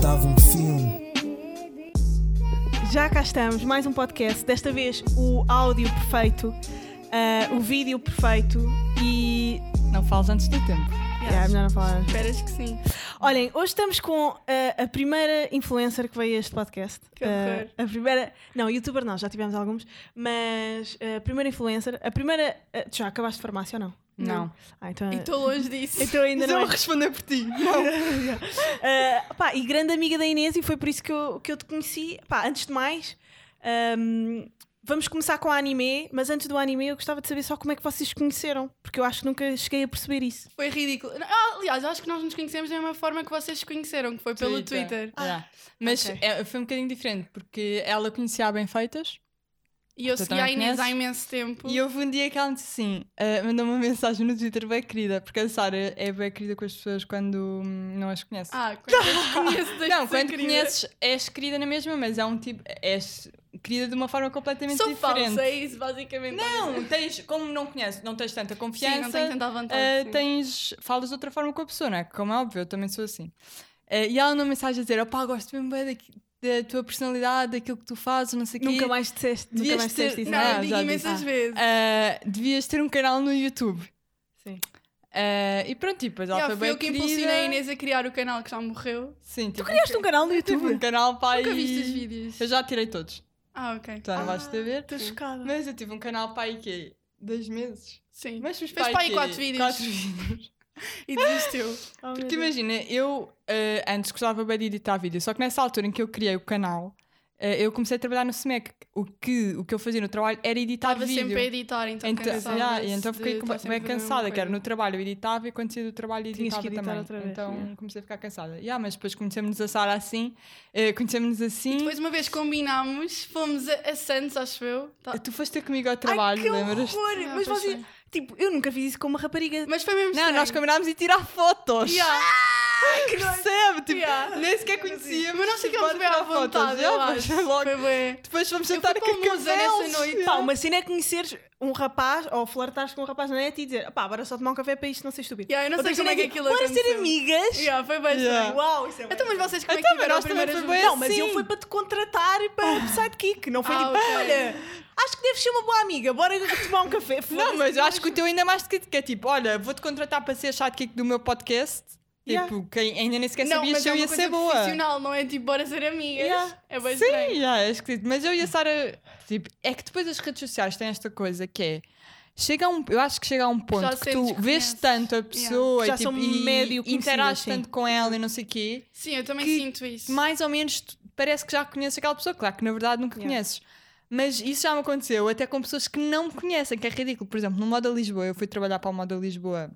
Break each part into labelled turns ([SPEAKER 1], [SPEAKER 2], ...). [SPEAKER 1] dava um filme.
[SPEAKER 2] Já cá estamos, mais um podcast. Desta vez o áudio perfeito, ah, o vídeo perfeito e.
[SPEAKER 3] Não fales antes do tempo.
[SPEAKER 2] Yeah, é melhor não falar.
[SPEAKER 4] Esperas que sim.
[SPEAKER 2] Olhem, hoje estamos com ah, a primeira influencer que veio a este podcast.
[SPEAKER 4] Que horror.
[SPEAKER 2] Ah, a primeira. Não, youtuber não, já tivemos alguns. Mas eh, a primeira influencer. A primeira. ah, tu já acabaste de farmácia ou não?
[SPEAKER 3] Não.
[SPEAKER 2] Ah, então.
[SPEAKER 3] É.
[SPEAKER 4] E é estou longe disso.
[SPEAKER 2] Então ainda não.
[SPEAKER 4] vou responder por ti.
[SPEAKER 2] Ah, pá, e grande amiga da Inês, e foi por isso que eu, que eu te conheci. Pá, antes de mais, ahm, vamos começar com a anime, mas antes do anime eu gostava de saber só como é que vocês se conheceram, porque eu acho que nunca cheguei a perceber isso.
[SPEAKER 4] Foi ridículo. Ah, aliás, acho que nós nos conhecemos da mesma forma que vocês se conheceram, que foi
[SPEAKER 3] tá.
[SPEAKER 4] pelo Twitter.
[SPEAKER 3] Yeah. Mas
[SPEAKER 2] ok.
[SPEAKER 3] é- foi um bocadinho diferente, porque ela conhecia a Bem Feitas
[SPEAKER 4] E eu
[SPEAKER 3] Ah, Tu
[SPEAKER 4] segui a
[SPEAKER 3] também
[SPEAKER 4] Inês
[SPEAKER 3] conheces?
[SPEAKER 4] há imenso tempo.
[SPEAKER 3] e houve um dia que ela me disse assim: ah, mandou uma mensagem no Twitter, bem querida, porque a Sara é bem querida com as pessoas quando hum, não as conhece.
[SPEAKER 4] Ah, quando eu conheço deixo
[SPEAKER 3] não,
[SPEAKER 4] de ser
[SPEAKER 3] quando
[SPEAKER 4] querida.
[SPEAKER 3] conheces, és querida na mesma, mas é um tipo. És querida de uma forma completamente
[SPEAKER 4] Sou
[SPEAKER 3] diferente.
[SPEAKER 4] falsa, é isso, basicamente.
[SPEAKER 3] Não, tens, como não conheces, não tens tanta confiança.
[SPEAKER 4] Sim, não tenho tanta
[SPEAKER 3] Ah,
[SPEAKER 4] vontade. sim.
[SPEAKER 3] tens, falas de outra forma com a pessoa, não é? Como é óbvio, eu também sou assim. Ah, e ela mandou mensagem a dizer: opá, gosto mesmo bem daqui- da tua personalidade, daquilo que tu fazes, não sei o quê.
[SPEAKER 2] Nunca mais disseste, nunca
[SPEAKER 3] devias
[SPEAKER 2] mais disseste
[SPEAKER 3] ter-
[SPEAKER 2] isso.
[SPEAKER 4] Não,
[SPEAKER 3] Ah,
[SPEAKER 4] eu digo
[SPEAKER 3] já disse.
[SPEAKER 4] imensas
[SPEAKER 2] Ah.
[SPEAKER 4] vezes.
[SPEAKER 3] Ah, devias ter um canal no YouTube.
[SPEAKER 2] Sim.
[SPEAKER 3] Ah, e pronto, e depois ela
[SPEAKER 4] Já,
[SPEAKER 3] foi
[SPEAKER 4] foi
[SPEAKER 3] bem
[SPEAKER 4] eu que
[SPEAKER 3] querida.
[SPEAKER 4] impulsionei a Inês a criar o canal que já morreu.
[SPEAKER 3] Sim, tu
[SPEAKER 2] Criaste um canal no
[SPEAKER 3] um
[SPEAKER 2] YouTube.
[SPEAKER 3] canal para
[SPEAKER 4] Nunca
[SPEAKER 3] aí-
[SPEAKER 4] viste os vídeos.
[SPEAKER 3] Eu já tirei todos,
[SPEAKER 4] Ah, tá ok.
[SPEAKER 3] já não
[SPEAKER 2] Ah,
[SPEAKER 3] vais saber.
[SPEAKER 2] Estou chocada.
[SPEAKER 3] Mas eu tive um canal para aí quê? Dois meses?
[SPEAKER 4] Sim.
[SPEAKER 3] Mas fiz
[SPEAKER 4] Fez
[SPEAKER 3] para
[SPEAKER 4] para aí
[SPEAKER 3] quê?
[SPEAKER 4] quatro vídeos.
[SPEAKER 3] Quatro vídeos.
[SPEAKER 4] E desistiu.
[SPEAKER 2] Oh, meu
[SPEAKER 3] Porque
[SPEAKER 2] Deus.
[SPEAKER 3] imagina, eu eh, antes gostava bem de editar vídeo, só que nessa altura em que eu criei o canal, eh, eu comecei a trabalhar no SMEC. O que, o que eu fazia no trabalho era editar
[SPEAKER 4] Estava
[SPEAKER 3] vídeo.
[SPEAKER 4] sempre a editar, então,
[SPEAKER 3] então,
[SPEAKER 4] cansava-se
[SPEAKER 3] yeah, e então
[SPEAKER 4] de
[SPEAKER 3] fiquei
[SPEAKER 4] estar
[SPEAKER 3] com-
[SPEAKER 4] sempre a
[SPEAKER 3] bem
[SPEAKER 4] fazer a mesma
[SPEAKER 3] cansada, que era
[SPEAKER 4] coisa.
[SPEAKER 3] no trabalho eu editava e quando saía do trabalho
[SPEAKER 2] Tinhas que
[SPEAKER 3] editava
[SPEAKER 2] editar
[SPEAKER 3] também.
[SPEAKER 2] outra vez,
[SPEAKER 3] então
[SPEAKER 2] yeah.
[SPEAKER 3] comecei a ficar cansada. Yeah, mas depois conhecemos a Sara assim, eh, conhecemos assim.
[SPEAKER 4] Depois uma vez combinámos, fomos a, a Santos, acho eu. Tá-
[SPEAKER 3] Tu foste ter comigo ao trabalho,
[SPEAKER 2] Ai, que
[SPEAKER 3] lembras?
[SPEAKER 2] horror!
[SPEAKER 4] Ah,
[SPEAKER 2] mas
[SPEAKER 4] pois
[SPEAKER 2] vocês,
[SPEAKER 4] foi.
[SPEAKER 2] tipo, eu nunca fiz isso com uma rapariga.
[SPEAKER 4] Mas foi mesmo
[SPEAKER 3] Não, nós
[SPEAKER 4] estranho.
[SPEAKER 3] combinámos e tirar fotos.
[SPEAKER 4] Yeah.
[SPEAKER 3] Percebe? Tipo,
[SPEAKER 4] Yeah.
[SPEAKER 3] nem sequer conhecia,
[SPEAKER 4] assim. Mas nós ficámos
[SPEAKER 3] bora
[SPEAKER 4] bem à
[SPEAKER 3] tirar fotos.
[SPEAKER 4] vontade, eu
[SPEAKER 3] Yeah,
[SPEAKER 4] acho.
[SPEAKER 3] pois, logo.
[SPEAKER 4] Foi bem.
[SPEAKER 3] Depois vamos
[SPEAKER 4] Eu
[SPEAKER 3] jantar
[SPEAKER 4] fui
[SPEAKER 3] com
[SPEAKER 4] para o museu
[SPEAKER 3] cabelos.
[SPEAKER 4] essa noite.
[SPEAKER 2] Pá, uma cena é conheceres um rapaz ou flertares com um rapaz na net e dizer, pá, bora só tomar um café para isto não ser estúpido.
[SPEAKER 4] Yeah, eu não
[SPEAKER 2] Outra
[SPEAKER 4] sei como
[SPEAKER 2] cena
[SPEAKER 4] é que
[SPEAKER 2] dizer,
[SPEAKER 4] aquilo
[SPEAKER 2] Bora ser
[SPEAKER 4] aconteceu."
[SPEAKER 2] amigas.
[SPEAKER 4] Yeah, foi bem
[SPEAKER 3] Yeah.
[SPEAKER 4] estranho.
[SPEAKER 2] Uau, isso é bué
[SPEAKER 4] Então, mas vocês como é que
[SPEAKER 3] Então, mas
[SPEAKER 4] tiveram a
[SPEAKER 3] nós também
[SPEAKER 4] primeira
[SPEAKER 3] foi bem
[SPEAKER 4] junta?
[SPEAKER 2] Não, mas
[SPEAKER 3] Sim.
[SPEAKER 2] ele foi para te contratar para o sidekick. Não foi
[SPEAKER 4] assim. Ah,
[SPEAKER 2] tipo,
[SPEAKER 4] ok.
[SPEAKER 2] olha, acho que deves ser uma boa amiga, bora tomar um café.
[SPEAKER 3] Não, mas eu acho que o teu ainda mais de que que é tipo, olha, vou-te contratar para ser sidekick do meu podcast.
[SPEAKER 2] Yeah.
[SPEAKER 3] Tipo, quem ainda nem sequer
[SPEAKER 4] Não,
[SPEAKER 3] sabias
[SPEAKER 4] mas
[SPEAKER 3] se
[SPEAKER 4] é
[SPEAKER 3] eu
[SPEAKER 4] uma
[SPEAKER 3] ia
[SPEAKER 4] coisa
[SPEAKER 3] ser boa.
[SPEAKER 4] profissional, não é tipo bora ser amigas.
[SPEAKER 3] Yeah.
[SPEAKER 4] É bem
[SPEAKER 3] Sim,
[SPEAKER 4] estranho.
[SPEAKER 3] yeah, é esquisito. Mas eu e a Sara, tipo, é que depois as redes sociais têm esta coisa que é. Chega a um, eu acho que chega a um ponto que
[SPEAKER 4] Já
[SPEAKER 3] tu
[SPEAKER 4] sentes que
[SPEAKER 3] vês
[SPEAKER 4] conheces.
[SPEAKER 3] tanto a pessoa
[SPEAKER 2] Já
[SPEAKER 3] e, tipo,
[SPEAKER 2] são
[SPEAKER 3] e
[SPEAKER 2] médio assim. conhecidas,
[SPEAKER 3] interages
[SPEAKER 2] sim.
[SPEAKER 3] tanto com ela e não sei o quê.
[SPEAKER 4] Sim, eu também
[SPEAKER 3] Que-
[SPEAKER 4] sinto isso.
[SPEAKER 3] mais ou menos tu- parece que já conheces aquela pessoa, claro que na verdade nunca
[SPEAKER 2] Yeah.
[SPEAKER 3] conheces. Mas isso já me aconteceu até com pessoas que não me conhecem, que é ridículo. Por exemplo, no Moda Lisboa, eu fui trabalhar para o Moda Lisboa,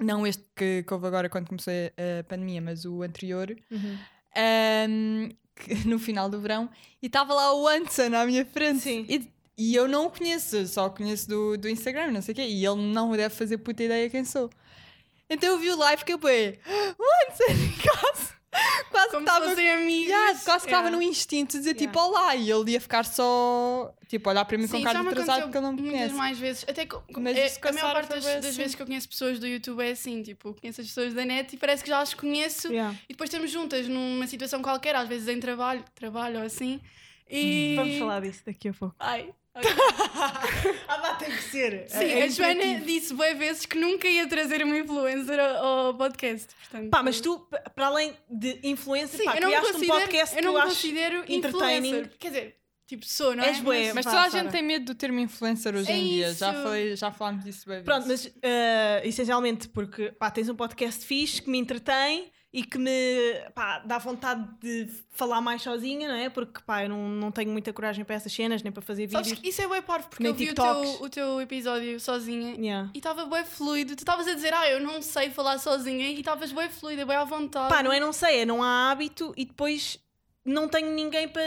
[SPEAKER 3] não este que, que houve agora quando comecei a pandemia, mas o anterior,
[SPEAKER 4] Uhum.
[SPEAKER 3] ahm, que- no final do verão, e estava lá o Anson à minha frente.
[SPEAKER 2] Sim.
[SPEAKER 3] E, e eu não o conheço, só o conheço do, do Instagram, não sei o quê, e ele não me deve fazer puta ideia quem sou. Então eu vi o live que eu pei, Anson, "Ah, quase, quase que
[SPEAKER 4] Como se
[SPEAKER 3] estava
[SPEAKER 4] fossem amigos.
[SPEAKER 3] Yeah, quase que estava
[SPEAKER 4] Yeah.
[SPEAKER 3] no instinto de dizer
[SPEAKER 2] Yeah.
[SPEAKER 3] tipo olá e ele ia ficar só tipo olhar para mim com
[SPEAKER 4] Sim,
[SPEAKER 3] cara
[SPEAKER 4] já
[SPEAKER 3] de
[SPEAKER 4] me
[SPEAKER 3] atrasado
[SPEAKER 4] aconteceu
[SPEAKER 3] porque ele não me
[SPEAKER 4] muitas
[SPEAKER 3] conhece.
[SPEAKER 4] mais vezes. Até co- co-
[SPEAKER 3] Mas
[SPEAKER 4] é-
[SPEAKER 3] isso com a
[SPEAKER 4] a maior
[SPEAKER 3] Sara
[SPEAKER 4] parte
[SPEAKER 3] foi
[SPEAKER 4] das,
[SPEAKER 3] bué
[SPEAKER 4] das
[SPEAKER 3] assim.
[SPEAKER 4] vezes que eu conheço pessoas do YouTube é assim, tipo, conheço as pessoas da net e parece que já as conheço
[SPEAKER 2] Yeah.
[SPEAKER 4] e depois estamos juntas numa situação qualquer, às vezes em trabalho, trabalho ou assim. E...
[SPEAKER 2] Hum, Vamos falar disso daqui a pouco.
[SPEAKER 4] Ai. ok.
[SPEAKER 2] Ah, vá, tem que ser.
[SPEAKER 4] Sim,
[SPEAKER 2] É
[SPEAKER 4] a Joana
[SPEAKER 2] imperativo.
[SPEAKER 4] disse boas vezes que nunca ia trazer uma influencer ao, ao podcast. Portanto,
[SPEAKER 2] Pá, mas tu, p- para além de influencer,
[SPEAKER 4] Sim,
[SPEAKER 2] pá,
[SPEAKER 4] eu não me
[SPEAKER 2] criaste um
[SPEAKER 4] considero,
[SPEAKER 2] podcast
[SPEAKER 4] eu
[SPEAKER 2] que
[SPEAKER 4] não
[SPEAKER 2] eu
[SPEAKER 4] me
[SPEAKER 2] acho.
[SPEAKER 4] considero
[SPEAKER 2] entertaining.
[SPEAKER 4] influencer. Quer dizer, tipo, sou, não é?
[SPEAKER 2] És bué,
[SPEAKER 3] Mas
[SPEAKER 2] Vá,
[SPEAKER 3] toda a
[SPEAKER 2] Sara.
[SPEAKER 3] gente tem medo do termo influencer hoje
[SPEAKER 4] É
[SPEAKER 3] em dia, já,
[SPEAKER 4] isso.
[SPEAKER 3] falei, já falámos disso bem.
[SPEAKER 2] Pronto, mas eh, essencialmente porque pá, tens um podcast fixe que me entretém e que me pá, dá vontade de falar mais sozinha, não é? Porque pá, eu não, não tenho muita coragem para essas cenas, nem para fazer
[SPEAKER 4] Sabes
[SPEAKER 2] vídeos.
[SPEAKER 4] que isso é bué parvo, porque
[SPEAKER 2] Nem
[SPEAKER 4] eu vi o
[SPEAKER 2] TikToks.
[SPEAKER 4] teu, o teu episódio sozinha
[SPEAKER 2] Yeah.
[SPEAKER 4] E estava bem fluido. Tu estavas a dizer, ah, eu não sei falar sozinha. E estavas bem fluida, bem à vontade.
[SPEAKER 2] Pá, não é não sei, é não há hábito e depois não tenho ninguém para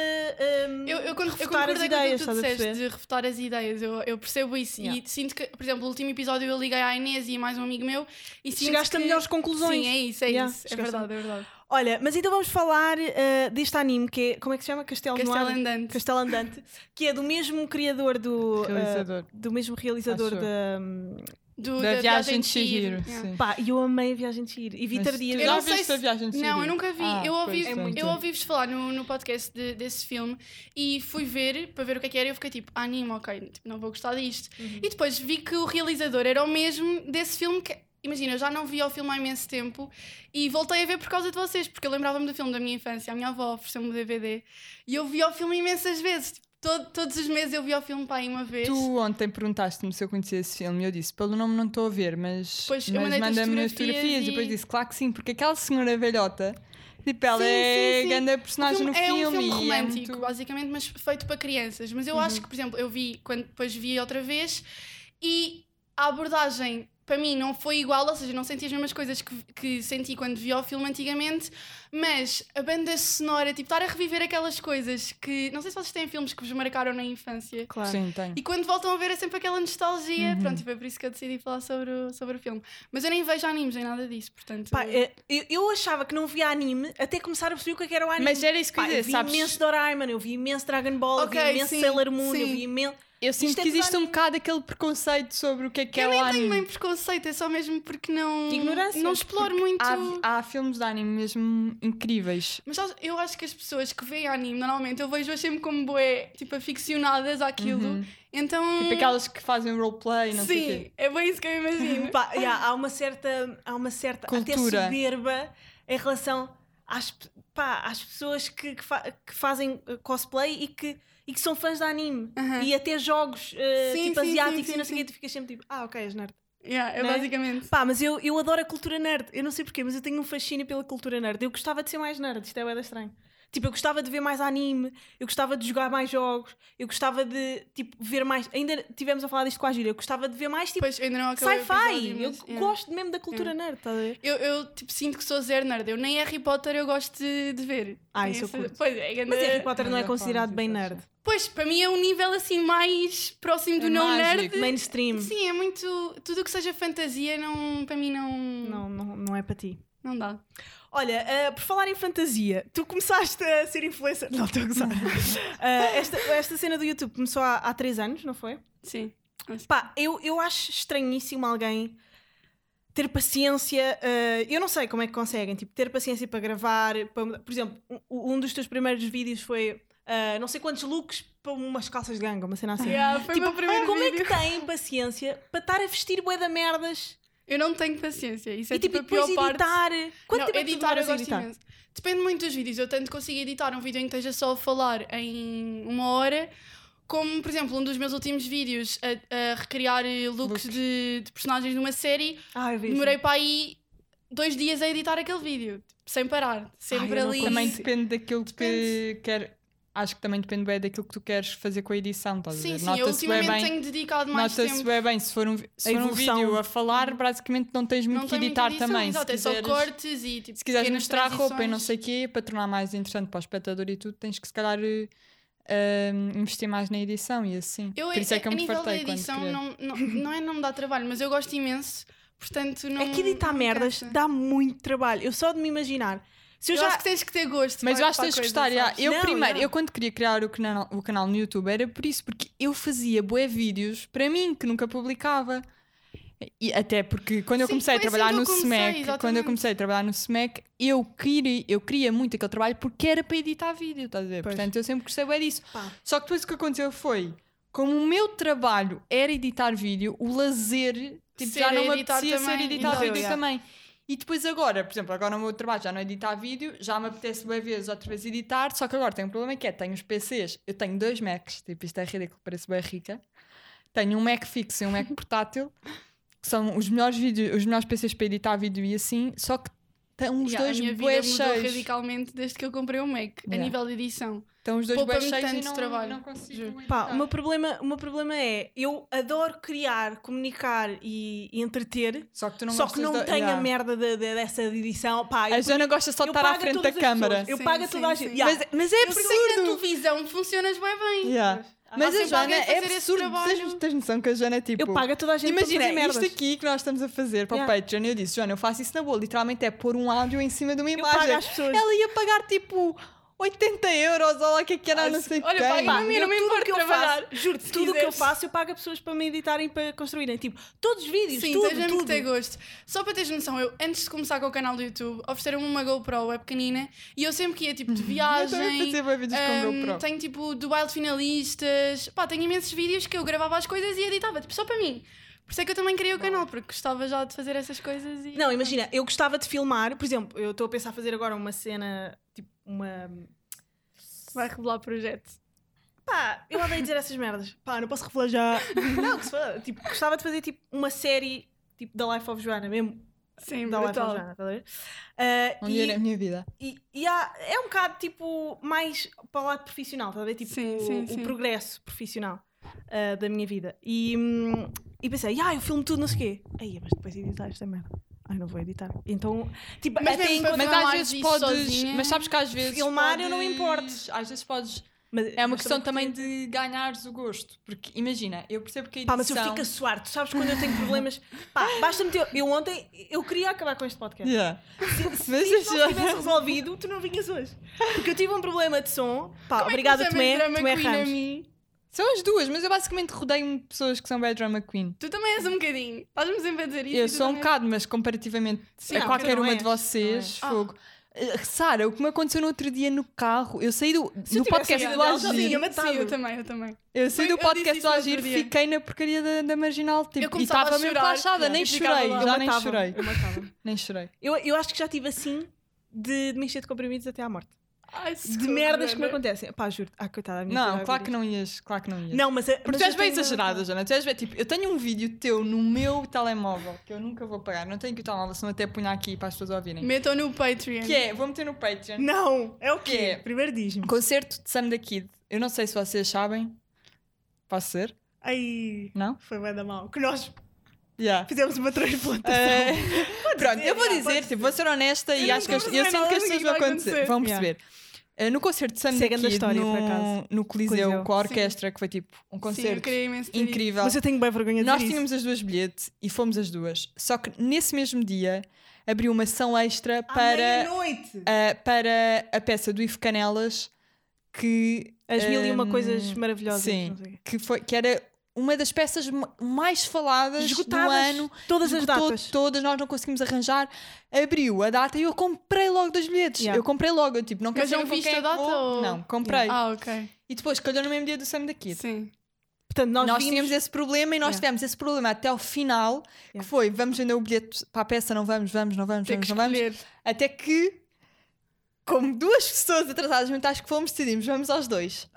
[SPEAKER 2] hum,
[SPEAKER 4] Eu, eu, con- eu
[SPEAKER 2] refutar
[SPEAKER 4] concordei
[SPEAKER 2] as
[SPEAKER 4] com
[SPEAKER 2] ideias,
[SPEAKER 4] o que tu
[SPEAKER 2] estás a
[SPEAKER 4] disseste
[SPEAKER 2] perceber?
[SPEAKER 4] de refutar as ideias. Eu, eu percebo isso.
[SPEAKER 2] Yeah.
[SPEAKER 4] E sinto que, por exemplo, no último episódio eu liguei à Inês e a mais um amigo meu. E sinto
[SPEAKER 2] Chegaste a
[SPEAKER 4] que-
[SPEAKER 2] melhores conclusões.
[SPEAKER 4] Sim, é isso, é
[SPEAKER 2] Yeah,
[SPEAKER 4] isso. É
[SPEAKER 2] chegaste a-
[SPEAKER 4] verdade, é verdade.
[SPEAKER 2] Olha, mas então vamos falar eh, deste anime que é, como é que se chama? Castelo Noir?
[SPEAKER 4] Castelo andante.
[SPEAKER 2] Castelo Andante, que é do mesmo criador do eh,
[SPEAKER 3] Realizador.
[SPEAKER 2] do mesmo realizador
[SPEAKER 3] Acho eu.
[SPEAKER 2] da, hum,
[SPEAKER 4] Do,
[SPEAKER 3] da viagem de Shihiro.
[SPEAKER 4] Yeah.
[SPEAKER 3] sim.
[SPEAKER 2] Pá, eu amei a viagem de ir. E vi
[SPEAKER 3] Mas
[SPEAKER 2] tardia.
[SPEAKER 3] Tu
[SPEAKER 4] Eu
[SPEAKER 3] já
[SPEAKER 4] não sei
[SPEAKER 3] viste a
[SPEAKER 4] se-
[SPEAKER 3] viagem de
[SPEAKER 4] Não,
[SPEAKER 3] Shihiro?
[SPEAKER 4] eu nunca vi.
[SPEAKER 3] Ah,
[SPEAKER 4] eu ouvi,
[SPEAKER 3] pois, então.
[SPEAKER 4] eu ouvi-vos falar no, no podcast de- desse filme e fui ver para ver o que é que era e eu fiquei tipo, anime, ok, tipo, não vou gostar disto.
[SPEAKER 3] Uhum.
[SPEAKER 4] E depois vi que o realizador era o mesmo desse filme que. Imagina, eu já não via o filme há imenso tempo e voltei a ver por causa de vocês, porque eu lembrava-me do filme da minha infância. A minha avó ofereceu-me o DVD e eu via o filme imensas vezes. Tipo, todo- todos os meses eu via o filme para aí uma vez.
[SPEAKER 3] Tu ontem perguntaste-me se eu conhecia esse filme e eu disse, pelo nome não estou a ver, mas,
[SPEAKER 4] Pois, eu
[SPEAKER 3] mas
[SPEAKER 4] mandei-te as
[SPEAKER 3] manda-me as
[SPEAKER 4] fotografias
[SPEAKER 3] fotografias e...
[SPEAKER 4] e-
[SPEAKER 3] depois disse, claro que sim, porque aquela senhora velhota, tipo, ela
[SPEAKER 4] Sim,
[SPEAKER 3] é
[SPEAKER 4] sim, sim.
[SPEAKER 3] grande
[SPEAKER 4] O
[SPEAKER 3] personagem
[SPEAKER 4] filme
[SPEAKER 3] no
[SPEAKER 4] é
[SPEAKER 3] filme.
[SPEAKER 4] um filme
[SPEAKER 3] e é
[SPEAKER 4] romântico,
[SPEAKER 3] muito- Uhum.
[SPEAKER 4] basicamente, mas feito para crianças. Mas eu acho que, por exemplo, eu vi quando depois vi outra vez e a abordagem para mim não foi igual, ou seja, não senti as mesmas coisas que, que senti quando vi o filme antigamente, mas a banda sonora, tipo, estar a reviver aquelas coisas que não sei se vocês têm filmes que vos marcaram na infância.
[SPEAKER 2] Claro.
[SPEAKER 3] Sim, tem.
[SPEAKER 4] E quando voltam a ver é sempre aquela nostalgia.
[SPEAKER 3] Uhum.
[SPEAKER 4] Pronto, e foi por isso que eu decidi falar sobre o, sobre o filme. Mas eu nem vejo animes nem nada disso, portanto.
[SPEAKER 2] Pá, é, eu, eu achava que não via anime até começar a perceber o que é que era o anime.
[SPEAKER 3] Mas era isso que eu
[SPEAKER 2] Pá,
[SPEAKER 3] ia
[SPEAKER 2] eu
[SPEAKER 3] dizer,
[SPEAKER 2] vi
[SPEAKER 3] sabes?
[SPEAKER 2] imenso Doraemon, eu vi imenso Dragon Ball, eu
[SPEAKER 4] Ok,
[SPEAKER 2] vi imenso
[SPEAKER 4] sim,
[SPEAKER 2] Sailor Moon, eu
[SPEAKER 4] sim.
[SPEAKER 2] vi imenso.
[SPEAKER 3] Eu sinto
[SPEAKER 2] Isto é
[SPEAKER 3] que existe
[SPEAKER 2] tudo
[SPEAKER 3] um bocado aquele preconceito sobre o que é que é
[SPEAKER 4] eu
[SPEAKER 3] o
[SPEAKER 4] nem
[SPEAKER 3] anime.
[SPEAKER 4] tenho bem preconceito, é só mesmo porque não.
[SPEAKER 2] Ignorância,
[SPEAKER 4] Não exploro
[SPEAKER 2] porque
[SPEAKER 4] muito.
[SPEAKER 3] Há, há filmes de anime mesmo incríveis.
[SPEAKER 4] Mas sabes, eu acho que as pessoas que veem anime, normalmente, eu vejo-as sempre como boé, tipo, aficionadas àquilo.
[SPEAKER 2] Uhum.
[SPEAKER 4] Então.
[SPEAKER 3] Tipo aquelas que fazem roleplay, não sei o quê.
[SPEAKER 4] Sim, é bem isso que eu imagino.
[SPEAKER 2] Pá, yeah, há uma certa, há uma certa
[SPEAKER 3] Cultura.
[SPEAKER 2] até soberba em relação às, pe- pá, às pessoas que, que, fa- que fazem uh, cosplay e que, e que são fãs de anime
[SPEAKER 4] Aham.
[SPEAKER 2] e até jogos uh,
[SPEAKER 4] Sim,
[SPEAKER 2] tipo
[SPEAKER 4] sim, sim,
[SPEAKER 2] asiáticos
[SPEAKER 4] sim,
[SPEAKER 2] e não sei o
[SPEAKER 4] sim.
[SPEAKER 2] quê, tu ficas sempre tipo, ah, ok, és nerd.
[SPEAKER 4] Yeah, é
[SPEAKER 2] Né?
[SPEAKER 4] basicamente.
[SPEAKER 2] Pá, mas eu, eu adoro a cultura nerd. Eu não sei porquê, mas eu tenho um fascínio pela cultura nerd. Eu gostava de ser mais nerd, isto é bué da estranho. Tipo, eu gostava de ver mais anime, eu gostava de jogar mais jogos, eu gostava de, tipo, ver mais... Ainda tivemos a falar disto com a Júlia, eu gostava de ver mais, tipo,
[SPEAKER 4] Pois, eu ainda não acabei o
[SPEAKER 2] sci-fi.
[SPEAKER 4] episódio, é.
[SPEAKER 2] Eu
[SPEAKER 4] mas, yeah.
[SPEAKER 2] gosto mesmo da cultura nerd, estás a ver?
[SPEAKER 4] Eu, eu, tipo, sinto que sou zero nerd. Eu nem Harry Potter eu gosto de, de ver.
[SPEAKER 2] Ah,
[SPEAKER 4] Tem
[SPEAKER 2] isso eu
[SPEAKER 4] essa-
[SPEAKER 2] curto.
[SPEAKER 4] Pois, é,
[SPEAKER 2] Mas Harry Potter não
[SPEAKER 3] Mas
[SPEAKER 2] é
[SPEAKER 3] é
[SPEAKER 2] considerado
[SPEAKER 3] pá,
[SPEAKER 2] bem
[SPEAKER 3] mas
[SPEAKER 2] nerd.
[SPEAKER 4] Pois, para mim é um nível assim mais próximo do
[SPEAKER 3] É
[SPEAKER 4] não
[SPEAKER 3] mágico.
[SPEAKER 4] nerd.
[SPEAKER 2] Mainstream.
[SPEAKER 4] Sim, é muito. Tudo o que seja fantasia, não, para mim não.
[SPEAKER 2] Não, não, não é para ti.
[SPEAKER 4] Não dá.
[SPEAKER 2] Olha, ah, por falar em fantasia, tu começaste a ser influencer. Não, estou a gozar. Ah, esta, esta cena do YouTube começou há, há três anos, não foi?
[SPEAKER 4] Sim.
[SPEAKER 2] Pá, eu, eu acho estranhíssimo alguém ter paciência. eh, eu não sei como é que conseguem, tipo, ter paciência para gravar. para mudar- por exemplo, um, um dos teus primeiros vídeos foi eh, não sei quantos looks para umas calças de ganga, uma cena assim.
[SPEAKER 4] Yeah, foi
[SPEAKER 3] Tipo,
[SPEAKER 4] o meu primeiro
[SPEAKER 2] Como é
[SPEAKER 4] vídeo.
[SPEAKER 2] que têm paciência para estar a vestir bué da merdas
[SPEAKER 4] Eu não tenho paciência. Isso é
[SPEAKER 2] e tipo,
[SPEAKER 4] tipo,
[SPEAKER 2] e
[SPEAKER 4] a
[SPEAKER 2] depois
[SPEAKER 4] pior
[SPEAKER 2] editar?
[SPEAKER 4] parte.
[SPEAKER 2] Quanto
[SPEAKER 4] não,
[SPEAKER 2] tempo é que tu
[SPEAKER 4] editar eu
[SPEAKER 2] demoras a
[SPEAKER 4] gosto
[SPEAKER 2] editar?
[SPEAKER 4] imenso. Depende muito dos vídeos. Eu tanto consigo editar um vídeo em que esteja só a falar em uma hora, como, por exemplo, um dos meus últimos vídeos a, a recriar eh, looks de, de personagens de uma série,
[SPEAKER 2] Ah, eu vi isso.
[SPEAKER 4] demorei para aí dois dias a editar aquele vídeo, tipo, sem parar. Sempre
[SPEAKER 2] eu não
[SPEAKER 4] ali.
[SPEAKER 2] consigo.
[SPEAKER 3] Também
[SPEAKER 2] Sim.
[SPEAKER 3] depende daquilo que
[SPEAKER 4] Depende.
[SPEAKER 3] quer. Acho que também depende bem daquilo que tu queres fazer com a edição, estás a
[SPEAKER 4] Sim,
[SPEAKER 3] ver?
[SPEAKER 4] sim, eu
[SPEAKER 3] Nota-se bué
[SPEAKER 4] ultimamente
[SPEAKER 3] bem,
[SPEAKER 4] tenho dedicado mais
[SPEAKER 3] nota-se
[SPEAKER 4] tempo. Uhum.
[SPEAKER 3] bué bem, se for um, vi- se
[SPEAKER 2] A
[SPEAKER 3] for um
[SPEAKER 2] evolução.
[SPEAKER 3] vídeo a falar, basicamente não tens muito
[SPEAKER 4] Não
[SPEAKER 3] que
[SPEAKER 4] tenho muita
[SPEAKER 3] editar
[SPEAKER 4] edição,
[SPEAKER 3] também.
[SPEAKER 4] Exato,
[SPEAKER 3] se,
[SPEAKER 4] é só
[SPEAKER 3] quiseres,
[SPEAKER 4] cortes e tipo.
[SPEAKER 3] se quiseres
[SPEAKER 4] pequenas
[SPEAKER 3] mostrar roupa e não
[SPEAKER 4] transições.
[SPEAKER 3] sei o quê, para tornar mais interessante para o espectador e tudo, tens que se calhar eh, eh, investir mais na edição e assim.
[SPEAKER 4] Eu,
[SPEAKER 3] Por isso é que eu
[SPEAKER 4] a
[SPEAKER 3] me
[SPEAKER 4] nível
[SPEAKER 3] fartei
[SPEAKER 4] da
[SPEAKER 3] quando
[SPEAKER 4] edição
[SPEAKER 3] queria.
[SPEAKER 4] não, não, não é não me dá trabalho, mas eu gosto imenso, portanto não.
[SPEAKER 2] É que editar
[SPEAKER 4] não me
[SPEAKER 2] merdas
[SPEAKER 4] cansa.
[SPEAKER 2] dá muito trabalho. Eu só de me imaginar. Se
[SPEAKER 4] Eu,
[SPEAKER 2] eu, já.
[SPEAKER 4] acho que tens que ter gosto.
[SPEAKER 3] Mas
[SPEAKER 4] para-
[SPEAKER 3] eu acho que tens
[SPEAKER 4] para
[SPEAKER 3] de
[SPEAKER 4] a
[SPEAKER 3] gostar.
[SPEAKER 4] coisa,
[SPEAKER 3] já.
[SPEAKER 4] sabes?
[SPEAKER 3] Eu
[SPEAKER 2] Não,
[SPEAKER 3] primeiro,
[SPEAKER 2] já.
[SPEAKER 3] eu quando queria criar o canal, o canal no YouTube era por isso, porque eu fazia bué vídeos para mim que nunca publicava. E até porque quando eu
[SPEAKER 4] Sim,
[SPEAKER 3] comecei a
[SPEAKER 4] foi assim
[SPEAKER 3] trabalhar
[SPEAKER 4] que eu
[SPEAKER 3] no
[SPEAKER 4] comecei,
[SPEAKER 3] SMEC, quando eu
[SPEAKER 4] exatamente.
[SPEAKER 3] comecei a trabalhar no SMEC, eu queria, eu queria muito aquele trabalho porque era para editar vídeo, estás a ver?
[SPEAKER 2] Pois.
[SPEAKER 3] Portanto, eu sempre gostei bué disso.
[SPEAKER 2] Pá.
[SPEAKER 3] Só que depois o que aconteceu foi, como o meu trabalho era editar vídeo, o lazer tipo,
[SPEAKER 4] Ser
[SPEAKER 3] já não me
[SPEAKER 4] editar
[SPEAKER 3] apetecia ser
[SPEAKER 4] também,
[SPEAKER 3] editar
[SPEAKER 2] então,
[SPEAKER 3] vídeo
[SPEAKER 2] yeah.
[SPEAKER 3] também. E depois agora, por exemplo, agora o meu trabalho já não é editar vídeo, já me apetece bem vezes outra vez editar, só que agora tenho um problema que é, tenho os PCs, eu tenho dois Macs, tipo, isto é ridículo, parece bem rica. Tenho um Mac fixo e um Mac portátil, que são os melhores vídeos, os melhores PCs para editar vídeo e assim, só que estão os
[SPEAKER 4] Yeah,
[SPEAKER 3] dois
[SPEAKER 4] a minha
[SPEAKER 3] bué
[SPEAKER 4] vida mudou
[SPEAKER 3] cheios.
[SPEAKER 4] radicalmente desde que eu comprei o
[SPEAKER 3] Yeah.
[SPEAKER 4] Mac, a nível de edição.
[SPEAKER 3] Estão os dois bué
[SPEAKER 4] Poupa-me
[SPEAKER 3] cheios e
[SPEAKER 4] tanto
[SPEAKER 3] não,
[SPEAKER 4] trabalho,
[SPEAKER 3] não consigo
[SPEAKER 4] juro.
[SPEAKER 2] Pá,
[SPEAKER 3] editar.
[SPEAKER 2] o meu problema, o meu problema é. Eu adoro criar, comunicar e, e entreter.
[SPEAKER 3] Só que tu não
[SPEAKER 2] só que
[SPEAKER 3] gostas
[SPEAKER 2] não
[SPEAKER 3] da-
[SPEAKER 2] tenho
[SPEAKER 3] yeah.
[SPEAKER 2] a merda de- de- dessa edição. Pá,
[SPEAKER 3] A
[SPEAKER 2] eu,
[SPEAKER 3] Joana gosta só de
[SPEAKER 2] eu
[SPEAKER 3] estar à
[SPEAKER 2] pago a
[SPEAKER 3] frente da
[SPEAKER 2] todas as
[SPEAKER 3] câmara.
[SPEAKER 2] pessoas, Eu
[SPEAKER 4] Sim,
[SPEAKER 2] pago a
[SPEAKER 4] sim,
[SPEAKER 2] toda a
[SPEAKER 4] sim.
[SPEAKER 2] gente. Yeah.
[SPEAKER 3] Mas, mas é
[SPEAKER 4] Eu sei que na
[SPEAKER 3] absurdo.
[SPEAKER 4] televisão funcionas bem bem.
[SPEAKER 3] Yeah.
[SPEAKER 2] Há
[SPEAKER 3] Mas a
[SPEAKER 4] sempre
[SPEAKER 3] Joana
[SPEAKER 4] alguém a
[SPEAKER 3] é
[SPEAKER 4] fazer esse
[SPEAKER 3] absurdo. Tens,
[SPEAKER 4] trabalho.
[SPEAKER 3] tens noção que a Joana é tipo.
[SPEAKER 2] eu pago a toda a gente
[SPEAKER 3] Imagina,
[SPEAKER 2] para fazer
[SPEAKER 3] é isto
[SPEAKER 2] merdas.
[SPEAKER 3] aqui que nós estamos a fazer para o
[SPEAKER 2] Yeah.
[SPEAKER 3] Patreon. E eu disse, Joana, eu faço isso na boa. Literalmente é pôr um áudio em cima de uma
[SPEAKER 2] Eu pago
[SPEAKER 3] imagem.
[SPEAKER 2] às pessoas.
[SPEAKER 3] Ela ia pagar tipo 80 euros, olha o que é que era,
[SPEAKER 4] Ah,
[SPEAKER 3] não
[SPEAKER 4] se-
[SPEAKER 3] sei
[SPEAKER 4] olha,
[SPEAKER 3] quem.
[SPEAKER 4] paga-me a mim, não me
[SPEAKER 2] tudo o
[SPEAKER 4] importo
[SPEAKER 2] que eu
[SPEAKER 4] trabalhar.
[SPEAKER 2] faço, juro
[SPEAKER 4] Se
[SPEAKER 2] tudo o que eu
[SPEAKER 4] quiseres.
[SPEAKER 2] faço eu pago a pessoas para me editarem, para construírem. Tipo, todos os vídeos,
[SPEAKER 4] Sim,
[SPEAKER 2] tudo,
[SPEAKER 4] tens mesmo
[SPEAKER 2] tudo.
[SPEAKER 4] que ter gosto. Só para teres noção, eu antes de começar com o canal do YouTube, ofereceram-me uma GoPro, é pequenina, e eu sempre que ia tipo de
[SPEAKER 3] Eu também
[SPEAKER 4] viagem.
[SPEAKER 3] fazia bué vídeos com o
[SPEAKER 4] hum,
[SPEAKER 3] meu próprio.
[SPEAKER 4] tenho tipo do Wild Finalistas, pá, tenho imensos vídeos que eu gravava as coisas e editava, tipo, só para mim. Por isso é que eu também criei o canal, porque gostava já de fazer essas coisas e.
[SPEAKER 2] Não, imagina, eu gostava de filmar, por exemplo, eu estou a pensar fazer agora uma cena, tipo, uma.
[SPEAKER 4] Vai revelar o projeto.
[SPEAKER 2] Pá, eu odeio dizer essas merdas. Pá, não posso revelar já. não, que se foda. Tipo, gostava de fazer tipo uma série, tipo, da Life of Joana, mesmo.
[SPEAKER 4] Sim,
[SPEAKER 2] da Life of
[SPEAKER 4] brutal.
[SPEAKER 2] Joana, estás a ver? Ah,
[SPEAKER 3] Um
[SPEAKER 2] e-
[SPEAKER 3] dia na minha vida.
[SPEAKER 2] E, e há- é um bocado tipo mais para o lado profissional, estás a ver? Tipo,
[SPEAKER 4] Sim,
[SPEAKER 2] o,
[SPEAKER 4] sim,
[SPEAKER 2] o
[SPEAKER 4] sim.
[SPEAKER 2] progresso profissional ah, da minha vida. E, hum, e pensei, ah, eu filmo tudo, não sei o quê. Aí, mas depois editar esta merda. Ai, não vou editar. Então, tipo,
[SPEAKER 4] Mas
[SPEAKER 2] até
[SPEAKER 4] mesmo para
[SPEAKER 2] enquanto.
[SPEAKER 3] Mas
[SPEAKER 4] Fazer
[SPEAKER 3] às
[SPEAKER 4] mais
[SPEAKER 3] vezes
[SPEAKER 4] disso
[SPEAKER 3] podes.
[SPEAKER 4] sozinha.
[SPEAKER 3] Mas sabes que às vezes.
[SPEAKER 2] Filmar eu não
[SPEAKER 3] podes-
[SPEAKER 2] importo.
[SPEAKER 3] Às vezes podes.
[SPEAKER 2] Mas-
[SPEAKER 3] É uma
[SPEAKER 2] mas
[SPEAKER 3] questão também de ganhares o gosto. Porque imagina, eu percebo que a edição.
[SPEAKER 2] Pá, mas eu fico assim, a suar, tu sabes quando eu tenho problemas. Pá, basta-me ter. Eu ontem, eu queria acabar com este podcast.
[SPEAKER 3] Yeah.
[SPEAKER 2] Se
[SPEAKER 3] Mas
[SPEAKER 2] isto não
[SPEAKER 3] já-
[SPEAKER 2] se tivesse resolvido, tu não vinhas hoje. Porque eu tive um problema de som. Pá, obrigada,
[SPEAKER 4] Mas
[SPEAKER 2] Tomé.
[SPEAKER 4] é drama
[SPEAKER 2] Tomé
[SPEAKER 4] queen a
[SPEAKER 2] Ramos.
[SPEAKER 4] mim.
[SPEAKER 3] São as duas, mas eu basicamente rodeio-me de pessoas que são bad drama queen.
[SPEAKER 4] Tu também és um bocadinho. Estás-me sempre a dizer isso.
[SPEAKER 3] Eu
[SPEAKER 4] e tu
[SPEAKER 3] sou um
[SPEAKER 4] também-
[SPEAKER 3] bocado, mas comparativamente
[SPEAKER 2] Sim,
[SPEAKER 3] a
[SPEAKER 2] não,
[SPEAKER 3] qualquer
[SPEAKER 2] não
[SPEAKER 3] uma
[SPEAKER 2] és,
[SPEAKER 3] de vocês,
[SPEAKER 4] é, não Ah. és.
[SPEAKER 3] fogo. Eh, Sara, o que me aconteceu no outro dia no carro, eu saí do,
[SPEAKER 2] Se eu
[SPEAKER 3] do
[SPEAKER 2] tivesse
[SPEAKER 3] podcast
[SPEAKER 2] saído
[SPEAKER 3] do
[SPEAKER 2] dela, já
[SPEAKER 4] Sim,
[SPEAKER 3] Agir.
[SPEAKER 2] tinha-
[SPEAKER 4] sim,
[SPEAKER 2] matado.
[SPEAKER 4] eu também, eu também.
[SPEAKER 3] Eu saí
[SPEAKER 4] Foi-
[SPEAKER 3] do
[SPEAKER 4] eu disse
[SPEAKER 3] podcast
[SPEAKER 4] isso
[SPEAKER 3] do
[SPEAKER 4] no
[SPEAKER 3] Agir,
[SPEAKER 4] outro dia.
[SPEAKER 3] fiquei na porcaria da, da marginal. Tipo, e
[SPEAKER 4] começava a
[SPEAKER 3] estava mesmo
[SPEAKER 4] chorar,
[SPEAKER 3] relaxada,
[SPEAKER 4] yeah,
[SPEAKER 3] nem
[SPEAKER 4] e ficava
[SPEAKER 3] chorei,
[SPEAKER 4] lá.
[SPEAKER 2] Eu
[SPEAKER 3] já nem
[SPEAKER 2] matava,
[SPEAKER 3] chorei.
[SPEAKER 2] Eu matava.
[SPEAKER 3] Nem chorei.
[SPEAKER 2] Eu, eu acho que já tive assim de, de me encher de comprimidos até à morte.
[SPEAKER 4] Ai,
[SPEAKER 2] De
[SPEAKER 4] desculpa,
[SPEAKER 2] merdas que me
[SPEAKER 4] Ana.
[SPEAKER 2] acontecem. Pá, juro. Ah, coitada, a minha
[SPEAKER 3] Não, claro que não ias, claro que não ias.
[SPEAKER 2] Não, mas. a-
[SPEAKER 3] Porque
[SPEAKER 2] mas
[SPEAKER 3] tu és
[SPEAKER 2] eu
[SPEAKER 3] bem
[SPEAKER 2] tenho-
[SPEAKER 3] exagerada, Jana. Tu és bem, tipo, eu tenho um vídeo teu no meu telemóvel que eu nunca vou pagar. Não tenho que o telemóvel, senão até punha aqui para as pessoas ouvirem.
[SPEAKER 4] Metam no Patreon.
[SPEAKER 3] Que é, vou meter no Patreon.
[SPEAKER 2] Não, é o
[SPEAKER 3] Que é?
[SPEAKER 2] quê? Primeiro diz-me.
[SPEAKER 3] Concerto de Sam da Kid. Eu não sei se vocês sabem. Posso ser?
[SPEAKER 2] Ai,
[SPEAKER 3] Não?
[SPEAKER 2] foi bem da mal. Que nós
[SPEAKER 3] Yeah.
[SPEAKER 2] fizemos uma transplantação.
[SPEAKER 3] Eh, pronto, eu vou
[SPEAKER 2] já,
[SPEAKER 3] dizer,
[SPEAKER 2] podes
[SPEAKER 3] tipo, vou ser honesta
[SPEAKER 4] Eu
[SPEAKER 3] e
[SPEAKER 4] não
[SPEAKER 3] acho que eu,
[SPEAKER 4] estou a
[SPEAKER 3] eu
[SPEAKER 4] perceber
[SPEAKER 3] sinto que as
[SPEAKER 4] nada do que
[SPEAKER 3] pessoas
[SPEAKER 4] vai
[SPEAKER 3] vão, acontecer-
[SPEAKER 4] acontecer.
[SPEAKER 3] vão
[SPEAKER 2] Yeah.
[SPEAKER 3] perceber. Eh, no concerto de Sam
[SPEAKER 2] Isso é
[SPEAKER 3] da
[SPEAKER 2] grande
[SPEAKER 3] Kid,
[SPEAKER 2] história, por
[SPEAKER 3] no,
[SPEAKER 2] acaso.
[SPEAKER 3] no Coliseu,
[SPEAKER 2] Coliseu.
[SPEAKER 3] com a orquestra, que foi tipo um
[SPEAKER 4] Sim, eu
[SPEAKER 3] concerto
[SPEAKER 4] queria imenso ter ido.
[SPEAKER 3] incrível.
[SPEAKER 2] Mas eu tenho bem vergonha de
[SPEAKER 3] Nós
[SPEAKER 2] dizer isso.
[SPEAKER 3] tínhamos as duas bilhete e fomos as duas. Só que nesse mesmo dia abriu uma ação extra
[SPEAKER 2] À
[SPEAKER 3] para,
[SPEAKER 2] meia-noite.
[SPEAKER 3] a, para a peça do Ivo Canelas que.
[SPEAKER 2] As mil e uma
[SPEAKER 3] hum,
[SPEAKER 2] coisas maravilhosas.
[SPEAKER 3] Sim.
[SPEAKER 2] não sei o quê.
[SPEAKER 3] Que, foi, que era uma das peças ma- mais faladas
[SPEAKER 2] Esgotadas
[SPEAKER 3] do ano.
[SPEAKER 2] todas as
[SPEAKER 3] Esgotou
[SPEAKER 2] datas.
[SPEAKER 3] Todas, nós não conseguimos arranjar. Abriu a data e eu comprei logo das bilhetes.
[SPEAKER 2] Yeah.
[SPEAKER 3] Eu comprei logo. Eu, tipo, não quero
[SPEAKER 4] Mas não
[SPEAKER 3] saber com
[SPEAKER 4] viste
[SPEAKER 3] quem
[SPEAKER 4] a
[SPEAKER 3] é que
[SPEAKER 4] data
[SPEAKER 3] vou.
[SPEAKER 4] ou-
[SPEAKER 3] Não, comprei.
[SPEAKER 4] Ah, ok.
[SPEAKER 3] E depois calhou no mesmo dia do Sam da Kid.
[SPEAKER 4] Sim.
[SPEAKER 2] Portanto, nós,
[SPEAKER 3] Nós,
[SPEAKER 2] vimos...
[SPEAKER 3] tínhamos esse problema e nós
[SPEAKER 2] Yeah.
[SPEAKER 3] tivemos esse problema até ao final, que
[SPEAKER 2] Yeah.
[SPEAKER 3] foi vamos vender o bilhete para a peça, não vamos, vamos, não vamos,
[SPEAKER 4] Tem que
[SPEAKER 3] vamos, não vamos.
[SPEAKER 4] escolher.
[SPEAKER 3] Até que, como duas pessoas atrasadas mentais que fomos, decidimos, vamos aos dois.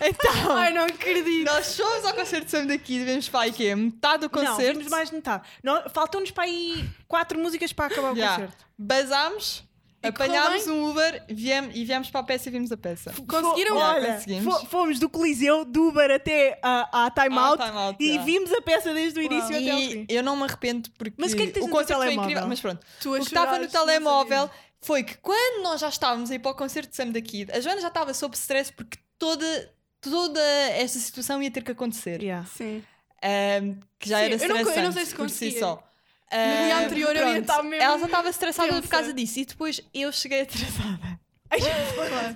[SPEAKER 3] então,
[SPEAKER 4] Ai, não acredito.
[SPEAKER 3] nós fomos ao concerto de Sam daqui, vemos para aí que é metade do
[SPEAKER 2] Não,
[SPEAKER 3] concerto,
[SPEAKER 2] vimos mais de metade. Nó- Faltam-nos para aí quatro músicas para acabar o
[SPEAKER 3] Yeah.
[SPEAKER 2] um concerto.
[SPEAKER 3] basámos,
[SPEAKER 4] E correu
[SPEAKER 3] apanhámos um Uber viemos, e viemos para a peça e vimos a peça.
[SPEAKER 4] Conseguiram?
[SPEAKER 3] Yeah,
[SPEAKER 2] Olha,
[SPEAKER 3] conseguimos.
[SPEAKER 2] fo- fomos do Coliseu, do Uber até à, à Time
[SPEAKER 3] Ah,
[SPEAKER 2] Out
[SPEAKER 3] time out,
[SPEAKER 2] e
[SPEAKER 3] yeah.
[SPEAKER 2] vimos a peça desde o início até ao
[SPEAKER 3] E
[SPEAKER 2] fim.
[SPEAKER 3] eu não me arrependo porque
[SPEAKER 2] Mas o que é que tens no teu
[SPEAKER 3] concerto foi
[SPEAKER 2] telemóvel?
[SPEAKER 3] incrível, mas pronto.
[SPEAKER 4] Tu a
[SPEAKER 3] O que estava
[SPEAKER 4] chorares,
[SPEAKER 3] no
[SPEAKER 4] não sabia.
[SPEAKER 3] telemóvel foi que quando nós já estávamos a ir para o concerto de Sam da Kid, a Joana já estava sob stress porque toda, toda esta situação ia ter que acontecer.
[SPEAKER 2] Yeah.
[SPEAKER 4] Sim.
[SPEAKER 3] Ahm, que já
[SPEAKER 4] Sim,
[SPEAKER 3] era
[SPEAKER 4] eu não- eu não
[SPEAKER 3] estressante
[SPEAKER 4] sei se
[SPEAKER 3] por si
[SPEAKER 4] conseguia.
[SPEAKER 3] só.
[SPEAKER 4] No dia
[SPEAKER 3] Ahm,
[SPEAKER 4] anterior eu ia
[SPEAKER 3] pronto,
[SPEAKER 4] estar mesmo
[SPEAKER 3] Ela já estava estressada por
[SPEAKER 4] tensa.
[SPEAKER 3] causa disso e depois eu cheguei atrasada
[SPEAKER 2] Ai,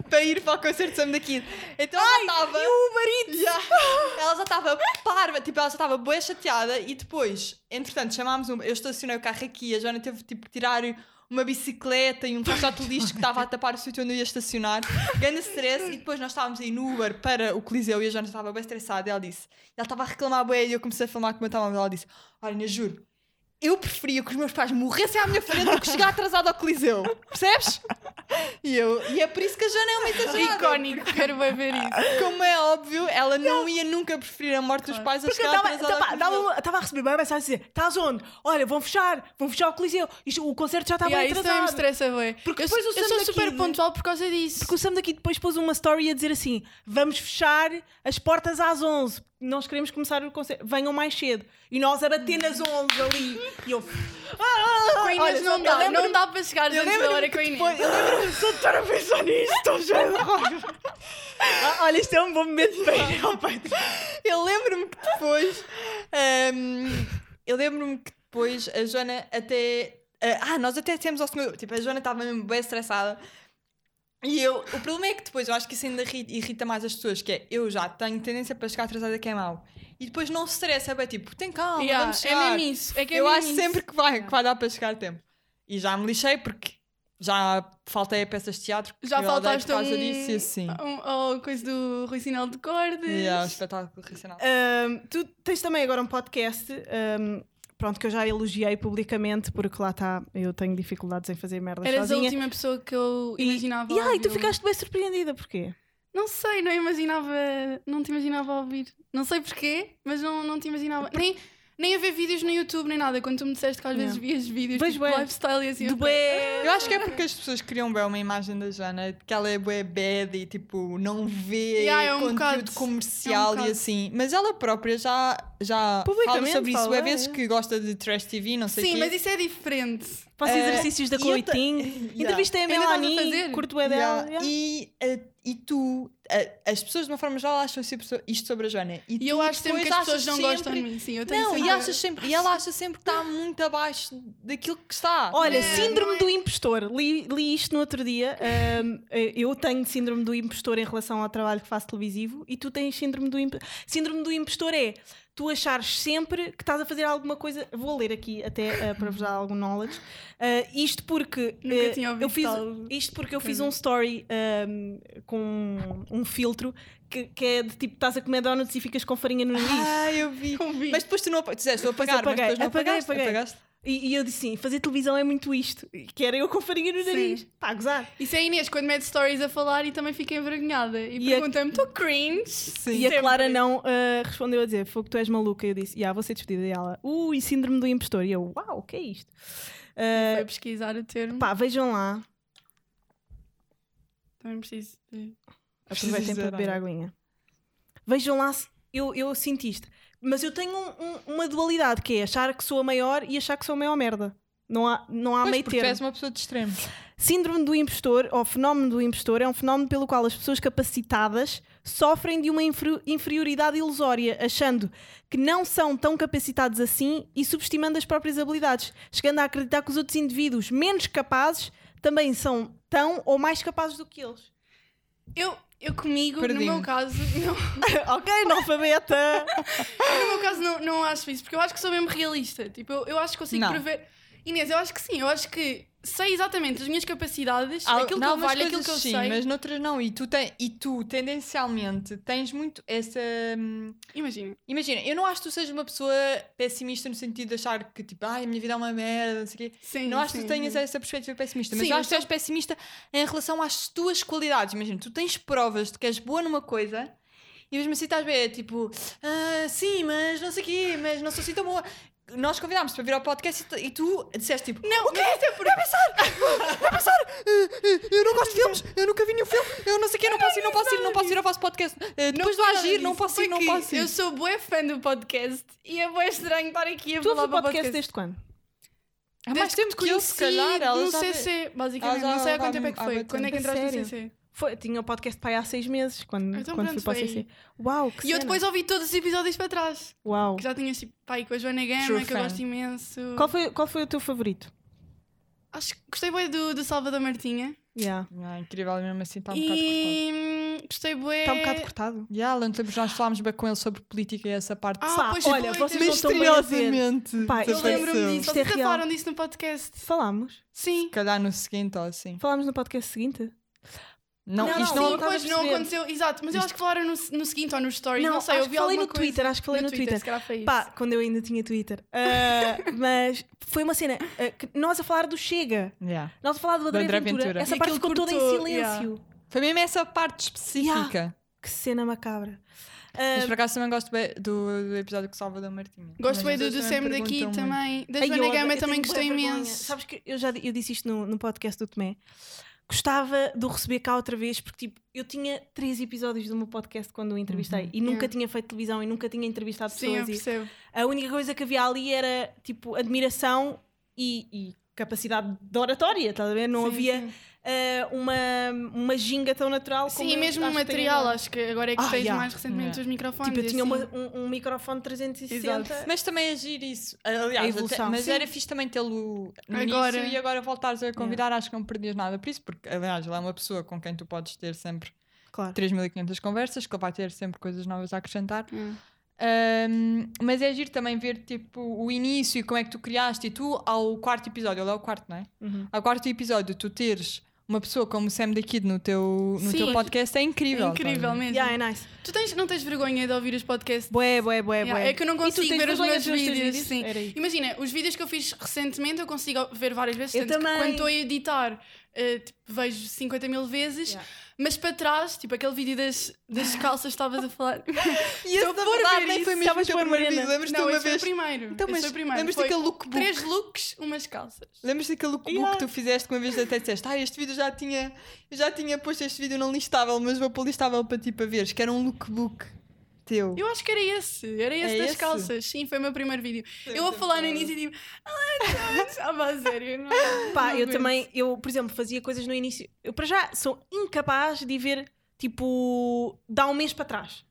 [SPEAKER 3] para ir para o concerto de Sam da Kid. Então ela estava.
[SPEAKER 2] e o Uber Eats!
[SPEAKER 3] Já. Ela já estava parva, tipo, ela já estava boa chateada e depois, entretanto, chamámos um. Eu estacionei o carro aqui, a Joana teve tipo que tirar uma bicicleta e um caixote de lixo que estava a tapar o sítio onde eu ia estacionar, grande stress, e depois nós estávamos aí no Uber para o Coliseu e a Joana estava bem estressada e ela disse, ela estava a reclamar bem e eu comecei a filmar com o meu telemóvel ela disse, olha, Inês, juro, eu preferia que os meus pais morressem à minha frente do que chegar atrasado ao Coliseu, percebes? E eu, e é por isso que a Joana é uma exagerada.
[SPEAKER 4] Icónico. Quero bem ver
[SPEAKER 2] Ah,
[SPEAKER 4] isso.
[SPEAKER 3] Como é óbvio, ela não, ia nunca preferir a morte dos
[SPEAKER 4] Claro.
[SPEAKER 3] pais a
[SPEAKER 2] Porque eu
[SPEAKER 3] chegar
[SPEAKER 2] estava-
[SPEAKER 3] atrasada
[SPEAKER 2] estava
[SPEAKER 3] à
[SPEAKER 2] estava- estava um, a receber bem mensagem a dizer: estás onde? Olha, vão fechar, vão fechar o Coliseu. Isto- o concerto já está
[SPEAKER 4] Yeah,
[SPEAKER 2] tá bem
[SPEAKER 4] isso também me
[SPEAKER 2] atrasado.
[SPEAKER 4] estressa, bué.
[SPEAKER 2] Porque
[SPEAKER 4] eu,
[SPEAKER 2] depois o
[SPEAKER 4] eu
[SPEAKER 2] Sam
[SPEAKER 4] sou
[SPEAKER 2] da
[SPEAKER 4] super
[SPEAKER 2] Kid-
[SPEAKER 4] pontual por causa disso.
[SPEAKER 2] Porque o Sam daqui depois pôs uma story a dizer assim: vamos fechar as portas às 11, nós queremos começar o concerto, venham mais cedo. E nós a bater nas 11 ali. E eu.
[SPEAKER 4] Com a Inês
[SPEAKER 2] Olha,
[SPEAKER 4] não
[SPEAKER 2] eu
[SPEAKER 4] dá.
[SPEAKER 2] lembro-me-
[SPEAKER 4] Não dá para chegar
[SPEAKER 2] Eu
[SPEAKER 4] antes da
[SPEAKER 2] lembro-me
[SPEAKER 4] hora
[SPEAKER 2] que
[SPEAKER 4] com a Inês.
[SPEAKER 2] depois- eu lembro-me só de estar a pensar nisto, estou cheia de raiva. Ah, Olha, isto é um bom momento para ir ao peito.
[SPEAKER 3] frente. Eu lembro-me que depois. hum, eu lembro-me que depois a eh, Joana até. ah, nós até temos ao senhor. Tipo, a Joana estava mesmo bem estressada. E eu, o problema é que depois eu acho que isso ainda ri- irrita mais as pessoas, que é eu já tenho tendência para chegar atrasada que é mau. E depois não se estressa, é bem tipo, tem calma,
[SPEAKER 4] Yeah,
[SPEAKER 3] vamos
[SPEAKER 4] é
[SPEAKER 3] chegar.
[SPEAKER 4] mesmo isso. É que é
[SPEAKER 3] eu
[SPEAKER 4] mesmo
[SPEAKER 3] acho
[SPEAKER 4] isso.
[SPEAKER 3] sempre que vai, que vai dar para chegar a tempo. E já me lixei porque já faltei a peças de teatro. que
[SPEAKER 4] Já
[SPEAKER 3] eu odeio
[SPEAKER 4] faltaste
[SPEAKER 3] por causa
[SPEAKER 4] a um-
[SPEAKER 3] disso e assim.
[SPEAKER 4] Um, oh, coisa do Rui Sinal de Cordes.
[SPEAKER 3] E é um espetáculo racional.
[SPEAKER 2] Ahm, tu tens também agora um podcast, ahm, pronto, que eu já elogiei publicamente, porque lá está, eu tenho dificuldades em fazer merda
[SPEAKER 4] Eras a
[SPEAKER 2] sozinha.
[SPEAKER 4] última pessoa que eu
[SPEAKER 2] E-
[SPEAKER 4] imaginava.
[SPEAKER 2] E, ai, tu
[SPEAKER 4] ouvir.
[SPEAKER 2] ficaste bem surpreendida, porquê?
[SPEAKER 4] Não sei, não imaginava. Não te imaginava a ouvir. Não sei porquê, mas não, não te imaginava. Nem, nem a ver vídeos no YouTube, nem nada. Quando tu me disseste que às vezes
[SPEAKER 2] Não.
[SPEAKER 4] vias vídeos
[SPEAKER 2] Vejo
[SPEAKER 4] tipo,
[SPEAKER 2] bué.
[SPEAKER 4] lifestyle e assim.
[SPEAKER 2] De
[SPEAKER 4] eu fiquei,
[SPEAKER 2] bué.
[SPEAKER 3] Eu acho que é porque as pessoas criam bem uma imagem da Joana, de que ela é bué bad e tipo, não vê
[SPEAKER 4] Yeah, é um
[SPEAKER 3] conteúdo
[SPEAKER 4] bocado. É um
[SPEAKER 3] comercial
[SPEAKER 4] bocado.
[SPEAKER 3] e assim. Mas ela própria já, já fala
[SPEAKER 2] Publicamente
[SPEAKER 3] sobre isso.
[SPEAKER 2] fala,
[SPEAKER 3] é vezes
[SPEAKER 2] é.
[SPEAKER 3] que gosta de trash TV, não sei o
[SPEAKER 4] Sim,
[SPEAKER 3] quê.
[SPEAKER 4] mas isso é diferente.
[SPEAKER 2] Faço
[SPEAKER 3] Eh,
[SPEAKER 2] exercícios da
[SPEAKER 3] e eu ta-
[SPEAKER 2] coitinho.
[SPEAKER 3] Yeah.
[SPEAKER 2] Entrevistei a
[SPEAKER 4] Ah. Ainda estás a
[SPEAKER 2] Melanie,
[SPEAKER 4] fazer?
[SPEAKER 2] curto é
[SPEAKER 3] Yeah.
[SPEAKER 2] dela. yeah.
[SPEAKER 3] E, eh, e tu, eh, as pessoas de uma forma geral acham sempre so- isto sobre a Joana.
[SPEAKER 4] E
[SPEAKER 3] tu
[SPEAKER 4] eu acho sempre
[SPEAKER 3] depois
[SPEAKER 4] que as pessoas
[SPEAKER 3] achas
[SPEAKER 4] não gostam de
[SPEAKER 3] sempre-
[SPEAKER 4] mim. Sim, eu tenho
[SPEAKER 3] Não, e,
[SPEAKER 4] sempre-
[SPEAKER 3] achas sempre, e ela acha sempre que está muito abaixo daquilo que está.
[SPEAKER 2] Olha,
[SPEAKER 4] É,
[SPEAKER 2] síndrome
[SPEAKER 4] não é?
[SPEAKER 2] do impostor. Li, li isto no outro dia. Ahm, eh, eu tenho síndrome do impostor em relação ao trabalho que faço televisivo e tu tens síndrome do impostor. Síndrome do impostor é tu achares sempre que estás a fazer alguma coisa. Vou ler aqui até eh, para vos dar algum knowledge. Ah, isto porque.
[SPEAKER 4] Nunca
[SPEAKER 2] eh,
[SPEAKER 4] tinha ouvido
[SPEAKER 2] eu fiz,
[SPEAKER 4] tal
[SPEAKER 2] isto porque eu fiz um story ahm, com um filtro que, que é de tipo estás a comer donuts e ficas com farinha no nariz.
[SPEAKER 3] Ah, eu vi.
[SPEAKER 4] Eu vi.
[SPEAKER 3] Mas depois tu não apa- tu disseste, vou
[SPEAKER 2] Depois
[SPEAKER 3] apagar, mas
[SPEAKER 2] apaguei,
[SPEAKER 3] depois não
[SPEAKER 2] apaguei,
[SPEAKER 3] apagaste,
[SPEAKER 2] apaguei.
[SPEAKER 3] apagaste.
[SPEAKER 2] E, e eu disse sim, fazer televisão é muito isto. Que era eu com farinha no
[SPEAKER 4] Sim.
[SPEAKER 2] nariz. Está a gozar.
[SPEAKER 4] Isso é a Inês, quando mete stories a falar e também fica envergonhada. E, é
[SPEAKER 2] E a-
[SPEAKER 4] pergunta-me, tu cringe?
[SPEAKER 2] E a Clara não ah, respondeu a dizer: Fogo, tu és maluca. Eu disse: Ya, vou ser despedida. E ela: Ui, síndrome do impostor. E eu: Uau, o que é isto? Ah,
[SPEAKER 4] Foi pesquisar o termo.
[SPEAKER 2] pá, vejam lá.
[SPEAKER 4] Também preciso. de-
[SPEAKER 2] Aproveitem para beber aguinha. Vejam lá, se- eu, eu sinto isto. Mas eu tenho um- um- uma dualidade que é achar que sou a maior e achar que sou a maior merda. Não há, não há meio
[SPEAKER 3] Mas porque
[SPEAKER 2] termo.
[SPEAKER 3] és uma pessoa de extremo.
[SPEAKER 2] Síndrome do impostor ou fenómeno do impostor é um fenómeno pelo qual as pessoas capacitadas sofrem de uma inferi- inferioridade ilusória, achando que não são tão capacitados assim e subestimando as próprias habilidades, chegando a acreditar que os outros indivíduos menos capazes também são tão ou mais capazes do que eles.
[SPEAKER 4] Eu, eu comigo,
[SPEAKER 3] Perdi-me.
[SPEAKER 4] no meu caso, não,
[SPEAKER 2] ok, analfabeta!
[SPEAKER 4] no meu caso não, não acho isso, porque eu acho que sou mesmo realista. Tipo, eu, eu acho que consigo
[SPEAKER 3] Não.
[SPEAKER 4] prever. Inês, eu acho que sim, eu acho que sei exatamente as minhas capacidades,
[SPEAKER 3] Há-
[SPEAKER 4] aquilo
[SPEAKER 3] em
[SPEAKER 4] que eu
[SPEAKER 3] algumas
[SPEAKER 4] valho, aquilo
[SPEAKER 3] coisas
[SPEAKER 4] que eu
[SPEAKER 3] sim,
[SPEAKER 4] sei.
[SPEAKER 3] mas noutras não. E tu, tem, e tu, tendencialmente, tens muito essa... hum,
[SPEAKER 4] Imagina.
[SPEAKER 3] Imagina, eu não acho que tu sejas uma pessoa pessimista no sentido de achar que, tipo, ai, a minha vida é uma merda, não sei o quê.
[SPEAKER 4] Sim,
[SPEAKER 3] Não acho que
[SPEAKER 4] sim,
[SPEAKER 3] tu tenhas
[SPEAKER 4] sim.
[SPEAKER 3] essa perspectiva pessimista, mas
[SPEAKER 4] Sim,
[SPEAKER 3] eu
[SPEAKER 4] mas
[SPEAKER 3] acho que tu és pessimista em relação às tuas qualidades. Imagina, tu tens provas de que és boa numa coisa e mesmo assim estás bem, é tipo, "Ah, sim, mas não sei o quê, mas não sou assim tão boa. Nós convidámos para vir ao podcast e tu- e tu disseste tipo,
[SPEAKER 4] Não, mas isso é porque.
[SPEAKER 3] "Eh, eh, eu não gosto de filmes, eu nunca vi nenhum filme, eu não sei o quê, não posso ir, não posso ir, não posso ir ao vosso podcast. Eh, Depois do
[SPEAKER 4] foi nada
[SPEAKER 3] agir, não
[SPEAKER 4] disso.
[SPEAKER 3] posso
[SPEAKER 4] Foi
[SPEAKER 3] ir, não
[SPEAKER 4] que
[SPEAKER 3] posso
[SPEAKER 4] Eu
[SPEAKER 3] ir.
[SPEAKER 4] sou bué fã do podcast e é bué estranho estar aqui a
[SPEAKER 2] tu ouves
[SPEAKER 4] falar
[SPEAKER 2] o
[SPEAKER 4] para o
[SPEAKER 2] podcast desde quando?
[SPEAKER 3] Há mais tempo que eu, se calhar, ela
[SPEAKER 4] No
[SPEAKER 3] já vê-
[SPEAKER 4] CC, basicamente.
[SPEAKER 3] ela já
[SPEAKER 4] não sei há quanto
[SPEAKER 3] vai-
[SPEAKER 4] tempo é que
[SPEAKER 3] há
[SPEAKER 4] foi.
[SPEAKER 3] quanto
[SPEAKER 4] Quando é que
[SPEAKER 2] tempo?
[SPEAKER 4] entraste no
[SPEAKER 2] Sério?
[SPEAKER 4] CC?
[SPEAKER 2] Foi, tinha o podcast para aí há seis meses, quando,
[SPEAKER 4] Então
[SPEAKER 2] quando
[SPEAKER 4] pronto,
[SPEAKER 2] fui para o
[SPEAKER 4] foi
[SPEAKER 2] CC. Uau, que
[SPEAKER 4] E eu depois
[SPEAKER 2] cena.
[SPEAKER 4] ouvi todos os episódios para trás.
[SPEAKER 2] Uau.
[SPEAKER 4] Que já tinhas tipo, pá, aí com a Joana Gama,
[SPEAKER 3] True
[SPEAKER 4] que eu
[SPEAKER 3] fan.
[SPEAKER 4] gosto imenso.
[SPEAKER 2] Qual foi, qual foi o teu favorito?
[SPEAKER 4] Acho que gostei bué do, do Salvador Martinha.
[SPEAKER 2] Yeah.
[SPEAKER 3] Ah, incrível, mesmo assim está um bocado cortado.
[SPEAKER 4] e hum, gostei bué...
[SPEAKER 2] Está um bocado cortado.
[SPEAKER 3] E há, não temos, nós falámos bem com ele sobre política e essa parte.
[SPEAKER 4] Ah,
[SPEAKER 2] Pá,
[SPEAKER 4] pois
[SPEAKER 2] olha,
[SPEAKER 4] foi,
[SPEAKER 2] vocês não estão bem a ver.
[SPEAKER 3] misteriosamente.
[SPEAKER 2] Pá,
[SPEAKER 4] Eu
[SPEAKER 2] Isto é-
[SPEAKER 4] lembro-me disso.
[SPEAKER 2] isto é
[SPEAKER 4] Vocês até
[SPEAKER 2] real.
[SPEAKER 4] falaram disso no podcast.
[SPEAKER 2] Falámos.
[SPEAKER 4] Sim.
[SPEAKER 3] calhar no seguinte ou assim.
[SPEAKER 2] Falámos no podcast seguinte.
[SPEAKER 3] Não,
[SPEAKER 2] Não,
[SPEAKER 3] isto
[SPEAKER 4] Sim,
[SPEAKER 2] não,
[SPEAKER 3] não,
[SPEAKER 2] estava a
[SPEAKER 4] pois não
[SPEAKER 2] perceber.
[SPEAKER 4] aconteceu. Exato, mas eu acho que falaram no, no seguinte ou no story. Não, sei,
[SPEAKER 2] acho
[SPEAKER 4] eu vi
[SPEAKER 2] que falei
[SPEAKER 4] alguma
[SPEAKER 2] no
[SPEAKER 4] coisa.
[SPEAKER 2] Twitter, acho que falei no, Twitter.
[SPEAKER 4] Se calhar foi é isso.
[SPEAKER 2] Pá, quando eu ainda tinha Twitter. Ah, mas foi uma cena. ah, que nós a falar do Chega,
[SPEAKER 3] Yeah.
[SPEAKER 2] nós a falar do André,
[SPEAKER 3] André
[SPEAKER 2] Ventura,
[SPEAKER 3] Ventura.
[SPEAKER 2] essa
[SPEAKER 4] E
[SPEAKER 2] parte
[SPEAKER 4] aquilo
[SPEAKER 2] ficou toda em
[SPEAKER 4] cortou,
[SPEAKER 2] silêncio.
[SPEAKER 3] Foi mesmo essa parte específica.
[SPEAKER 2] Que cena macabra. Ah,
[SPEAKER 3] Mas por acaso também gosto bem do, do episódio que salva da Martinha.
[SPEAKER 4] Gosto bem
[SPEAKER 3] Mas
[SPEAKER 4] do,
[SPEAKER 3] as
[SPEAKER 4] do
[SPEAKER 3] pessoas me
[SPEAKER 4] Sam daqui
[SPEAKER 3] perguntam muito.
[SPEAKER 4] também. Da
[SPEAKER 2] ai, eu
[SPEAKER 4] Joana
[SPEAKER 2] adoro-
[SPEAKER 4] Gama
[SPEAKER 2] eu
[SPEAKER 4] também
[SPEAKER 2] tenho
[SPEAKER 4] gostei
[SPEAKER 2] bué vergonha.
[SPEAKER 4] imenso.
[SPEAKER 2] Sabes que eu já eu disse isto no, no podcast do Tomé. Gostava de o receber cá outra vez, porque tipo, eu tinha três episódios do meu podcast quando o entrevistei e nunca
[SPEAKER 4] Uhum. Yeah.
[SPEAKER 2] tinha feito televisão e nunca tinha entrevistado
[SPEAKER 4] Sim, eu
[SPEAKER 2] pessoas. e-
[SPEAKER 4] percebo.
[SPEAKER 2] A única coisa que havia ali era tipo admiração e, e capacidade de oratória, estás a ver? Não
[SPEAKER 4] Sim,
[SPEAKER 2] havia
[SPEAKER 4] sim.
[SPEAKER 2] eh, uma, uma ginga tão natural como
[SPEAKER 4] Sim, e
[SPEAKER 2] eu
[SPEAKER 4] mesmo o
[SPEAKER 2] acho que tenho
[SPEAKER 4] material,
[SPEAKER 2] agora.
[SPEAKER 4] acho que agora é que
[SPEAKER 3] Ah,
[SPEAKER 4] tens
[SPEAKER 3] yeah.
[SPEAKER 4] mais recentemente
[SPEAKER 3] Yeah.
[SPEAKER 4] os microfones.
[SPEAKER 2] Tipo, eu
[SPEAKER 4] e
[SPEAKER 2] tinha
[SPEAKER 4] assim.
[SPEAKER 2] uma- um, um microfone 360.
[SPEAKER 3] Exato. Mas também é giro isso. Aliás,
[SPEAKER 2] A evolução.
[SPEAKER 3] até- mas
[SPEAKER 2] Sim.
[SPEAKER 3] era fixe também tê-lo no
[SPEAKER 4] Agora.
[SPEAKER 3] início e agora voltares a convidar, acho que não perdias nada por isso, porque aliás, ele é uma pessoa com quem tu podes ter sempre
[SPEAKER 2] Claro.
[SPEAKER 3] 3.500 conversas, que ele vai ter sempre coisas novas a acrescentar.
[SPEAKER 4] Yeah.
[SPEAKER 3] Ahm, mas é giro também ver tipo o início e como é que tu criaste e tu ao quarto episódio, ele é o quarto, não é?
[SPEAKER 2] Uhum.
[SPEAKER 3] Ao quarto episódio tu teres uma pessoa como o Sam da Kid no teu, no
[SPEAKER 4] Sim.
[SPEAKER 3] teu podcast é incrível.
[SPEAKER 4] É incrível
[SPEAKER 3] sabe?
[SPEAKER 4] mesmo.
[SPEAKER 2] Yeah, é nice.
[SPEAKER 4] Tu tens, não tens vergonha de ouvir os podcasts?
[SPEAKER 2] Bué, bué, bué,
[SPEAKER 4] Yeah,
[SPEAKER 2] bué.
[SPEAKER 4] é que eu não
[SPEAKER 2] E tu
[SPEAKER 4] consigo
[SPEAKER 2] tens
[SPEAKER 4] ver os
[SPEAKER 2] vergonha
[SPEAKER 4] meus
[SPEAKER 2] de ver os teus
[SPEAKER 4] vídeos,
[SPEAKER 2] vídeos?
[SPEAKER 4] sim.
[SPEAKER 2] Era aí.
[SPEAKER 4] Imagina, os vídeos que eu fiz recentemente eu consigo ver várias vezes.
[SPEAKER 2] Eu
[SPEAKER 4] tanto que
[SPEAKER 2] também.
[SPEAKER 4] Quando estou a editar, eh, tipo, vejo 50 mil vezes.
[SPEAKER 2] Yeah.
[SPEAKER 4] Mas para trás, tipo aquele vídeo das, das calças que estavas a falar.
[SPEAKER 3] E esse,
[SPEAKER 4] Estou
[SPEAKER 3] na
[SPEAKER 4] por
[SPEAKER 3] verdade,
[SPEAKER 4] ver
[SPEAKER 3] nem foi mesmo
[SPEAKER 4] isso.
[SPEAKER 3] o
[SPEAKER 2] Estavas
[SPEAKER 3] teu
[SPEAKER 2] por
[SPEAKER 3] primeiro
[SPEAKER 2] Mariana.
[SPEAKER 3] vídeo. Lembras-te
[SPEAKER 4] não,
[SPEAKER 3] uma
[SPEAKER 4] esse foi o
[SPEAKER 3] vez?
[SPEAKER 4] primeiro.
[SPEAKER 3] Então,
[SPEAKER 4] Esse
[SPEAKER 3] mas
[SPEAKER 4] foi o primeiro.
[SPEAKER 3] lembras-te
[SPEAKER 4] Foi
[SPEAKER 3] daquele lookbook?
[SPEAKER 4] Três looks, umas calças.
[SPEAKER 3] Lembras-te daquele lookbook
[SPEAKER 2] Yeah.
[SPEAKER 3] que tu fizeste que uma vez até disseste Ah, este vídeo já tinha Eu já tinha posto este vídeo não listável Mas vou pôr listável para ti para veres Que era um lookbook teu
[SPEAKER 4] Eu acho que era esse, era esse
[SPEAKER 3] É
[SPEAKER 4] das
[SPEAKER 3] esse?
[SPEAKER 4] calças. Sim, foi o meu primeiro vídeo.
[SPEAKER 3] Foi
[SPEAKER 4] eu vou
[SPEAKER 3] muito
[SPEAKER 4] falar no
[SPEAKER 3] bom.
[SPEAKER 4] início e tipo, ah, Deus, ah, pá, sério. Não,
[SPEAKER 2] Pá,
[SPEAKER 4] não
[SPEAKER 2] eu
[SPEAKER 4] aguento.
[SPEAKER 2] também, eu, por exemplo, fazia coisas no início. Eu, para já, sou incapaz de ver, tipo, dá um mês para trás.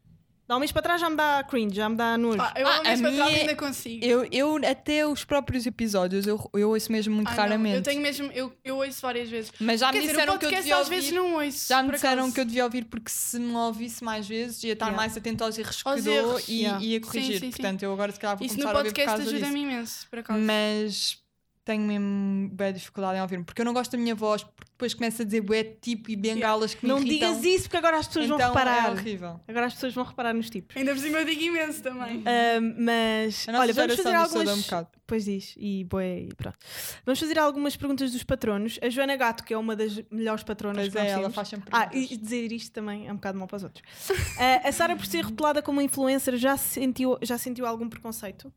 [SPEAKER 2] Dá um mês para trás já me dá cringe, já me dá nojo.
[SPEAKER 4] Pá, eu
[SPEAKER 3] Ah,
[SPEAKER 4] ao mesmo
[SPEAKER 3] a
[SPEAKER 4] tempo
[SPEAKER 3] minha- é
[SPEAKER 4] ainda consigo.
[SPEAKER 3] Eu, eu até os próprios episódios eu, eu ouço mesmo muito
[SPEAKER 4] Ah, não,
[SPEAKER 3] raramente
[SPEAKER 4] eu tenho mesmo, eu, eu ouço várias vezes.
[SPEAKER 3] Mas já
[SPEAKER 4] Quer
[SPEAKER 3] Ah, me
[SPEAKER 4] dizer, o
[SPEAKER 3] disseram que eu
[SPEAKER 4] podcast
[SPEAKER 3] devia
[SPEAKER 4] às
[SPEAKER 3] ouvir
[SPEAKER 4] vezes não ouço.
[SPEAKER 3] Já me
[SPEAKER 4] por
[SPEAKER 3] disseram
[SPEAKER 4] acaso.
[SPEAKER 3] que eu devia ouvir Porque se me ouvisse mais vezes Ia estar
[SPEAKER 2] Yeah.
[SPEAKER 3] mais atento aos erros
[SPEAKER 4] Aos
[SPEAKER 3] que dou
[SPEAKER 4] erros,
[SPEAKER 3] e,
[SPEAKER 2] yeah.
[SPEAKER 3] e a
[SPEAKER 4] Sim,
[SPEAKER 3] corrigir
[SPEAKER 4] sim, sim.
[SPEAKER 3] Portanto eu agora se calhar vou
[SPEAKER 4] Isso no
[SPEAKER 3] começar a ouvir por
[SPEAKER 4] podcast
[SPEAKER 3] causa disso.
[SPEAKER 4] ajuda-me imenso, por acaso.
[SPEAKER 3] mas tenho mesmo bem dificuldade em ouvir-me, porque eu não gosto da minha voz, porque depois começa a dizer bué de tipo e bengalas que me
[SPEAKER 2] não
[SPEAKER 3] irritam.
[SPEAKER 2] digas isso porque agora as pessoas vão
[SPEAKER 3] então é
[SPEAKER 2] reparar.
[SPEAKER 3] horrível.
[SPEAKER 2] agora as pessoas vão reparar nos tipos.
[SPEAKER 4] Ainda por cima eu digo imenso também.
[SPEAKER 2] Ahm, mas,
[SPEAKER 3] A nossa
[SPEAKER 2] olha, vamos
[SPEAKER 3] geração
[SPEAKER 2] fazer
[SPEAKER 3] do Soda é
[SPEAKER 2] algumas...
[SPEAKER 3] um bocado.
[SPEAKER 2] Pois diz, e boi, e pronto. Vamos fazer algumas perguntas dos patronos. A Joana Gato, que é uma das melhores patronas
[SPEAKER 3] Mas
[SPEAKER 2] que nós
[SPEAKER 3] é, ela
[SPEAKER 4] assim.
[SPEAKER 2] temos.
[SPEAKER 3] faz sempre
[SPEAKER 2] Ah,
[SPEAKER 3] perguntas.
[SPEAKER 2] e dizer isto também é um bocado mal para os outros. Ah, a Sara, por ser rotulada como influencer, já sentiu, já sentiu algum preconceito?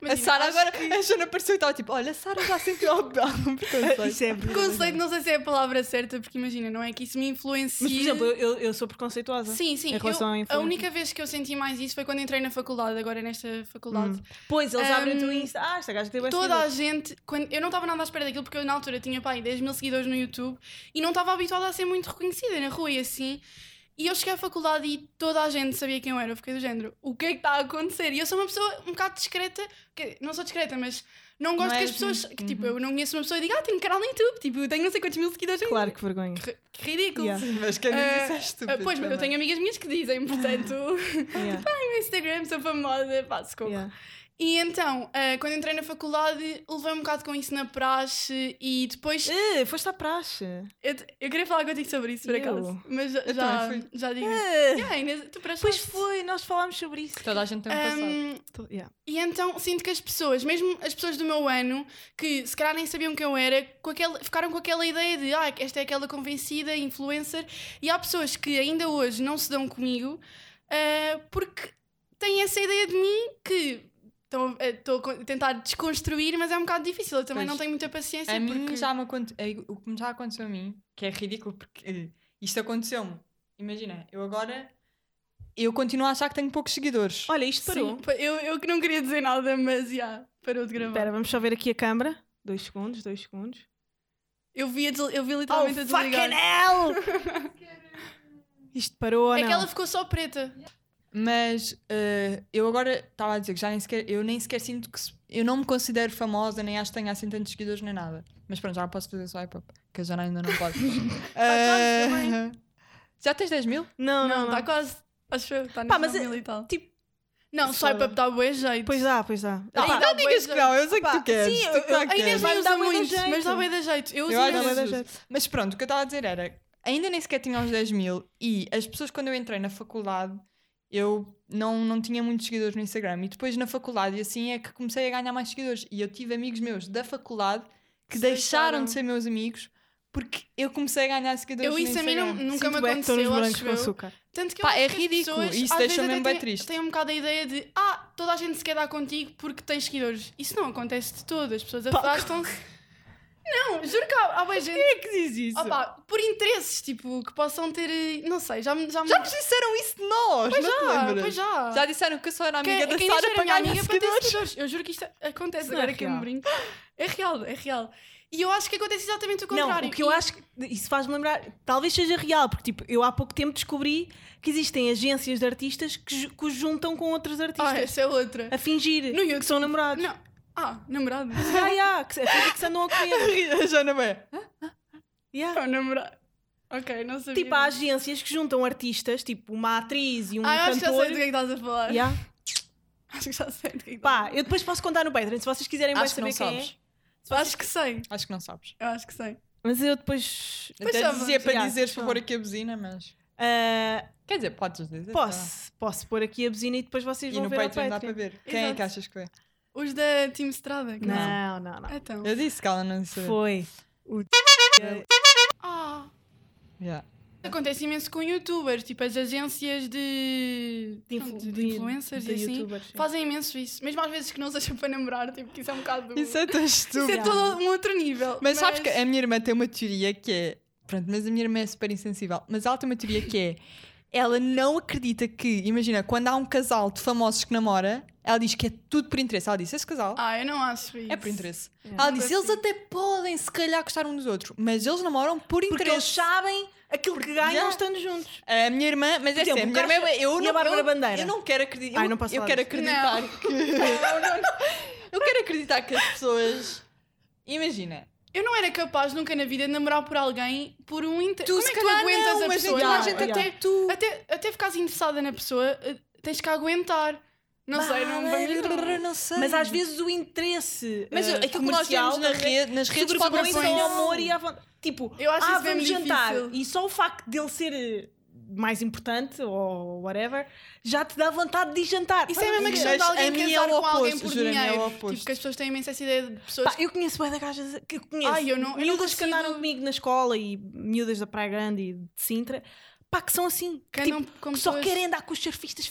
[SPEAKER 3] A
[SPEAKER 4] Imagina,
[SPEAKER 3] Sara
[SPEAKER 4] acho
[SPEAKER 3] agora,
[SPEAKER 4] que-
[SPEAKER 3] a Jana apareceu e estava tipo, olha, a Sara já sentiu algo algum preconceito.
[SPEAKER 2] Isso é verdade.
[SPEAKER 4] Conceito, não sei se é a palavra certa, porque imagina, não é que isso me influencia.
[SPEAKER 2] Mas, por exemplo, eu, eu sou preconceituosa.
[SPEAKER 4] Sim, sim.
[SPEAKER 2] em relação
[SPEAKER 4] eu-
[SPEAKER 2] à
[SPEAKER 4] a
[SPEAKER 2] influência.
[SPEAKER 4] única vez que eu senti mais isso foi quando entrei na faculdade, agora nesta
[SPEAKER 3] Hum.
[SPEAKER 4] faculdade.
[SPEAKER 2] Pois, eles
[SPEAKER 4] Ahm,
[SPEAKER 2] abrem o Insta. Ah, esta gaja teve
[SPEAKER 4] Toda a gente, quando, eu não estava nada à espera daquilo porque eu na altura tinha pai 10 mil seguidores no YouTube e não estava habituada a ser muito reconhecida na rua e assim. E eu cheguei à faculdade e toda a gente sabia quem eu era. Eu fiquei do género, o que é que está a acontecer? E eu sou uma pessoa um bocado discreta, que- não sou discreta, mas não gosto
[SPEAKER 2] é
[SPEAKER 4] que as
[SPEAKER 3] és
[SPEAKER 4] pessoas.
[SPEAKER 2] assim.
[SPEAKER 3] muito-
[SPEAKER 4] Que,
[SPEAKER 2] Uhum.
[SPEAKER 4] tipo, eu não conheço uma pessoa e digo, ah, tenho canal no YouTube, tipo, eu tenho não sei quantos mil seguidores. no
[SPEAKER 2] Claro,
[SPEAKER 4] YouTube."
[SPEAKER 2] que vergonha.
[SPEAKER 4] Que, que ridículo.
[SPEAKER 2] Yeah.
[SPEAKER 3] Sim, mas quem
[SPEAKER 4] Ah,
[SPEAKER 3] diz isso é
[SPEAKER 4] Ah,
[SPEAKER 3] estúpido.
[SPEAKER 4] pois, mas eu
[SPEAKER 3] também.
[SPEAKER 4] tenho amigas minhas que dizem, portanto,
[SPEAKER 2] Yeah,
[SPEAKER 4] no Instagram sou famosa, faço coco.
[SPEAKER 2] yeah.
[SPEAKER 4] E então, ah, quando entrei na faculdade, levei um bocado com isso na praxe e depois.
[SPEAKER 2] Eh, foste à praxe.
[SPEAKER 4] Eu, te- eu queria falar contigo sobre isso, por
[SPEAKER 2] Eu?
[SPEAKER 4] acaso. Mas já,
[SPEAKER 3] Eu
[SPEAKER 4] já,
[SPEAKER 3] também
[SPEAKER 4] já digo. isso.
[SPEAKER 2] Eh,
[SPEAKER 4] Yeah, Inês, tu praxe.
[SPEAKER 2] Pois foi, nós falámos sobre isso.
[SPEAKER 3] Toda a gente tem um passado.
[SPEAKER 2] To- yeah.
[SPEAKER 4] e então sinto que as pessoas, mesmo as pessoas do meu ano, que se calhar nem sabiam quem eu era, com aquela, ficaram com aquela ideia de ah, esta é aquela convencida, influencer. E há pessoas que ainda hoje não se dão comigo ah, porque têm essa ideia de mim que estão- eh, estou a co- tentar desconstruir, mas é um bocado difícil. Eu também
[SPEAKER 3] Pois.
[SPEAKER 4] não tenho muita paciência
[SPEAKER 3] A mim
[SPEAKER 4] porque.
[SPEAKER 3] já me aconte... é, o que me já aconteceu a mim, que é ridículo, porque eh, isto aconteceu-me. Imagina, eu agora. Eu continuo a achar que tenho poucos seguidores.
[SPEAKER 2] Olha, isto
[SPEAKER 4] Sim,
[SPEAKER 2] parou.
[SPEAKER 4] pa- eu, eu que não queria dizer nada, mas já, parou de gravar.
[SPEAKER 2] Espera, vamos só ver aqui a câmara. Dois segundos, dois segundos.
[SPEAKER 4] Eu vi, a desli- eu vi
[SPEAKER 2] Oh,
[SPEAKER 4] literalmente a desligar.
[SPEAKER 2] fucking hell! Isto parou ou
[SPEAKER 4] É
[SPEAKER 2] não?
[SPEAKER 4] que ela ficou só preta.
[SPEAKER 3] Mas eh, eu agora estava a dizer que já nem sequer. Eu nem sequer sinto que. se- Eu não me considero famosa, nem acho que tenho assim tantos seguidores nem nada. Mas pronto, já posso fazer swipe up, que a Jana ainda não pode. Eh, já tens 10 mil?
[SPEAKER 2] Não, não,
[SPEAKER 4] Não,
[SPEAKER 2] não.
[SPEAKER 4] está quase. Acho eu, tá está
[SPEAKER 2] Pá,
[SPEAKER 4] na
[SPEAKER 2] mas
[SPEAKER 4] mil
[SPEAKER 2] é-
[SPEAKER 4] e tal.
[SPEAKER 2] tipo-
[SPEAKER 4] Não, swipe up dá bué jeito.
[SPEAKER 2] Pois dá, pois dá.
[SPEAKER 4] Ah,
[SPEAKER 2] Pá,
[SPEAKER 4] dá bué é jeito.
[SPEAKER 3] eu sei
[SPEAKER 2] Pá, sim, eu- eu-
[SPEAKER 4] A Inês
[SPEAKER 2] Mas
[SPEAKER 4] nem
[SPEAKER 2] dá
[SPEAKER 4] usa
[SPEAKER 2] bué da
[SPEAKER 4] muito,
[SPEAKER 2] jeito.
[SPEAKER 4] mas dá bem da jeito. Eu uso
[SPEAKER 3] Eu acho
[SPEAKER 2] Dá bué
[SPEAKER 4] Inês.
[SPEAKER 2] da
[SPEAKER 3] Jesus.
[SPEAKER 2] jeito.
[SPEAKER 3] Mas pronto, o que eu estava a dizer era, ainda nem sequer tinha os 10 mil e as pessoas quando eu entrei na faculdade, eu não, não tinha muitos seguidores no Instagram e depois na faculdade e assim é que comecei a ganhar mais seguidores e eu tive amigos meus da faculdade que
[SPEAKER 4] Se
[SPEAKER 3] deixaram,
[SPEAKER 4] deixaram.
[SPEAKER 3] de ser meus amigos porque eu comecei a ganhar seguidores
[SPEAKER 4] Eu
[SPEAKER 3] no
[SPEAKER 4] isso a mim
[SPEAKER 3] Instagram.
[SPEAKER 4] não- nunca
[SPEAKER 2] Sinto
[SPEAKER 4] me
[SPEAKER 2] bué que estou nos
[SPEAKER 4] aconteceu,
[SPEAKER 2] brancos
[SPEAKER 4] acho
[SPEAKER 2] com
[SPEAKER 4] eu.
[SPEAKER 2] açúcar.
[SPEAKER 4] Tanto que eu
[SPEAKER 3] Pá,
[SPEAKER 4] acho
[SPEAKER 3] é
[SPEAKER 4] que as
[SPEAKER 3] ridículo.
[SPEAKER 4] pessoas,
[SPEAKER 3] Isso
[SPEAKER 4] às vezes,
[SPEAKER 3] deixa-me
[SPEAKER 4] até
[SPEAKER 3] bué
[SPEAKER 4] têm-
[SPEAKER 3] triste.
[SPEAKER 4] Têm um bocado a ideia de ah, toda a gente se quer dar contigo porque tens seguidores. Isso não acontece de todo. As pessoas afastam-se. Não, juro é que há, há bué gente.
[SPEAKER 3] que diz isso?
[SPEAKER 4] Opa, por interesses, tipo, que possam ter. eh, Não sei, já me. Já me...
[SPEAKER 3] já nos disseram isso de nós,
[SPEAKER 4] pois
[SPEAKER 3] não te
[SPEAKER 4] já,
[SPEAKER 3] lembras?
[SPEAKER 4] pois já.
[SPEAKER 3] Já disseram que eu só era
[SPEAKER 4] Quem-
[SPEAKER 3] amiga da
[SPEAKER 4] quem
[SPEAKER 3] Sara
[SPEAKER 4] deixa
[SPEAKER 3] para
[SPEAKER 4] era minha
[SPEAKER 3] ganhar
[SPEAKER 4] amiga para ter
[SPEAKER 3] seguidores.
[SPEAKER 4] seguidores. Eu juro que isto acontece
[SPEAKER 2] Não é
[SPEAKER 4] agora que eu me
[SPEAKER 2] real.
[SPEAKER 4] brinco. É real, é real. E eu acho que acontece exatamente o contrário.
[SPEAKER 2] Não, o que eu
[SPEAKER 4] E-
[SPEAKER 2] acho é que isso faz-me lembrar, talvez seja real, porque tipo, eu há pouco tempo descobri que existem agências de artistas que, ju- que os juntam com outros
[SPEAKER 4] Ah,
[SPEAKER 2] artistas
[SPEAKER 4] essa é outra.
[SPEAKER 2] a fingir
[SPEAKER 4] No
[SPEAKER 2] que são namorados.
[SPEAKER 4] Não. Ah, namorado.
[SPEAKER 2] Ah, yeah, que, a fingir que se andam a comer.
[SPEAKER 3] A Joana vai.
[SPEAKER 2] Yeah.
[SPEAKER 4] Não, namorado. Ok, não sabia.
[SPEAKER 2] Tipo, há agências que juntam artistas, tipo uma atriz e um
[SPEAKER 4] Ah, eu acho que já sei
[SPEAKER 2] cantor.
[SPEAKER 4] do que é que estás a falar.
[SPEAKER 2] Yeah.
[SPEAKER 4] Acho que já sei do que é que
[SPEAKER 2] Pá, eu depois posso contar no Patreon, se vocês quiserem mais
[SPEAKER 3] Acho
[SPEAKER 2] saber
[SPEAKER 3] que não
[SPEAKER 2] quem
[SPEAKER 3] sabes.
[SPEAKER 2] é.
[SPEAKER 4] estás a falar. Acho que sei.
[SPEAKER 3] Acho que não sabes.
[SPEAKER 4] Eu acho que sei.
[SPEAKER 2] Mas eu depois.
[SPEAKER 4] Pois
[SPEAKER 3] Até
[SPEAKER 4] chama.
[SPEAKER 3] dizia para
[SPEAKER 2] Yeah,
[SPEAKER 3] dizeres, por
[SPEAKER 2] chama.
[SPEAKER 3] favor, aqui a buzina, mas.
[SPEAKER 2] Ah,
[SPEAKER 3] Quer dizer, podes dizer. tá.
[SPEAKER 2] posso, posso pôr aqui a buzina e depois vocês
[SPEAKER 3] E
[SPEAKER 2] vão
[SPEAKER 3] no
[SPEAKER 2] ver ao
[SPEAKER 3] Patreon dá para
[SPEAKER 2] Patreon.
[SPEAKER 3] ver. Quem é que
[SPEAKER 4] Exato.
[SPEAKER 3] achas que é?
[SPEAKER 4] Os da Team Strada. que não.
[SPEAKER 2] Não, não, não.
[SPEAKER 4] Então.
[SPEAKER 3] Eu disse que ela não sabia.
[SPEAKER 2] Foi.
[SPEAKER 4] Ah.
[SPEAKER 3] Yeah.
[SPEAKER 4] Acontece imenso com youtubers, tipo as agências de,
[SPEAKER 2] De
[SPEAKER 4] pronto,
[SPEAKER 2] influ-
[SPEAKER 4] Então, de
[SPEAKER 2] Tipo, de-
[SPEAKER 4] influencers
[SPEAKER 2] de
[SPEAKER 4] e assim.
[SPEAKER 2] youtubers, sim.
[SPEAKER 4] Fazem imenso isso. Mesmo às vezes que não sejam para namorar, tipo, que isso é um bocado.
[SPEAKER 3] Isso é tão estúpido.
[SPEAKER 4] Isso é todo um outro nível.
[SPEAKER 3] Mas sabes que é- a minha irmã tem uma teoria que é. Pronto, mas a minha irmã é super insensível. Mas ela tem uma teoria que é. Ela não acredita que. Imagina, quando há um casal de famosos que namora, ela diz que é tudo por interesse. Ela disse: esse casal
[SPEAKER 4] Ah, eu não acho isso.
[SPEAKER 3] é por interesse.
[SPEAKER 2] Yeah.
[SPEAKER 3] Ela disse:
[SPEAKER 4] Nunca
[SPEAKER 3] eles até podem se calhar gostar um dos outros, mas eles namoram por
[SPEAKER 2] Porque eles
[SPEAKER 3] interesse.
[SPEAKER 2] sabem aquilo que ganham
[SPEAKER 3] Yeah.
[SPEAKER 2] estando juntos.
[SPEAKER 3] A minha irmã, mas é
[SPEAKER 2] Por exemplo,
[SPEAKER 3] assim, a minha
[SPEAKER 2] o
[SPEAKER 3] irmã, eu
[SPEAKER 2] e
[SPEAKER 3] não,
[SPEAKER 2] a Bárbara
[SPEAKER 3] eu,
[SPEAKER 2] Bandeira.
[SPEAKER 3] eu não quero acreditar.
[SPEAKER 2] Ai,
[SPEAKER 3] eu-
[SPEAKER 2] não posso
[SPEAKER 3] eu
[SPEAKER 2] falar
[SPEAKER 3] quero
[SPEAKER 2] disso.
[SPEAKER 3] acreditar
[SPEAKER 4] Não.
[SPEAKER 3] que. eu quero acreditar que as pessoas. Imagina,
[SPEAKER 4] Eu não era capaz nunca na vida de namorar por alguém por um interesse.
[SPEAKER 3] tu
[SPEAKER 4] Como
[SPEAKER 3] se
[SPEAKER 4] é que tu
[SPEAKER 3] calhar
[SPEAKER 4] aguentas
[SPEAKER 3] não,
[SPEAKER 4] a
[SPEAKER 3] mas
[SPEAKER 4] pessoa?
[SPEAKER 3] toda a
[SPEAKER 2] Yeah,
[SPEAKER 3] gente
[SPEAKER 2] yeah.
[SPEAKER 3] até tu.
[SPEAKER 4] Até, até ficares interessada na pessoa, eh, tens que aguentar. Não sei, não
[SPEAKER 3] Bárbara,
[SPEAKER 4] vamos.
[SPEAKER 3] não sei.
[SPEAKER 2] Mas às vezes o interesse.
[SPEAKER 3] Mas
[SPEAKER 2] eh,
[SPEAKER 3] aquilo que nós vemos na
[SPEAKER 2] também
[SPEAKER 3] rede, nas redes pode não
[SPEAKER 2] sobrepõe-se
[SPEAKER 3] ser
[SPEAKER 4] põe
[SPEAKER 2] ao
[SPEAKER 4] isso.
[SPEAKER 2] um amor e à vontade. Tipo,
[SPEAKER 4] Eu acho
[SPEAKER 2] ah,
[SPEAKER 4] isso mesmo
[SPEAKER 2] vamos jantar.
[SPEAKER 4] difícil.
[SPEAKER 2] E só o facto dele ser eh, mais importante ou whatever já te dá vontade de ir jantar.
[SPEAKER 4] Isso é mesmo
[SPEAKER 2] Olha,
[SPEAKER 4] a questão
[SPEAKER 3] Mas
[SPEAKER 4] de
[SPEAKER 3] a
[SPEAKER 4] alguém
[SPEAKER 3] minha é
[SPEAKER 4] casar
[SPEAKER 3] o
[SPEAKER 4] com alguém
[SPEAKER 3] oposto,
[SPEAKER 4] por
[SPEAKER 3] juro, a minha é o
[SPEAKER 4] dinheiro.
[SPEAKER 3] oposto.
[SPEAKER 4] tipo, que as pessoas têm imensa essa ideia de pessoas
[SPEAKER 2] Pá, eu conheço bué da gajas que eu conheço.
[SPEAKER 4] Ai, eu não- eu não
[SPEAKER 2] miúdas que
[SPEAKER 4] consigo-
[SPEAKER 2] andaram comigo na escola e miúdas da Praia Grande e de Sintra. Pá, que são assim.
[SPEAKER 4] que
[SPEAKER 2] Que, tipo,
[SPEAKER 4] andam como
[SPEAKER 2] que só
[SPEAKER 4] pessoas-
[SPEAKER 2] querem andar com os surfistas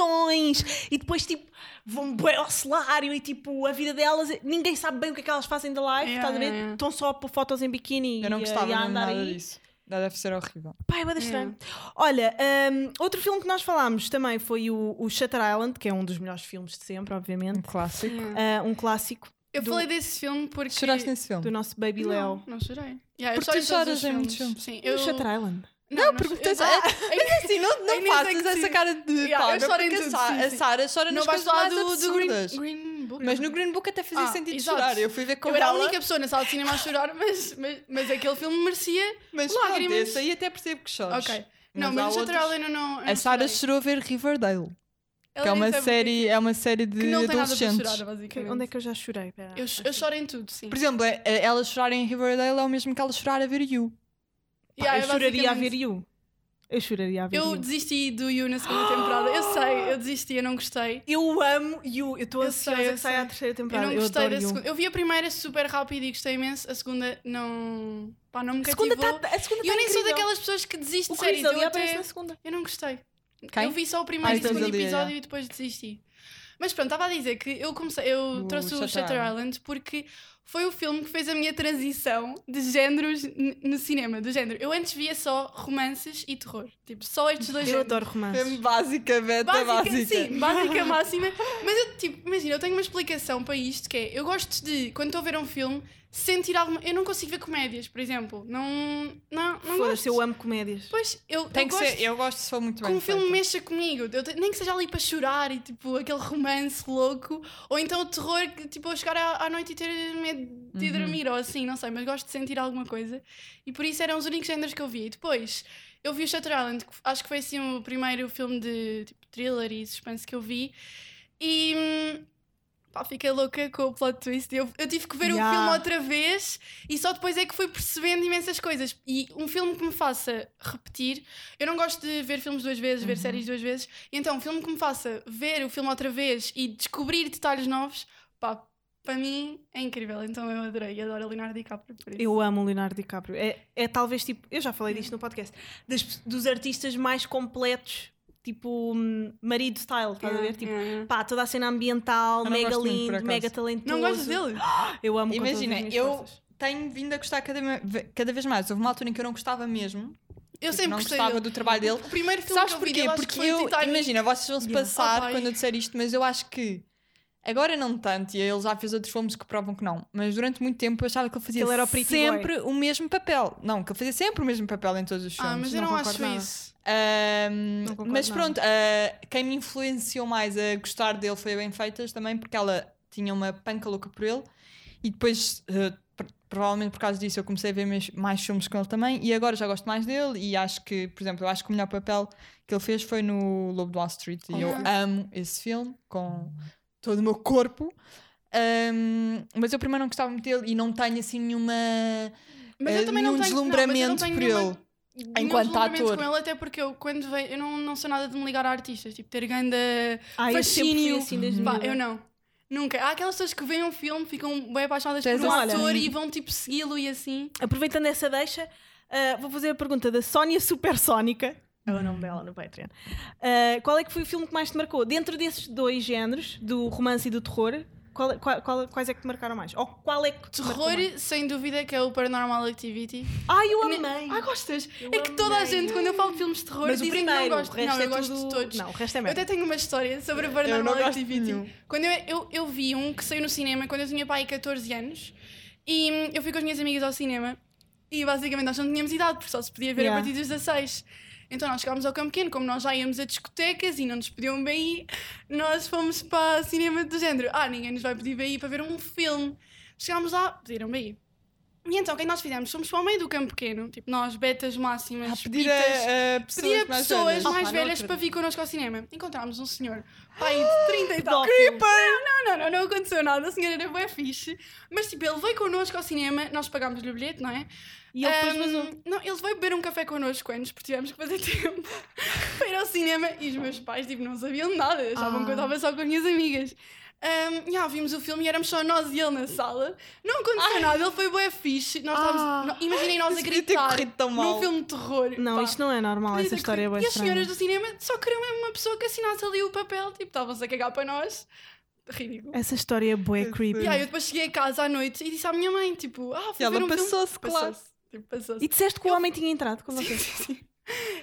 [SPEAKER 2] famosões e depois tipo vão bué ao salário e tipo a vida delas ninguém sabe bem o que é que elas fazem da live
[SPEAKER 4] Yeah,
[SPEAKER 2] estás a ver?
[SPEAKER 4] yeah, yeah.
[SPEAKER 2] estão só por fotos em biquíni
[SPEAKER 3] Eu não
[SPEAKER 2] e, a-
[SPEAKER 3] gostava
[SPEAKER 2] e a
[SPEAKER 3] mesmo
[SPEAKER 2] andar
[SPEAKER 3] nada
[SPEAKER 2] aí
[SPEAKER 3] disso. Deve ser horrível.
[SPEAKER 2] pá é bué de estranho olha hum, outro filme que nós falámos também foi o, o Shutter Island que é um dos melhores filmes de sempre
[SPEAKER 3] Um
[SPEAKER 2] obviamente
[SPEAKER 3] clássico.
[SPEAKER 4] Yeah.
[SPEAKER 2] Ah, um clássico
[SPEAKER 4] Eu
[SPEAKER 2] do-
[SPEAKER 4] falei desse filme porque.
[SPEAKER 3] Choraste nesse filme?
[SPEAKER 2] do nosso Baby
[SPEAKER 4] Não,
[SPEAKER 2] Leo
[SPEAKER 4] não chorei. Yeah, eu
[SPEAKER 3] Porque tu
[SPEAKER 4] choro em
[SPEAKER 3] choras
[SPEAKER 4] todos os
[SPEAKER 3] em muitos
[SPEAKER 4] filmes. Sim,
[SPEAKER 2] O
[SPEAKER 4] eu.
[SPEAKER 2] Shutter Island
[SPEAKER 4] Não, não
[SPEAKER 3] porque tu és-
[SPEAKER 4] eu- Ah,
[SPEAKER 3] Assim, não,
[SPEAKER 4] A
[SPEAKER 3] não
[SPEAKER 4] Inês é
[SPEAKER 3] faças
[SPEAKER 4] que
[SPEAKER 3] essa
[SPEAKER 4] sim.
[SPEAKER 3] cara de
[SPEAKER 4] Yeah, eu
[SPEAKER 3] Bárbara,
[SPEAKER 4] choro em
[SPEAKER 3] porque
[SPEAKER 4] tudo,
[SPEAKER 3] a,
[SPEAKER 4] sim,
[SPEAKER 3] Sa-
[SPEAKER 4] sim.
[SPEAKER 3] a Sara chora nas
[SPEAKER 4] não
[SPEAKER 3] coisas
[SPEAKER 4] vais falar
[SPEAKER 3] mais
[SPEAKER 4] do, do Green,
[SPEAKER 3] absurdas.
[SPEAKER 4] Green Book.
[SPEAKER 3] Mas no Green Book até fazia
[SPEAKER 4] Ah,
[SPEAKER 3] sentido
[SPEAKER 4] exato.
[SPEAKER 3] chorar. Eu fui ver com
[SPEAKER 4] Eu era a
[SPEAKER 3] ela,
[SPEAKER 4] única pessoa na sala de cinema a chorar, mas, mas, mas aquele filme merecia.
[SPEAKER 3] mas pronto,
[SPEAKER 4] lágrimas.
[SPEAKER 3] esse aí até percebo que choras.
[SPEAKER 4] Ok. Não,
[SPEAKER 3] há
[SPEAKER 4] mas, o Shutter
[SPEAKER 3] outros-
[SPEAKER 4] Island eu não. eu não
[SPEAKER 3] A Sara
[SPEAKER 4] chorei.
[SPEAKER 3] chorou a ver Riverdale,
[SPEAKER 4] Ela
[SPEAKER 3] que é
[SPEAKER 4] nem
[SPEAKER 3] uma
[SPEAKER 4] sabe o
[SPEAKER 3] série, é uma série de
[SPEAKER 4] Que não tem nada para
[SPEAKER 3] adolescentes.
[SPEAKER 4] chorar,
[SPEAKER 2] Que-
[SPEAKER 4] basicamente.
[SPEAKER 2] onde é que eu já chorei? Pera.
[SPEAKER 4] eu, eu choro em tudo, sim.
[SPEAKER 3] Por exemplo, é- é- ela chorar em Riverdale é o mesmo que ela chorar a ver You.
[SPEAKER 4] Yeah,
[SPEAKER 2] Pá, eu
[SPEAKER 4] é
[SPEAKER 2] choraria a
[SPEAKER 4] basicamente-
[SPEAKER 2] ver You eu choraria a ver
[SPEAKER 4] Eu
[SPEAKER 2] You.
[SPEAKER 4] desisti do You na segunda temporada. Eu sei, eu desisti, eu não gostei.
[SPEAKER 2] Eu amo You. Eu estou
[SPEAKER 4] Eu
[SPEAKER 2] ansiosa
[SPEAKER 4] sei, eu
[SPEAKER 2] que saia
[SPEAKER 4] sei.
[SPEAKER 2] a terceira
[SPEAKER 4] Eu
[SPEAKER 2] temporada.
[SPEAKER 4] não gostei
[SPEAKER 2] adoro
[SPEAKER 4] da
[SPEAKER 2] You.
[SPEAKER 4] segunda. Eu vi a primeira super rápido e gostei imenso. A segunda não. Pá, não me
[SPEAKER 2] A segunda
[SPEAKER 4] cativou.
[SPEAKER 2] tá- a segunda
[SPEAKER 4] eu
[SPEAKER 2] tá
[SPEAKER 4] nem
[SPEAKER 2] incrível.
[SPEAKER 4] sou daquelas pessoas que desiste
[SPEAKER 2] O
[SPEAKER 4] de séries.
[SPEAKER 2] Chris ali
[SPEAKER 4] Eu,
[SPEAKER 2] aparece
[SPEAKER 4] até...
[SPEAKER 2] na segunda.
[SPEAKER 4] eu não gostei.
[SPEAKER 3] Quem?
[SPEAKER 4] Eu vi só o primeiro
[SPEAKER 3] Ah,
[SPEAKER 4] e o
[SPEAKER 3] então
[SPEAKER 4] segundo
[SPEAKER 3] Rosalia,
[SPEAKER 4] episódio
[SPEAKER 3] yeah.
[SPEAKER 4] e depois desisti. Mas pronto, estava a dizer que eu comecei, eu
[SPEAKER 3] O
[SPEAKER 4] trouxe o
[SPEAKER 3] Shutter
[SPEAKER 4] Shutter Island. porque foi o filme que fez a minha transição de géneros n- no cinema, do género. Eu antes via só romances e terror, tipo, só estes dois
[SPEAKER 2] Eu
[SPEAKER 4] géneros.
[SPEAKER 2] adoro romances.
[SPEAKER 3] básica, beta
[SPEAKER 4] Básica,
[SPEAKER 3] básica.
[SPEAKER 4] sim, básica máxima. Mas eu, tipo, imagina, eu tenho uma explicação para isto que é: eu gosto de, quando estou a ver um filme, sentir alguma. Eu não consigo ver comédias, por exemplo. Não. Não, não
[SPEAKER 2] Foda-se,
[SPEAKER 4] gosto.
[SPEAKER 2] eu amo comédias.
[SPEAKER 4] Pois, eu,
[SPEAKER 3] Tem
[SPEAKER 4] eu
[SPEAKER 3] que
[SPEAKER 4] gosto
[SPEAKER 3] ser, eu gosto se for muito
[SPEAKER 4] que um
[SPEAKER 3] bem.
[SPEAKER 4] filme
[SPEAKER 3] feita.
[SPEAKER 4] mexa comigo. Eu te- nem que seja ali para chorar e tipo aquele romance louco, ou então o terror que tipo eu chegar à, à noite e ter medo de
[SPEAKER 3] Uhum.
[SPEAKER 4] dormir, ou assim, não sei, mas gosto de sentir alguma coisa. E por isso eram os únicos géneros que eu via. E depois eu vi o Shutter Island, que acho que foi assim o primeiro filme de tipo, thriller e suspense que eu vi. E hum, pá, fiquei louca com o plot twist. Eu, eu tive que ver
[SPEAKER 2] Yeah.
[SPEAKER 4] o filme outra vez e só depois é que fui percebendo imensas coisas. E um filme que me faça repetir, eu não gosto de ver filmes duas vezes,
[SPEAKER 3] Uhum.
[SPEAKER 4] ver séries duas vezes, então um filme que me faça ver o filme outra vez e descobrir detalhes novos, pá, para mim é incrível. Então eu adorei e adoro Leonardo DiCaprio por isso.
[SPEAKER 2] Eu amo o Leonardo DiCaprio. É, é talvez tipo, eu já falei disto no podcast, das pe- dos artistas mais completos, tipo hum, marido style, estás a ver? Tipo,
[SPEAKER 4] Yeah, yeah.
[SPEAKER 2] pá, toda a cena ambiental,
[SPEAKER 3] não
[SPEAKER 2] mega
[SPEAKER 3] gosto muito, por
[SPEAKER 2] lindo,
[SPEAKER 3] acaso.
[SPEAKER 2] mega talentoso.
[SPEAKER 4] Não gostas dele?
[SPEAKER 2] Eu amo com todas as
[SPEAKER 3] Imagina,
[SPEAKER 2] minhas
[SPEAKER 3] eu
[SPEAKER 2] forças.
[SPEAKER 3] tenho vindo a gostar cada, ve- cada vez mais. Houve uma altura em que eu não gostava mesmo.
[SPEAKER 4] Eu sempre
[SPEAKER 3] Tipo, não
[SPEAKER 4] gostei
[SPEAKER 3] gostava
[SPEAKER 4] dele.
[SPEAKER 3] do trabalho dele.
[SPEAKER 4] O primeiro filme
[SPEAKER 3] Sabes
[SPEAKER 4] que eu vi
[SPEAKER 3] porquê?
[SPEAKER 4] dele, acho que
[SPEAKER 3] Porque
[SPEAKER 4] foi o
[SPEAKER 3] eu.
[SPEAKER 4] Titanic.
[SPEAKER 3] Imagina, vocês vão se
[SPEAKER 2] Yeah.
[SPEAKER 3] passar
[SPEAKER 4] Oh, pai.
[SPEAKER 3] quando eu disser isto, mas eu acho que Agora não tanto, e ele já fez outros filmes que provam que não, mas durante muito tempo eu achava que ele fazia
[SPEAKER 2] ele era o pretty boy.
[SPEAKER 3] sempre o mesmo papel. Não, que ele fazia sempre o mesmo papel em todos os filmes.
[SPEAKER 4] Ah, mas eu não,
[SPEAKER 3] concordo
[SPEAKER 4] acho
[SPEAKER 3] nada.
[SPEAKER 4] isso.
[SPEAKER 3] Ahm,
[SPEAKER 4] Não concordo
[SPEAKER 3] mas
[SPEAKER 4] nada.
[SPEAKER 3] pronto, ah, quem me influenciou mais a gostar dele foi a Bem Feitas também, porque ela tinha uma panca louca por ele. E depois, ah, pr- provavelmente por causa disso, eu comecei a ver mais, mais filmes com ele também. E agora já gosto mais dele. E acho que, por exemplo, eu acho que o melhor papel que ele fez foi no Lobo de Wall Street. E eu
[SPEAKER 4] Óbvio.
[SPEAKER 3] amo esse filme com todo o meu corpo. Ahm, mas eu primeiro não gostava muito dele e não tenho assim nenhuma.
[SPEAKER 4] Mas
[SPEAKER 3] eh,
[SPEAKER 4] eu também não
[SPEAKER 3] nenhum
[SPEAKER 4] tenho não, mas eu não
[SPEAKER 3] deslumbramento
[SPEAKER 4] tenho
[SPEAKER 3] por
[SPEAKER 4] nenhuma-
[SPEAKER 3] ele.
[SPEAKER 4] nenhum
[SPEAKER 3] enquanto
[SPEAKER 4] deslumbramento
[SPEAKER 3] ator.
[SPEAKER 4] com ele, até porque eu, quando vejo, eu não, não sou nada de me ligar a artistas, tipo, ter ganda.
[SPEAKER 2] Ah, eu sempre fui
[SPEAKER 4] Fascínio.
[SPEAKER 2] assim desde
[SPEAKER 3] Hum.
[SPEAKER 4] Pá,
[SPEAKER 2] miúda.
[SPEAKER 4] eu não. Nunca. Há aquelas pessoas que veem um filme, ficam bem apaixonadas
[SPEAKER 3] Tens
[SPEAKER 4] por um
[SPEAKER 2] um-
[SPEAKER 4] ator
[SPEAKER 2] Olha.
[SPEAKER 4] e vão tipo segui-lo e assim.
[SPEAKER 2] Aproveitando essa deixa, ah, vou fazer a pergunta da Sónia Supersónica. É o nome dela no Patreon. Ah, qual é que foi o filme que mais te marcou? Dentro desses dois géneros, do romance e do terror, qual- qual- qual- quais é que te marcaram mais? Ou qual é que te marcou mais?
[SPEAKER 4] Terror, sem dúvida, que é o Paranormal Activity.
[SPEAKER 2] Ai, eu
[SPEAKER 4] Ne-
[SPEAKER 2] amei!
[SPEAKER 4] Ah, gostas?
[SPEAKER 2] Eu
[SPEAKER 4] é que toda a
[SPEAKER 2] amei.
[SPEAKER 4] gente, quando eu falo de filmes de terror,
[SPEAKER 2] Mas o
[SPEAKER 4] dizem que
[SPEAKER 2] primeiro,
[SPEAKER 4] não gosto.
[SPEAKER 2] o resto
[SPEAKER 4] não, eu
[SPEAKER 2] é
[SPEAKER 4] gosto
[SPEAKER 2] tudo-
[SPEAKER 4] de todos.
[SPEAKER 2] Não, o resto é
[SPEAKER 4] Eu
[SPEAKER 2] merda.
[SPEAKER 4] até tenho uma história sobre o Paranormal
[SPEAKER 3] Eu não gosto de
[SPEAKER 4] Activity.
[SPEAKER 3] nenhum.
[SPEAKER 4] Quando eu, eu, eu vi um que saiu no cinema quando eu tinha pai 14 anos e hum, eu fui com as minhas amigas ao cinema e basicamente nós não tínhamos idade, porque só se podia ver
[SPEAKER 2] Yeah.
[SPEAKER 4] a partir dos 16. Então nós chegámos ao Campo Pequeno, como nós já íamos a discotecas e não nos pediam BI, nós fomos para cinema do género. Ah, ninguém nos vai pedir BI para ver um filme. Chegámos lá, pediram BI. E então o que é que nós fizemos? Fomos para o meio do Campo Pequeno, tipo nós, betas máximas,
[SPEAKER 3] A pedir é,
[SPEAKER 4] pitas.
[SPEAKER 3] a, a pessoas
[SPEAKER 4] Pedia
[SPEAKER 3] mais
[SPEAKER 4] eh, pessoas mais velhas,
[SPEAKER 3] velhas, Ah, não,
[SPEAKER 4] para vir connosco ao cinema. Encontrámos um senhor, pai de 30 e tal.
[SPEAKER 2] Creeper!
[SPEAKER 4] Não, não, não, não aconteceu nada. O senhor era bem fixe. Mas tipo, ele veio connosco ao cinema, nós pagámos-lhe o bilhete, não é?
[SPEAKER 2] E ele depois
[SPEAKER 4] Ahm,
[SPEAKER 2] vazou.
[SPEAKER 4] Não, ele veio beber um café connosco antes, porque tivemos que fazer tempo para ir ao cinema. E os meus pais, tipo, não sabiam de nada. Achavam
[SPEAKER 3] Ah.
[SPEAKER 4] que eu estava só com as minhas amigas. Ahm, e, ah, vimos o filme e éramos só nós e ele na sala. Não aconteceu nada, ele foi bué fixe. Nós estávamos.
[SPEAKER 3] Ah.
[SPEAKER 4] no- Imaginem nós a
[SPEAKER 3] Isso podia ter
[SPEAKER 4] gritar
[SPEAKER 3] corrido tão mal.
[SPEAKER 4] num filme de terror.
[SPEAKER 2] Não,
[SPEAKER 4] Pá.
[SPEAKER 2] isto não é normal, essa
[SPEAKER 4] Acredita
[SPEAKER 2] história é
[SPEAKER 4] que-
[SPEAKER 2] boa
[SPEAKER 4] Tipo, E as senhoras do cinema só queriam mesmo uma pessoa que assinasse ali o papel, tipo, estavam-se a cagar para nós. Ridículo.
[SPEAKER 2] Essa história é boa, creepy.
[SPEAKER 4] E aí eu depois cheguei a casa à noite e disse à minha mãe, tipo, ah,
[SPEAKER 3] E
[SPEAKER 4] fui ver
[SPEAKER 3] ela
[SPEAKER 4] um filme.
[SPEAKER 3] passou-se, claro.
[SPEAKER 4] Passou-se. Tipo, passou-se.
[SPEAKER 2] E disseste que o homem tinha entrado com vocês.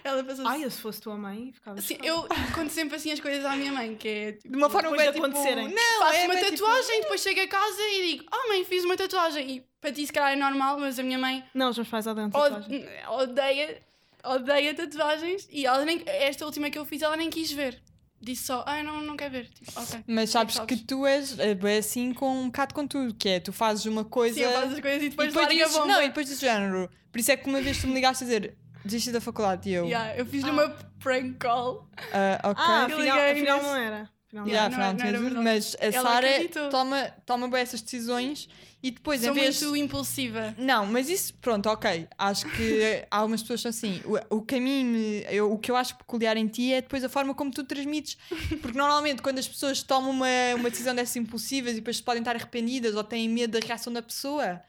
[SPEAKER 4] Ela passou-se.
[SPEAKER 2] Ai, eu se fosse tua mãe, ficava.
[SPEAKER 4] Assim,
[SPEAKER 2] chocada.
[SPEAKER 4] eu conto sempre assim as coisas à minha mãe, que é tipo,
[SPEAKER 3] De uma forma
[SPEAKER 2] Depois
[SPEAKER 3] bem
[SPEAKER 2] de
[SPEAKER 3] tipo...
[SPEAKER 2] acontecerem.
[SPEAKER 3] Não,
[SPEAKER 4] faço
[SPEAKER 3] é
[SPEAKER 4] uma
[SPEAKER 3] bem, tipo,
[SPEAKER 4] tatuagem, depois chego a casa e digo, ah mãe, fiz uma tatuagem. E para ti se calhar é normal, mas a minha mãe
[SPEAKER 2] Não, os meus pais odeiam tatuagem.
[SPEAKER 4] ode- odeia, odeia tatuagens e ela nem, esta última que eu fiz ela nem quis ver. Disse só, ah, não, não quer ver. Tipo, ok.
[SPEAKER 3] Mas sabes
[SPEAKER 4] Sabes.
[SPEAKER 3] que tu és eh, bem assim com um bocado com tudo, que é tu fazes uma coisa
[SPEAKER 4] Sim, eu faço as coisas e
[SPEAKER 3] é. e
[SPEAKER 4] depois,
[SPEAKER 3] depois
[SPEAKER 4] larga a
[SPEAKER 3] dizes,
[SPEAKER 4] bomba.
[SPEAKER 3] não, e depois dizes género. Por isso é que uma vez tu me ligaste a dizer desisti da faculdade e eu,
[SPEAKER 4] Yeah, eu fiz numa prank call.
[SPEAKER 3] ah, ok.
[SPEAKER 2] Ah,
[SPEAKER 4] Eu
[SPEAKER 2] afinal,
[SPEAKER 4] liguei
[SPEAKER 2] afinal
[SPEAKER 4] nesse-
[SPEAKER 2] não era. Afinal não
[SPEAKER 3] Yeah,
[SPEAKER 2] era.
[SPEAKER 4] não,
[SPEAKER 3] afinal,
[SPEAKER 4] não
[SPEAKER 3] tinhas
[SPEAKER 4] era
[SPEAKER 3] razão.
[SPEAKER 4] verdade.
[SPEAKER 3] mas a
[SPEAKER 4] Ela
[SPEAKER 3] Sara
[SPEAKER 4] acreditou.
[SPEAKER 3] toma, toma bem essas decisões e depois
[SPEAKER 4] Sou
[SPEAKER 3] em vez
[SPEAKER 4] muito impulsiva.
[SPEAKER 3] Não, mas isso, pronto, ok. Acho que há algumas pessoas que são assim. O, o caminho, eu- o que eu acho peculiar em ti é depois a forma como tu transmites. Porque normalmente, quando as pessoas tomam uma, uma decisão dessas impulsivas e depois podem estar arrependidas ou têm medo da reação da pessoa,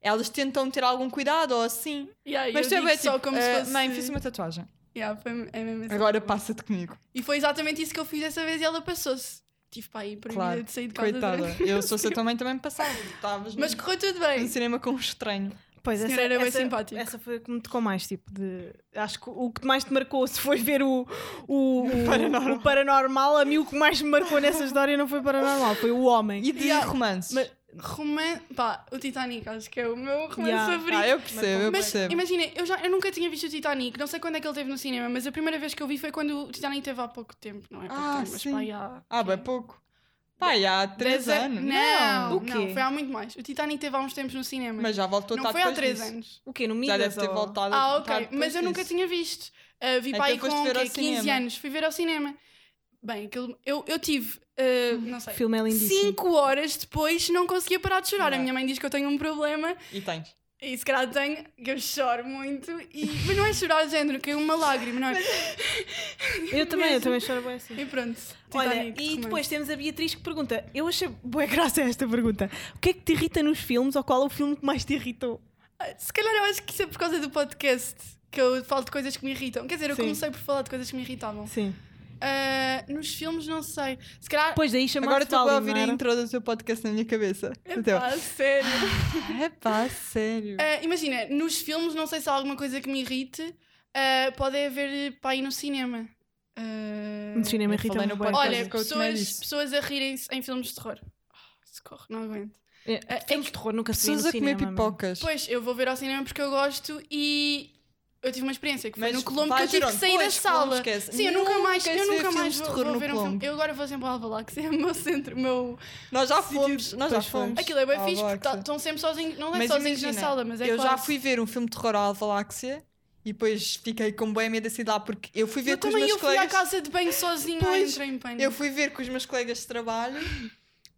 [SPEAKER 3] elas tentam ter algum cuidado ou assim.
[SPEAKER 4] Yeah,
[SPEAKER 3] mas
[SPEAKER 4] eu digo
[SPEAKER 3] é
[SPEAKER 4] só como se
[SPEAKER 3] "Ah,
[SPEAKER 4] fosse...
[SPEAKER 3] Mãe, fiz uma tatuagem.
[SPEAKER 4] Yeah, foi, é mesmo assim.
[SPEAKER 3] Agora passa-te comigo.
[SPEAKER 4] E foi exatamente isso que eu fiz dessa vez e ela passou-se. Tive para aí proibida
[SPEAKER 3] Claro,
[SPEAKER 4] de sair de casa.
[SPEAKER 3] Coitada.
[SPEAKER 4] durante-
[SPEAKER 3] Eu sou a tua mãe também me passava. Estavas
[SPEAKER 4] Mas é?
[SPEAKER 3] no,
[SPEAKER 4] correu tudo
[SPEAKER 3] no
[SPEAKER 4] bem.
[SPEAKER 3] cinema com um estranho.
[SPEAKER 2] Pois,
[SPEAKER 4] O senhor
[SPEAKER 2] essa,
[SPEAKER 4] era bem
[SPEAKER 2] essa,
[SPEAKER 4] simpático.
[SPEAKER 2] essa foi a que me tocou mais, tipo, de... Acho que o que mais te marcou, se foi ver o, o, o-
[SPEAKER 3] Paranormal.
[SPEAKER 2] o paranormal, a mim o que mais me marcou nessa história não foi paranormal, foi o homem.
[SPEAKER 3] E de
[SPEAKER 4] Yeah.
[SPEAKER 3] romance.
[SPEAKER 2] Mas-
[SPEAKER 4] Roman... Pá, o Titanic acho que é o meu romance
[SPEAKER 2] Yeah.
[SPEAKER 4] favorito.
[SPEAKER 3] ah, eu percebo, eu
[SPEAKER 4] Mas
[SPEAKER 3] percebo.
[SPEAKER 4] imagina, eu, já, eu nunca tinha visto o Titanic, não sei quando é que ele teve no cinema, mas a primeira vez que eu vi foi quando o Titanic teve há pouco tempo, não é? Pouco
[SPEAKER 3] Ah,
[SPEAKER 4] tempo, mas
[SPEAKER 3] sim.
[SPEAKER 4] pá, aí há-
[SPEAKER 3] Ah, bem pouco. Pá, e há três
[SPEAKER 4] Dez
[SPEAKER 3] anos.
[SPEAKER 4] Não,
[SPEAKER 2] O
[SPEAKER 4] não,
[SPEAKER 2] quê?
[SPEAKER 4] foi há muito mais. O Titanic teve há uns tempos no cinema.
[SPEAKER 3] Mas já voltou
[SPEAKER 4] não
[SPEAKER 3] tarde
[SPEAKER 4] foi há
[SPEAKER 3] tá depois
[SPEAKER 4] três
[SPEAKER 3] disso.
[SPEAKER 4] anos.
[SPEAKER 2] O quê? No
[SPEAKER 3] Já
[SPEAKER 2] Midas?
[SPEAKER 3] deve ter
[SPEAKER 2] ou-
[SPEAKER 3] voltado
[SPEAKER 4] Ah,
[SPEAKER 3] tarde
[SPEAKER 4] ok.
[SPEAKER 3] depois
[SPEAKER 4] Mas eu nunca
[SPEAKER 3] disso.
[SPEAKER 4] tinha visto. Uh, vi
[SPEAKER 3] Então
[SPEAKER 4] para aí com
[SPEAKER 3] foste ver
[SPEAKER 4] o
[SPEAKER 3] ao
[SPEAKER 4] quê? 15
[SPEAKER 3] cinema.
[SPEAKER 4] anos. Fui ver ao cinema. Bem, aquilo, eu, eu tive, uh, não
[SPEAKER 2] O
[SPEAKER 4] sei,
[SPEAKER 2] filme é lindíssimo.
[SPEAKER 4] 5 horas depois não conseguia parar de chorar. A
[SPEAKER 3] Não.
[SPEAKER 4] minha mãe diz que eu tenho um problema
[SPEAKER 3] E tens.
[SPEAKER 4] e se calhar tenho, que eu choro muito. E, mas não é chorar de género, caiu uma lágrima, não é?
[SPEAKER 2] Eu também, eu também choro bem assim.
[SPEAKER 4] E pronto.
[SPEAKER 2] Olha,
[SPEAKER 4] Titanic,
[SPEAKER 2] e
[SPEAKER 4] romance.
[SPEAKER 2] depois temos a Beatriz que pergunta: Eu achei boa graça esta pergunta. O que é que te irrita nos filmes ou qual é o filme que mais te irritou?
[SPEAKER 4] Ah, Se calhar eu acho que isso é por causa do podcast que eu falo de coisas que me irritam. Quer dizer, eu
[SPEAKER 2] Sim.
[SPEAKER 4] comecei por falar de coisas que me irritavam.
[SPEAKER 2] Sim.
[SPEAKER 4] Ah, nos filmes, não sei. Se calhar.
[SPEAKER 2] Depois daí chamar
[SPEAKER 3] Agora estou a ouvir a intro do teu podcast na minha cabeça.
[SPEAKER 4] É
[SPEAKER 3] Então,
[SPEAKER 4] Epá, Ah, sério.
[SPEAKER 3] Epá, sério.
[SPEAKER 4] Ah, imagina, nos filmes, não sei se há alguma coisa que me irrite, ah, pode haver para ir eh, no cinema. Ah,
[SPEAKER 2] No cinema
[SPEAKER 3] eu falei
[SPEAKER 2] irrita-me
[SPEAKER 3] no
[SPEAKER 2] bué.
[SPEAKER 3] podcast.
[SPEAKER 4] olha,
[SPEAKER 3] que eu tomei
[SPEAKER 4] pessoas,
[SPEAKER 3] disso.
[SPEAKER 4] pessoas a rirem-se em filmes de terror. Oh, socorro, não aguento.
[SPEAKER 2] É,
[SPEAKER 4] é
[SPEAKER 2] filmes de terror nunca se vê no
[SPEAKER 3] Pessoas a comer
[SPEAKER 2] cinema, mano.
[SPEAKER 3] pipocas.
[SPEAKER 4] Pois, eu vou ver ao cinema porque eu gosto e eu tive uma experiência que foi
[SPEAKER 3] Mas
[SPEAKER 4] no Colombo que
[SPEAKER 3] vai
[SPEAKER 4] eu tive
[SPEAKER 3] ver
[SPEAKER 4] que
[SPEAKER 3] onde?
[SPEAKER 4] sair da
[SPEAKER 3] Pois, Colombo,
[SPEAKER 4] sala.
[SPEAKER 3] esquece.
[SPEAKER 4] Sim, eu nunca mais,
[SPEAKER 3] Nunca
[SPEAKER 4] eu
[SPEAKER 3] se vê
[SPEAKER 4] nunca
[SPEAKER 3] filmes
[SPEAKER 4] mais
[SPEAKER 3] de
[SPEAKER 4] vou,
[SPEAKER 3] terror
[SPEAKER 4] vou
[SPEAKER 3] no
[SPEAKER 4] ver um filme.
[SPEAKER 3] Colombo.
[SPEAKER 4] Eu agora vou sempre ao Alvalade, que é o meu centro, o meu...
[SPEAKER 3] Nós já
[SPEAKER 4] Sítio-
[SPEAKER 3] fomos, nós já
[SPEAKER 2] Pois foi.
[SPEAKER 3] fomos.
[SPEAKER 4] Aquilo é bem
[SPEAKER 3] ao
[SPEAKER 4] fixe, porque
[SPEAKER 3] Alvaxia.
[SPEAKER 4] estão sempre sozinhos, não é
[SPEAKER 3] Mas
[SPEAKER 4] sozinhos na
[SPEAKER 3] imagina,
[SPEAKER 4] sala, mas é
[SPEAKER 3] eu já
[SPEAKER 4] quase.
[SPEAKER 3] fui ver um filme de terror à Alvaláxia e depois fiquei com bem medo assim de lá porque eu fui ver
[SPEAKER 4] Eu
[SPEAKER 3] com os
[SPEAKER 4] também
[SPEAKER 3] meus
[SPEAKER 4] eu fui à
[SPEAKER 3] colegas.
[SPEAKER 4] casa de banho sozinha e
[SPEAKER 3] Pois,
[SPEAKER 4] entrei em pânico.
[SPEAKER 3] Eu fui ver com os meus colegas de trabalho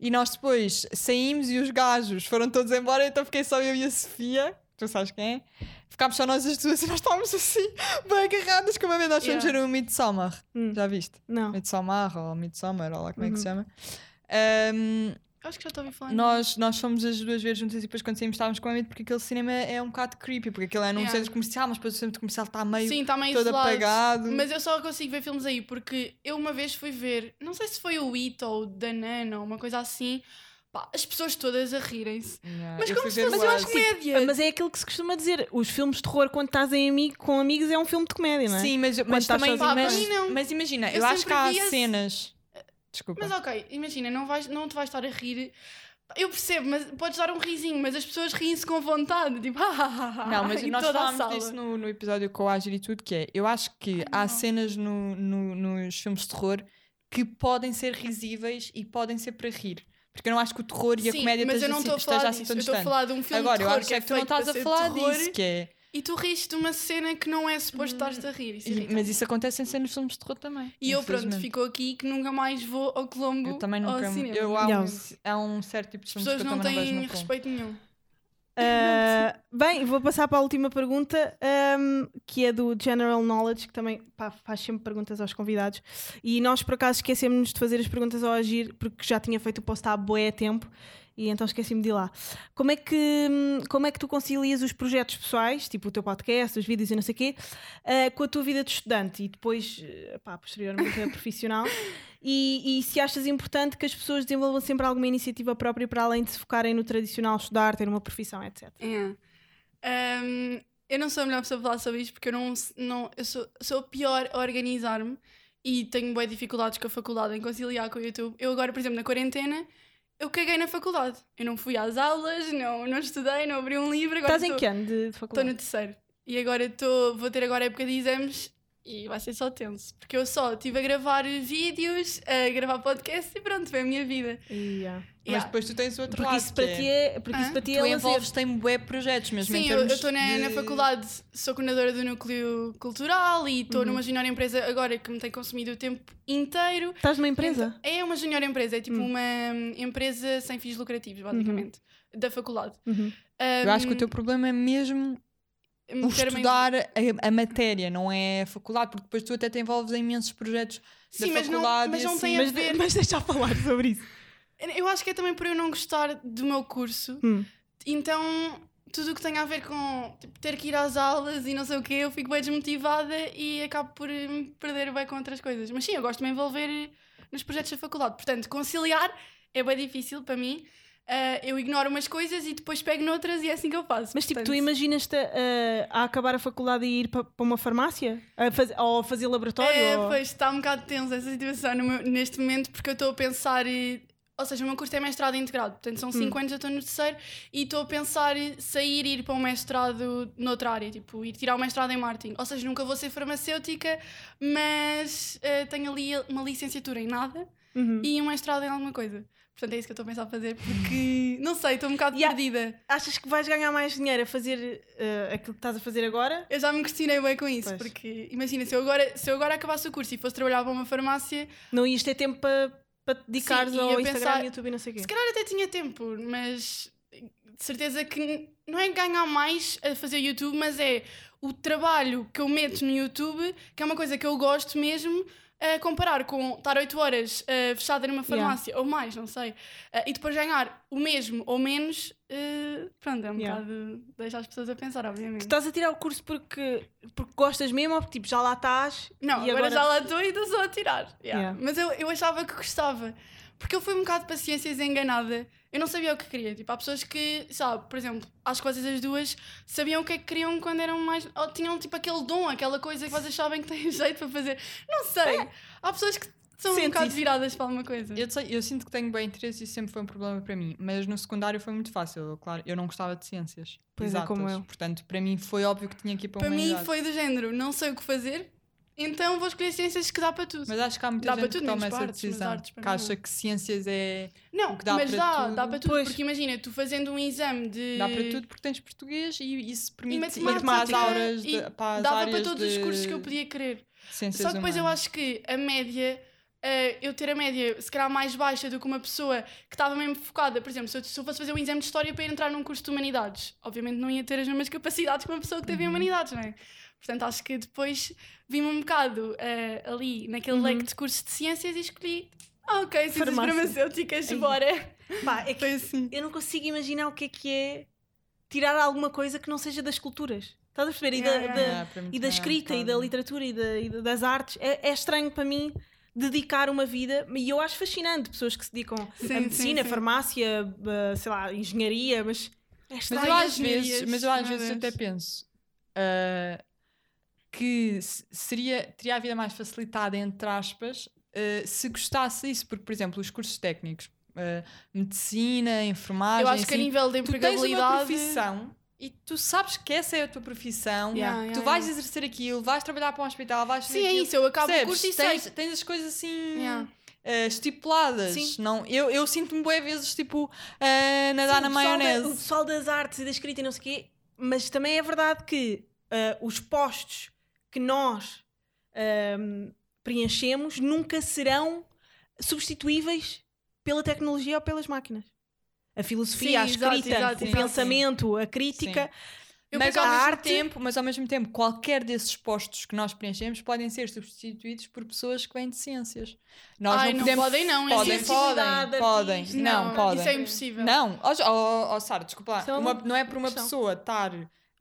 [SPEAKER 3] e nós depois saímos e os gajos foram todos embora, então fiquei só eu e a Sofia, tu sabes quem é? Ficámos só nós as duas e nós estávamos assim, bem agarradas, como a vez nós fomos
[SPEAKER 4] Yeah.
[SPEAKER 3] ver o Midsommar.
[SPEAKER 2] Hum.
[SPEAKER 3] Já viste?
[SPEAKER 2] Não.
[SPEAKER 3] Midsommar ou Midsommar, ou lá como é que
[SPEAKER 4] Uhum.
[SPEAKER 3] se chama. Ahm,
[SPEAKER 4] Acho que já estou a ouvir falar.
[SPEAKER 3] nós, nós fomos as duas vezes juntas e depois quando saímos estávamos com medo porque aquele cinema é um bocado creepy, porque aquele é num
[SPEAKER 4] Yeah.
[SPEAKER 3] centro comercial, mas depois o centro comercial está meio
[SPEAKER 4] Sim, está meio
[SPEAKER 3] todo
[SPEAKER 4] isolado.
[SPEAKER 3] apagado.
[SPEAKER 4] Mas eu só consigo ver filmes aí porque eu uma vez fui ver, não sei se foi o It ou o da Nana ou uma coisa assim, pá, as pessoas todas a rirem-se.
[SPEAKER 3] Yeah,
[SPEAKER 4] Mas
[SPEAKER 3] eu
[SPEAKER 4] como
[SPEAKER 3] fui
[SPEAKER 4] se
[SPEAKER 3] ver
[SPEAKER 4] fosse
[SPEAKER 3] o
[SPEAKER 4] uma
[SPEAKER 3] Us.
[SPEAKER 4] comédia.
[SPEAKER 2] Mas é aquilo que se costuma dizer. Os filmes de terror, quando estás em amigo, com amigos, é um filme de comédia, não é?
[SPEAKER 3] Sim, mas, mas
[SPEAKER 2] estás
[SPEAKER 3] também.
[SPEAKER 2] sozinho.
[SPEAKER 3] Mas,
[SPEAKER 4] Pá, para mim não.
[SPEAKER 3] mas imagina, eu,
[SPEAKER 4] Eu
[SPEAKER 3] acho que
[SPEAKER 4] sempre
[SPEAKER 3] há
[SPEAKER 4] vi esse-
[SPEAKER 3] cenas. Desculpa.
[SPEAKER 4] Mas ok, imagina, não, vais, não te vais estar a rir. Eu percebo, mas podes dar um risinho, mas as pessoas riem-se com vontade. Tipo, ah, ah, ah, ah,
[SPEAKER 3] não, mas
[SPEAKER 4] e
[SPEAKER 3] nós
[SPEAKER 4] toda a
[SPEAKER 3] falámos
[SPEAKER 4] sala.
[SPEAKER 3] disso no, no episódio com o Agir e tudo, que é. Eu acho que há
[SPEAKER 4] não.
[SPEAKER 3] cenas no, no- nos filmes de terror que podem ser risíveis e podem ser para rir. Porque eu não acho é que o terror e a
[SPEAKER 4] Sim,
[SPEAKER 3] comédia
[SPEAKER 4] mas eu não
[SPEAKER 3] esteja,
[SPEAKER 4] estou
[SPEAKER 3] assim-
[SPEAKER 4] a falar
[SPEAKER 3] esteja assim
[SPEAKER 4] disso.
[SPEAKER 3] tão
[SPEAKER 4] Eu estou a
[SPEAKER 3] distante.
[SPEAKER 4] falar de um filme
[SPEAKER 3] Agora,
[SPEAKER 4] de
[SPEAKER 3] eu
[SPEAKER 4] terror
[SPEAKER 3] acho que, é que tu não
[SPEAKER 4] feito para
[SPEAKER 3] estás a
[SPEAKER 4] ser
[SPEAKER 3] falar
[SPEAKER 4] terror,
[SPEAKER 3] disso, que é.
[SPEAKER 4] E tu riste de uma cena que não é suposto estar-te a rir. Isso
[SPEAKER 3] e-
[SPEAKER 4] irrita-me.
[SPEAKER 3] Hum. mas isso acontece em cenas de filmes de terror também.
[SPEAKER 4] E eu, pronto,
[SPEAKER 3] infelizmente.
[SPEAKER 4] ficou aqui que nunca mais vou ao Colombo.
[SPEAKER 3] Eu também nunca.
[SPEAKER 4] Ao cinema.
[SPEAKER 3] Eu, há,
[SPEAKER 2] Não.
[SPEAKER 3] um, há um certo tipo de
[SPEAKER 4] assim,
[SPEAKER 3] filmes que
[SPEAKER 4] As pessoas
[SPEAKER 3] eu
[SPEAKER 4] não
[SPEAKER 3] também não vejo
[SPEAKER 4] têm
[SPEAKER 3] no Colombo.
[SPEAKER 4] respeito nenhum.
[SPEAKER 2] Ah, bem, vou passar para a última pergunta, ahm, que é do General Knowledge, que também pá, faz sempre perguntas aos convidados. E nós, por acaso, esquecemos de fazer as perguntas ao Agir, porque já tinha feito o post há boé tempo, e então esqueci-me de ir lá. Como é, que, hum, como é que tu concilias os projetos pessoais, tipo o teu podcast, os vídeos e não sei o quê, ah, com a tua vida de estudante e depois, eh, pá, posteriormente, a profissional? E, e se achas importante que as pessoas desenvolvam sempre alguma iniciativa própria para além de se focarem no tradicional estudar, ter uma profissão, etc.
[SPEAKER 4] É. Ahm, eu não sou a melhor pessoa para falar sobre isto porque eu não, não eu sou, sou a pior a organizar-me e tenho boas dificuldades com a faculdade em conciliar com o YouTube. Eu agora, por exemplo, na quarentena, eu caguei na faculdade. Eu não fui às aulas, não, não estudei, não abri um livro. Agora
[SPEAKER 2] Estás em
[SPEAKER 4] estou-
[SPEAKER 2] que ano de, de
[SPEAKER 4] Estou
[SPEAKER 2] faculdade?
[SPEAKER 4] no terceiro. E agora estou vou ter agora época de exames e vai ser só tenso. Porque eu só estive a gravar vídeos, a gravar podcast e pronto, foi a minha vida.
[SPEAKER 2] Ih, ah.
[SPEAKER 3] Mas
[SPEAKER 4] Yeah.
[SPEAKER 3] depois tu tens o outro
[SPEAKER 2] Porque
[SPEAKER 3] lado.
[SPEAKER 2] isso para
[SPEAKER 3] que é-
[SPEAKER 2] ti é, porque
[SPEAKER 4] Hã?
[SPEAKER 2] isso para ti é
[SPEAKER 3] Tu
[SPEAKER 2] lazer.
[SPEAKER 3] envolves-te em bué projetos, mesmo em
[SPEAKER 4] Sim, eu- eu
[SPEAKER 3] termos
[SPEAKER 4] estou na,
[SPEAKER 3] de...
[SPEAKER 4] na faculdade, sou coordenadora do núcleo cultural e
[SPEAKER 3] Uhum.
[SPEAKER 4] estou numa junior empresa agora que me tem consumido o tempo inteiro.
[SPEAKER 2] Estás numa empresa?
[SPEAKER 4] Então, é uma junior empresa, é tipo
[SPEAKER 2] Hum.
[SPEAKER 4] uma hum, empresa sem fins lucrativos, basicamente, da faculdade.
[SPEAKER 2] Uhum.
[SPEAKER 3] Uhum. Eu acho que o teu problema é mesmo
[SPEAKER 4] Hum,
[SPEAKER 3] o
[SPEAKER 4] quero uma-
[SPEAKER 3] estudar a, a matéria, não é a faculdade, porque depois tu até te envolves em imensos projetos
[SPEAKER 4] Sim,
[SPEAKER 3] da
[SPEAKER 4] mas não,
[SPEAKER 3] faculdade.
[SPEAKER 4] mas
[SPEAKER 3] e
[SPEAKER 4] não
[SPEAKER 3] assim.
[SPEAKER 4] tem a
[SPEAKER 2] Mas,
[SPEAKER 4] ver.
[SPEAKER 2] de, mas deixa falar sobre isso.
[SPEAKER 4] Eu acho que é também por eu não gostar do meu curso.
[SPEAKER 2] Hum.
[SPEAKER 4] Então, tudo o que tem a ver com tipo, ter que ir às aulas e não sei o quê, eu fico bem desmotivada e acabo por me perder bem com outras coisas. Mas sim, eu gosto de me envolver nos projetos da faculdade. Portanto, conciliar é bem difícil para mim. Ah, eu ignoro umas coisas e depois pego noutras e é assim que eu faço.
[SPEAKER 2] Mas tipo, tu
[SPEAKER 4] Portanto,
[SPEAKER 2] imaginas-te ah, a acabar a faculdade e ir para, para uma farmácia? A faz- ou a fazer laboratório?
[SPEAKER 4] É,
[SPEAKER 2] ou...
[SPEAKER 4] pois está um bocado tenso essa situação no meu- neste momento porque eu estou a pensar. eh, Ou seja, o meu curso é mestrado integrado, portanto
[SPEAKER 2] Hum.
[SPEAKER 4] são 5 anos, eu estou no terceiro e estou a pensar em sair e ir para um mestrado noutra área, tipo, ir tirar o mestrado em marketing. Ou seja, nunca vou ser farmacêutica, mas eh, tenho ali uma licenciatura em nada
[SPEAKER 2] Uhum.
[SPEAKER 4] e um mestrado em alguma coisa. Portanto, é isso que eu estou a pensar fazer porque, não sei, estou um bocado
[SPEAKER 2] Yeah.
[SPEAKER 4] perdida.
[SPEAKER 2] Achas que vais ganhar mais dinheiro a fazer ah, aquilo que estás a fazer agora?
[SPEAKER 4] Eu já me questionei bem com isso,
[SPEAKER 2] Pois.
[SPEAKER 4] porque imagina, se eu, agora, se eu agora acabasse o curso e fosse trabalhar para uma farmácia,
[SPEAKER 2] Não ias ter tempo para, para te dedicares
[SPEAKER 4] Sim,
[SPEAKER 2] ao
[SPEAKER 4] ia
[SPEAKER 2] Instagram,
[SPEAKER 4] pensar-
[SPEAKER 2] YouTube e não sei o quê?
[SPEAKER 4] Se calhar até tinha tempo, mas de certeza que n- não é ganhar mais a fazer YouTube, mas é o trabalho que eu meto no YouTube, que é uma coisa que eu gosto mesmo, a comparar com estar 8 horas eh, fechada numa farmácia, ou mais, não sei, eh, e depois ganhar o mesmo ou menos, eh, pronto, é um
[SPEAKER 2] Yeah.
[SPEAKER 4] bocado. deixa as pessoas a pensar, obviamente.
[SPEAKER 2] Estás a tirar o curso porque, porque gostas mesmo ou porque tipo, já lá estás?
[SPEAKER 4] Não,
[SPEAKER 2] e
[SPEAKER 4] agora, já lá estou e estou só a tirar. Yeah.
[SPEAKER 2] Yeah.
[SPEAKER 4] Mas eu, eu achava que gostava. Porque eu fui um bocado de paciência enganada. Eu não sabia o que queria. Tipo, há pessoas que, sabe, por exemplo, acho que vocês as duas sabiam o que é que queriam quando eram mais. Ou tinham tipo aquele dom, aquela coisa que vocês sabem que têm jeito para fazer. Não sei. Há pessoas que são
[SPEAKER 2] Sentes
[SPEAKER 4] um bocado
[SPEAKER 2] isso?
[SPEAKER 4] viradas para alguma coisa.
[SPEAKER 3] É. Eu, sei- eu sinto que tenho bem interesse e isso sempre foi um problema para mim, mas no secundário foi muito fácil. Eu, claro, eu não gostava de ciências.
[SPEAKER 2] Pois é,
[SPEAKER 3] exatas,
[SPEAKER 2] como eu.
[SPEAKER 3] Portanto, para mim foi óbvio que tinha que ir para,
[SPEAKER 4] para
[SPEAKER 3] uma
[SPEAKER 4] mim foi do género, não sei o que fazer, então vou escolher ciências que dá para tudo.
[SPEAKER 3] Mas acho que há muita
[SPEAKER 4] Dá para
[SPEAKER 3] gente
[SPEAKER 4] tudo,
[SPEAKER 3] que toma
[SPEAKER 4] menos
[SPEAKER 3] essa
[SPEAKER 4] para artes, mas
[SPEAKER 3] decisão.
[SPEAKER 4] artes para
[SPEAKER 3] que
[SPEAKER 4] mim
[SPEAKER 3] acha
[SPEAKER 4] não.
[SPEAKER 3] que ciências é.
[SPEAKER 4] não,
[SPEAKER 3] o que dá
[SPEAKER 4] mas
[SPEAKER 3] para
[SPEAKER 4] dá,
[SPEAKER 3] tudo.
[SPEAKER 4] dá para tudo.
[SPEAKER 2] Pois.
[SPEAKER 4] Porque imagina, tu fazendo um exame de.
[SPEAKER 3] Dá para tudo porque tens português e isso permite ir
[SPEAKER 4] matemática,
[SPEAKER 3] para as aulas. de-
[SPEAKER 4] e
[SPEAKER 3] para as
[SPEAKER 4] Dava
[SPEAKER 3] áreas
[SPEAKER 4] para todos
[SPEAKER 3] de
[SPEAKER 4] os cursos que eu podia querer.
[SPEAKER 3] Ciências
[SPEAKER 4] Só que depois eu
[SPEAKER 3] humanas.
[SPEAKER 4] acho que a média, eh, eu ter a média se calhar mais baixa do que uma pessoa que estava mesmo focada, por exemplo, se eu, se eu fosse fazer um exame de história para ir entrar num curso de humanidades, obviamente não ia ter as mesmas capacidades que uma pessoa que
[SPEAKER 3] Uhum.
[SPEAKER 4] teve em humanidades, não é? Portanto, acho que depois vim-me um bocado eh, ali naquele
[SPEAKER 2] Uhum.
[SPEAKER 4] leque de cursos de ciências e escolhi. Ah, ok, ciências
[SPEAKER 2] Farmácia.
[SPEAKER 4] farmacêuticas,
[SPEAKER 2] Ai.
[SPEAKER 4] bora.
[SPEAKER 2] Pá, é que
[SPEAKER 4] Foi assim.
[SPEAKER 2] eu não consigo imaginar o que é que é tirar alguma coisa que não seja das culturas. Estás a perceber? E da,
[SPEAKER 4] Yeah,
[SPEAKER 2] da-
[SPEAKER 4] yeah,
[SPEAKER 3] Yeah, para mim
[SPEAKER 2] e da
[SPEAKER 3] também é um
[SPEAKER 2] escrita e da
[SPEAKER 3] bocado-
[SPEAKER 2] literatura e, da- e da- das artes. É, é estranho para mim dedicar uma vida, e eu acho fascinante pessoas que se dedicam
[SPEAKER 4] Sim,
[SPEAKER 2] a medicina,
[SPEAKER 4] sim, sim.
[SPEAKER 2] farmácia, a, sei lá, engenharia, mas é
[SPEAKER 3] Mas
[SPEAKER 2] estranho.
[SPEAKER 3] eu
[SPEAKER 4] Ai,
[SPEAKER 3] às
[SPEAKER 4] as minhas,
[SPEAKER 3] vezes, mas eu às
[SPEAKER 4] meu
[SPEAKER 3] vezes
[SPEAKER 4] Deus.
[SPEAKER 3] até penso ah, que se- seria, teria a vida mais facilitada, entre aspas, ah, se gostasse disso, porque, por exemplo, os cursos técnicos, ah, medicina, enfermagem,
[SPEAKER 4] Eu acho que a
[SPEAKER 3] assim,
[SPEAKER 4] nível de
[SPEAKER 3] tu tens uma
[SPEAKER 4] empregabilidade.
[SPEAKER 3] profissão e tu sabes que essa é a tua profissão,
[SPEAKER 4] Yeah,
[SPEAKER 3] tu
[SPEAKER 4] yeah,
[SPEAKER 3] vais
[SPEAKER 4] yeah.
[SPEAKER 3] exercer aquilo, vais trabalhar para um hospital, vais fazer
[SPEAKER 4] Sim, é
[SPEAKER 3] aquilo.
[SPEAKER 4] isso, eu acabo o
[SPEAKER 3] Percebes?
[SPEAKER 4] curso e sei.
[SPEAKER 3] tens, tens as coisas assim
[SPEAKER 4] Yeah. eh,
[SPEAKER 3] ah, estipuladas.
[SPEAKER 2] Sim.
[SPEAKER 3] Não, eu eu sinto-me boas vezes tipo
[SPEAKER 4] eh,
[SPEAKER 3] a nadar
[SPEAKER 2] Sim,
[SPEAKER 3] na
[SPEAKER 2] o pessoal da-
[SPEAKER 3] maionese.
[SPEAKER 2] o pessoal das artes e da escrita e não sei o quê, mas também é verdade que ah, os postos que nós ahm, preenchemos nunca serão substituíveis pela tecnologia ou pelas máquinas. A filosofia,
[SPEAKER 4] Sim,
[SPEAKER 2] a
[SPEAKER 4] exato,
[SPEAKER 2] escrita,
[SPEAKER 4] exato,
[SPEAKER 2] o
[SPEAKER 4] exato.
[SPEAKER 2] pensamento, a crítica.
[SPEAKER 4] Eu
[SPEAKER 3] mas
[SPEAKER 4] por
[SPEAKER 3] ao
[SPEAKER 4] acaso-
[SPEAKER 3] mesmo
[SPEAKER 2] arte-
[SPEAKER 3] tempo, mas ao mesmo tempo, qualquer desses postos que nós preenchemos podem ser substituídos por pessoas que vêm de ciências. Nós não
[SPEAKER 4] Ai, não
[SPEAKER 3] podemos
[SPEAKER 4] podem não, é
[SPEAKER 3] podem,
[SPEAKER 2] sensibilidade
[SPEAKER 3] podem,
[SPEAKER 2] artística.
[SPEAKER 3] podem, não, podem.
[SPEAKER 4] Isso é impossível. Então,
[SPEAKER 3] Não, ó oh, Sara, desculpa lá.
[SPEAKER 2] Isso é uma
[SPEAKER 3] Uma- não é por uma
[SPEAKER 2] questão.
[SPEAKER 3] pessoa estar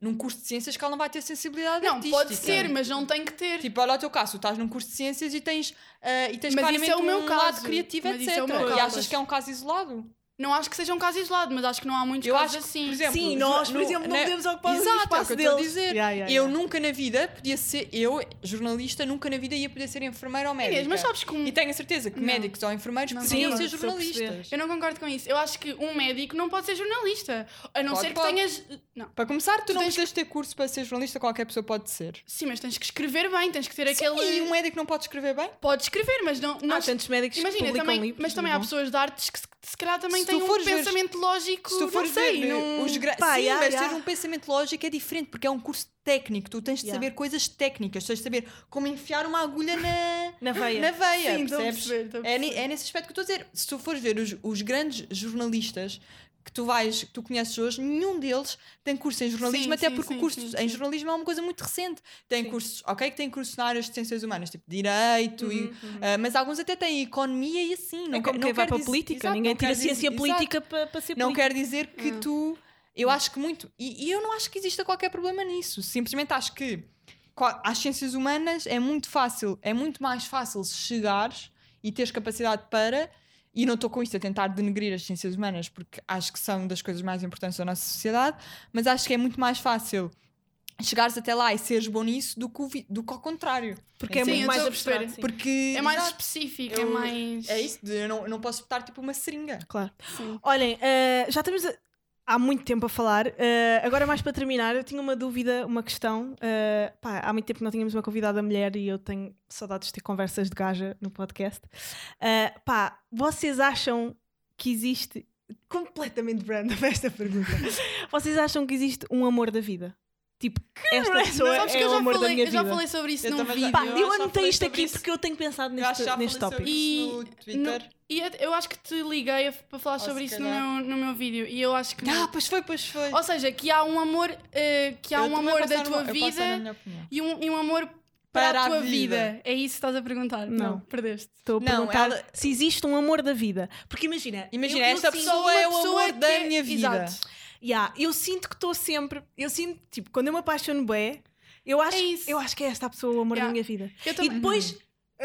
[SPEAKER 3] num curso de ciências que ela não vai ter sensibilidade
[SPEAKER 4] Não,
[SPEAKER 3] artística.
[SPEAKER 4] pode ser, mas não tem que ter.
[SPEAKER 3] Tipo, olha o teu caso, tu estás num curso de ciências e tens, ah, e tens
[SPEAKER 4] Mas
[SPEAKER 3] claramente
[SPEAKER 4] isso é o meu
[SPEAKER 3] um
[SPEAKER 4] caso.
[SPEAKER 3] lado criativo,
[SPEAKER 4] Mas
[SPEAKER 3] etc.
[SPEAKER 4] isso é o meu
[SPEAKER 3] e
[SPEAKER 4] caso.
[SPEAKER 3] achas que é um caso isolado?
[SPEAKER 4] Não acho que seja um caso isolado, mas acho que não há muitos
[SPEAKER 3] Eu
[SPEAKER 4] casos
[SPEAKER 3] acho que,
[SPEAKER 4] assim.
[SPEAKER 3] por exemplo,
[SPEAKER 2] Sim, nós, por
[SPEAKER 3] um no-
[SPEAKER 2] exemplo, não
[SPEAKER 3] na-
[SPEAKER 2] podemos ocupar
[SPEAKER 3] Exato, é o
[SPEAKER 2] o
[SPEAKER 3] que
[SPEAKER 2] espaço
[SPEAKER 3] eu
[SPEAKER 2] deles.
[SPEAKER 3] estou a dizer.
[SPEAKER 2] Yeah, yeah,
[SPEAKER 3] Eu
[SPEAKER 2] yeah.
[SPEAKER 3] nunca na vida podia ser, eu, jornalista, nunca na vida ia poder ser enfermeira
[SPEAKER 2] É
[SPEAKER 3] ou médica.
[SPEAKER 4] Inês, mas sabes um- como.
[SPEAKER 3] E tenho a certeza que
[SPEAKER 4] Não.
[SPEAKER 3] médicos ou enfermeiros
[SPEAKER 4] Não
[SPEAKER 3] podiam
[SPEAKER 2] concordo,
[SPEAKER 3] ser
[SPEAKER 2] estou a perceber.
[SPEAKER 3] jornalistas.
[SPEAKER 4] Eu não concordo com isso. Eu acho que um médico não pode ser jornalista. A não
[SPEAKER 3] Pode,
[SPEAKER 4] ser que
[SPEAKER 3] pode.
[SPEAKER 4] tenhas. Não.
[SPEAKER 3] Para começar, tu,
[SPEAKER 4] Tu
[SPEAKER 3] não
[SPEAKER 4] tens
[SPEAKER 3] precisas ter curso para ser jornalista, qualquer pessoa pode ser.
[SPEAKER 4] Sim, mas tens que escrever bem, tens que ter
[SPEAKER 3] E um
[SPEAKER 4] aquele.
[SPEAKER 3] médico não pode escrever bem?
[SPEAKER 4] Pode escrever, mas não. não
[SPEAKER 2] Há tantos médicos que
[SPEAKER 4] Imagina,
[SPEAKER 2] publicam
[SPEAKER 4] também,
[SPEAKER 2] livros.
[SPEAKER 4] mas também
[SPEAKER 2] não
[SPEAKER 4] há
[SPEAKER 2] é?
[SPEAKER 4] pessoas de artes que se, se calhar também
[SPEAKER 3] Se tu
[SPEAKER 4] têm um
[SPEAKER 3] fores ver-
[SPEAKER 4] pensamento lógico.
[SPEAKER 3] Se tu fores
[SPEAKER 4] não sei,
[SPEAKER 3] ver eh,
[SPEAKER 4] não-
[SPEAKER 3] os gra...
[SPEAKER 2] Pá,
[SPEAKER 3] Sim,
[SPEAKER 2] yeah,
[SPEAKER 3] mas
[SPEAKER 2] yeah.
[SPEAKER 3] ter um pensamento lógico é diferente, porque é um curso técnico. Tu tens de
[SPEAKER 2] Yeah.
[SPEAKER 3] saber coisas técnicas, tens de saber como enfiar uma agulha na,
[SPEAKER 2] Na veia. então
[SPEAKER 3] na veia,
[SPEAKER 4] Sim, estou a
[SPEAKER 3] percebes?
[SPEAKER 4] perceber, estou a
[SPEAKER 3] É, ni-
[SPEAKER 4] perceber.
[SPEAKER 3] é nesse aspecto que eu estou a dizer. Se tu fores ver os, os grandes jornalistas que tu vais, que tu conheces hoje, nenhum deles tem curso em jornalismo,
[SPEAKER 4] Sim,
[SPEAKER 3] até
[SPEAKER 4] sim,
[SPEAKER 3] porque o
[SPEAKER 4] sim,
[SPEAKER 3] curso
[SPEAKER 4] sim,
[SPEAKER 3] em
[SPEAKER 4] sim.
[SPEAKER 3] jornalismo é uma coisa muito recente. Tem cursos, ok, que tem cursos na área de ciências humanas, tipo direito, e, ah, mas alguns até têm economia e assim. Não,
[SPEAKER 2] Uhum, É
[SPEAKER 3] quer-
[SPEAKER 2] como
[SPEAKER 3] não
[SPEAKER 2] quem vai
[SPEAKER 3] quer
[SPEAKER 2] para a
[SPEAKER 3] dizer-
[SPEAKER 2] política.
[SPEAKER 3] exato,
[SPEAKER 2] Ninguém
[SPEAKER 3] não quer
[SPEAKER 2] tira
[SPEAKER 3] dizer-
[SPEAKER 2] ciência
[SPEAKER 3] exato.
[SPEAKER 2] política para, para ser
[SPEAKER 3] Não
[SPEAKER 2] político.
[SPEAKER 3] quer dizer que
[SPEAKER 2] Hum.
[SPEAKER 4] Não.
[SPEAKER 3] tu. Eu acho que muito. E, e eu não acho que exista qualquer problema nisso. Simplesmente acho que qua- às ciências humanas é muito fácil, é muito mais fácil chegares e teres capacidade para. E não estou com isto a tentar denegrir as ciências humanas, porque acho que são das coisas mais importantes da nossa sociedade, mas acho que é muito mais fácil chegares até lá e seres bom nisso do que, o vi- do que ao contrário.
[SPEAKER 2] Porque é
[SPEAKER 4] Sim,
[SPEAKER 2] muito
[SPEAKER 4] eu
[SPEAKER 2] mais
[SPEAKER 4] estou a perceber.
[SPEAKER 2] abstrato. sim.
[SPEAKER 3] Porque.
[SPEAKER 4] É mais
[SPEAKER 3] Exato.
[SPEAKER 4] específico, é
[SPEAKER 3] Eu-
[SPEAKER 4] mais.
[SPEAKER 3] É isso, de- eu não, eu não posso botar tipo uma seringa.
[SPEAKER 2] Claro.
[SPEAKER 4] Sim.
[SPEAKER 2] Olhem, eh, já estamos a- há muito tempo a falar. eh, agora, mais para terminar, eu tinha uma dúvida, uma questão. eh, pá, há muito tempo que não tínhamos uma convidada mulher e eu tenho saudades de ter conversas de gaja no podcast. Eh, pá, vocês acham que existe. Completamente random esta pergunta. vocês acham que existe um amor da vida? Tipo, esta pessoa
[SPEAKER 4] Sabes
[SPEAKER 2] é
[SPEAKER 4] que eu
[SPEAKER 2] o
[SPEAKER 4] já
[SPEAKER 2] amor da
[SPEAKER 4] falei,
[SPEAKER 2] minha
[SPEAKER 4] eu já
[SPEAKER 2] vida.
[SPEAKER 4] falei sobre isso
[SPEAKER 3] Eu
[SPEAKER 4] num
[SPEAKER 3] também já-
[SPEAKER 4] vídeo.
[SPEAKER 2] Pá,
[SPEAKER 3] Eu
[SPEAKER 2] eu,
[SPEAKER 3] acho que já
[SPEAKER 2] anotei
[SPEAKER 3] falei
[SPEAKER 2] isto aqui
[SPEAKER 3] sobre isso.
[SPEAKER 2] porque eu tenho pensado
[SPEAKER 3] Eu acho
[SPEAKER 2] neste,
[SPEAKER 3] que já
[SPEAKER 2] neste
[SPEAKER 3] falei sobre
[SPEAKER 2] tópico.
[SPEAKER 3] isso
[SPEAKER 4] E
[SPEAKER 3] no Twitter.
[SPEAKER 4] E eu- eu acho que te liguei a- para falar
[SPEAKER 3] Ou
[SPEAKER 4] sobre
[SPEAKER 3] se
[SPEAKER 4] isso no
[SPEAKER 3] calhar.
[SPEAKER 4] meu, no meu vídeo e eu acho que
[SPEAKER 3] Ah,
[SPEAKER 4] não.
[SPEAKER 3] pois foi, pois foi.
[SPEAKER 4] Ou seja, que há um amor, eh, que há um amor da tua vida e um, e um amor para,
[SPEAKER 3] Para a
[SPEAKER 4] a tua vida.
[SPEAKER 3] vida.
[SPEAKER 4] É isso que estás a perguntar.
[SPEAKER 2] Não.
[SPEAKER 4] Não, perdeste.
[SPEAKER 2] Estou a
[SPEAKER 3] Não,
[SPEAKER 2] perguntar
[SPEAKER 3] ela-
[SPEAKER 2] se existe um amor da vida. Porque imagina,
[SPEAKER 3] Imagina,
[SPEAKER 2] eu- eu
[SPEAKER 3] esta
[SPEAKER 2] sinto-
[SPEAKER 3] pessoa
[SPEAKER 4] uma
[SPEAKER 3] é o amor
[SPEAKER 4] pessoa
[SPEAKER 3] da
[SPEAKER 4] que é-
[SPEAKER 3] minha vida.
[SPEAKER 4] Exato.
[SPEAKER 2] Yeah, eu sinto que estou sempre. Eu sinto, tipo, quando eu me apaixono bem, eu acho,
[SPEAKER 4] É isso.
[SPEAKER 2] eu acho que é esta a pessoa o amor da
[SPEAKER 4] Yeah.
[SPEAKER 2] minha vida.
[SPEAKER 4] Eu
[SPEAKER 2] E
[SPEAKER 4] também.
[SPEAKER 2] depois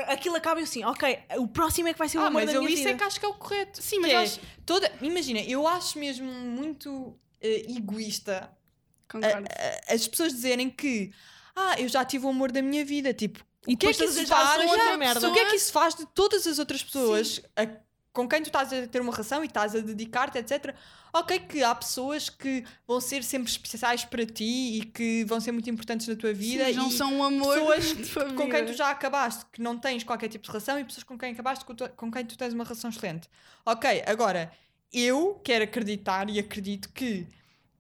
[SPEAKER 2] Aquilo acaba e eu assim, ok, o próximo é que vai ser o
[SPEAKER 3] Ah,
[SPEAKER 2] amor
[SPEAKER 3] mas
[SPEAKER 2] da
[SPEAKER 3] eu
[SPEAKER 2] minha
[SPEAKER 3] isso
[SPEAKER 2] vida.
[SPEAKER 3] é que acho que é o correto.
[SPEAKER 4] Sim, mas
[SPEAKER 3] Que é,
[SPEAKER 4] acho-
[SPEAKER 3] toda, imagina, eu acho mesmo muito eh, egoísta
[SPEAKER 4] Concordo.
[SPEAKER 3] a- as pessoas dizerem que ah, eu já tive o amor da minha vida, tipo,
[SPEAKER 2] E
[SPEAKER 3] o que é
[SPEAKER 2] depois
[SPEAKER 3] que
[SPEAKER 2] todas
[SPEAKER 3] isso
[SPEAKER 2] as relações
[SPEAKER 3] faz?
[SPEAKER 2] são outra
[SPEAKER 3] Yeah,
[SPEAKER 2] merda.
[SPEAKER 3] O que é que isso faz de todas as outras pessoas a- com quem tu estás a ter uma relação e estás a dedicar-te, etc. Ok, que há pessoas que vão ser sempre especiais para ti e que vão ser muito importantes na tua vida
[SPEAKER 4] Sim, não
[SPEAKER 3] e
[SPEAKER 4] são um amor
[SPEAKER 3] pessoas
[SPEAKER 4] de tua
[SPEAKER 3] com
[SPEAKER 4] vida.
[SPEAKER 3] quem tu
[SPEAKER 2] Uhum.
[SPEAKER 3] já acabaste, que não tens qualquer tipo de relação, e pessoas com quem acabaste, com, tu- com quem tu tens uma relação excelente. Ok, agora, eu quero acreditar e acredito que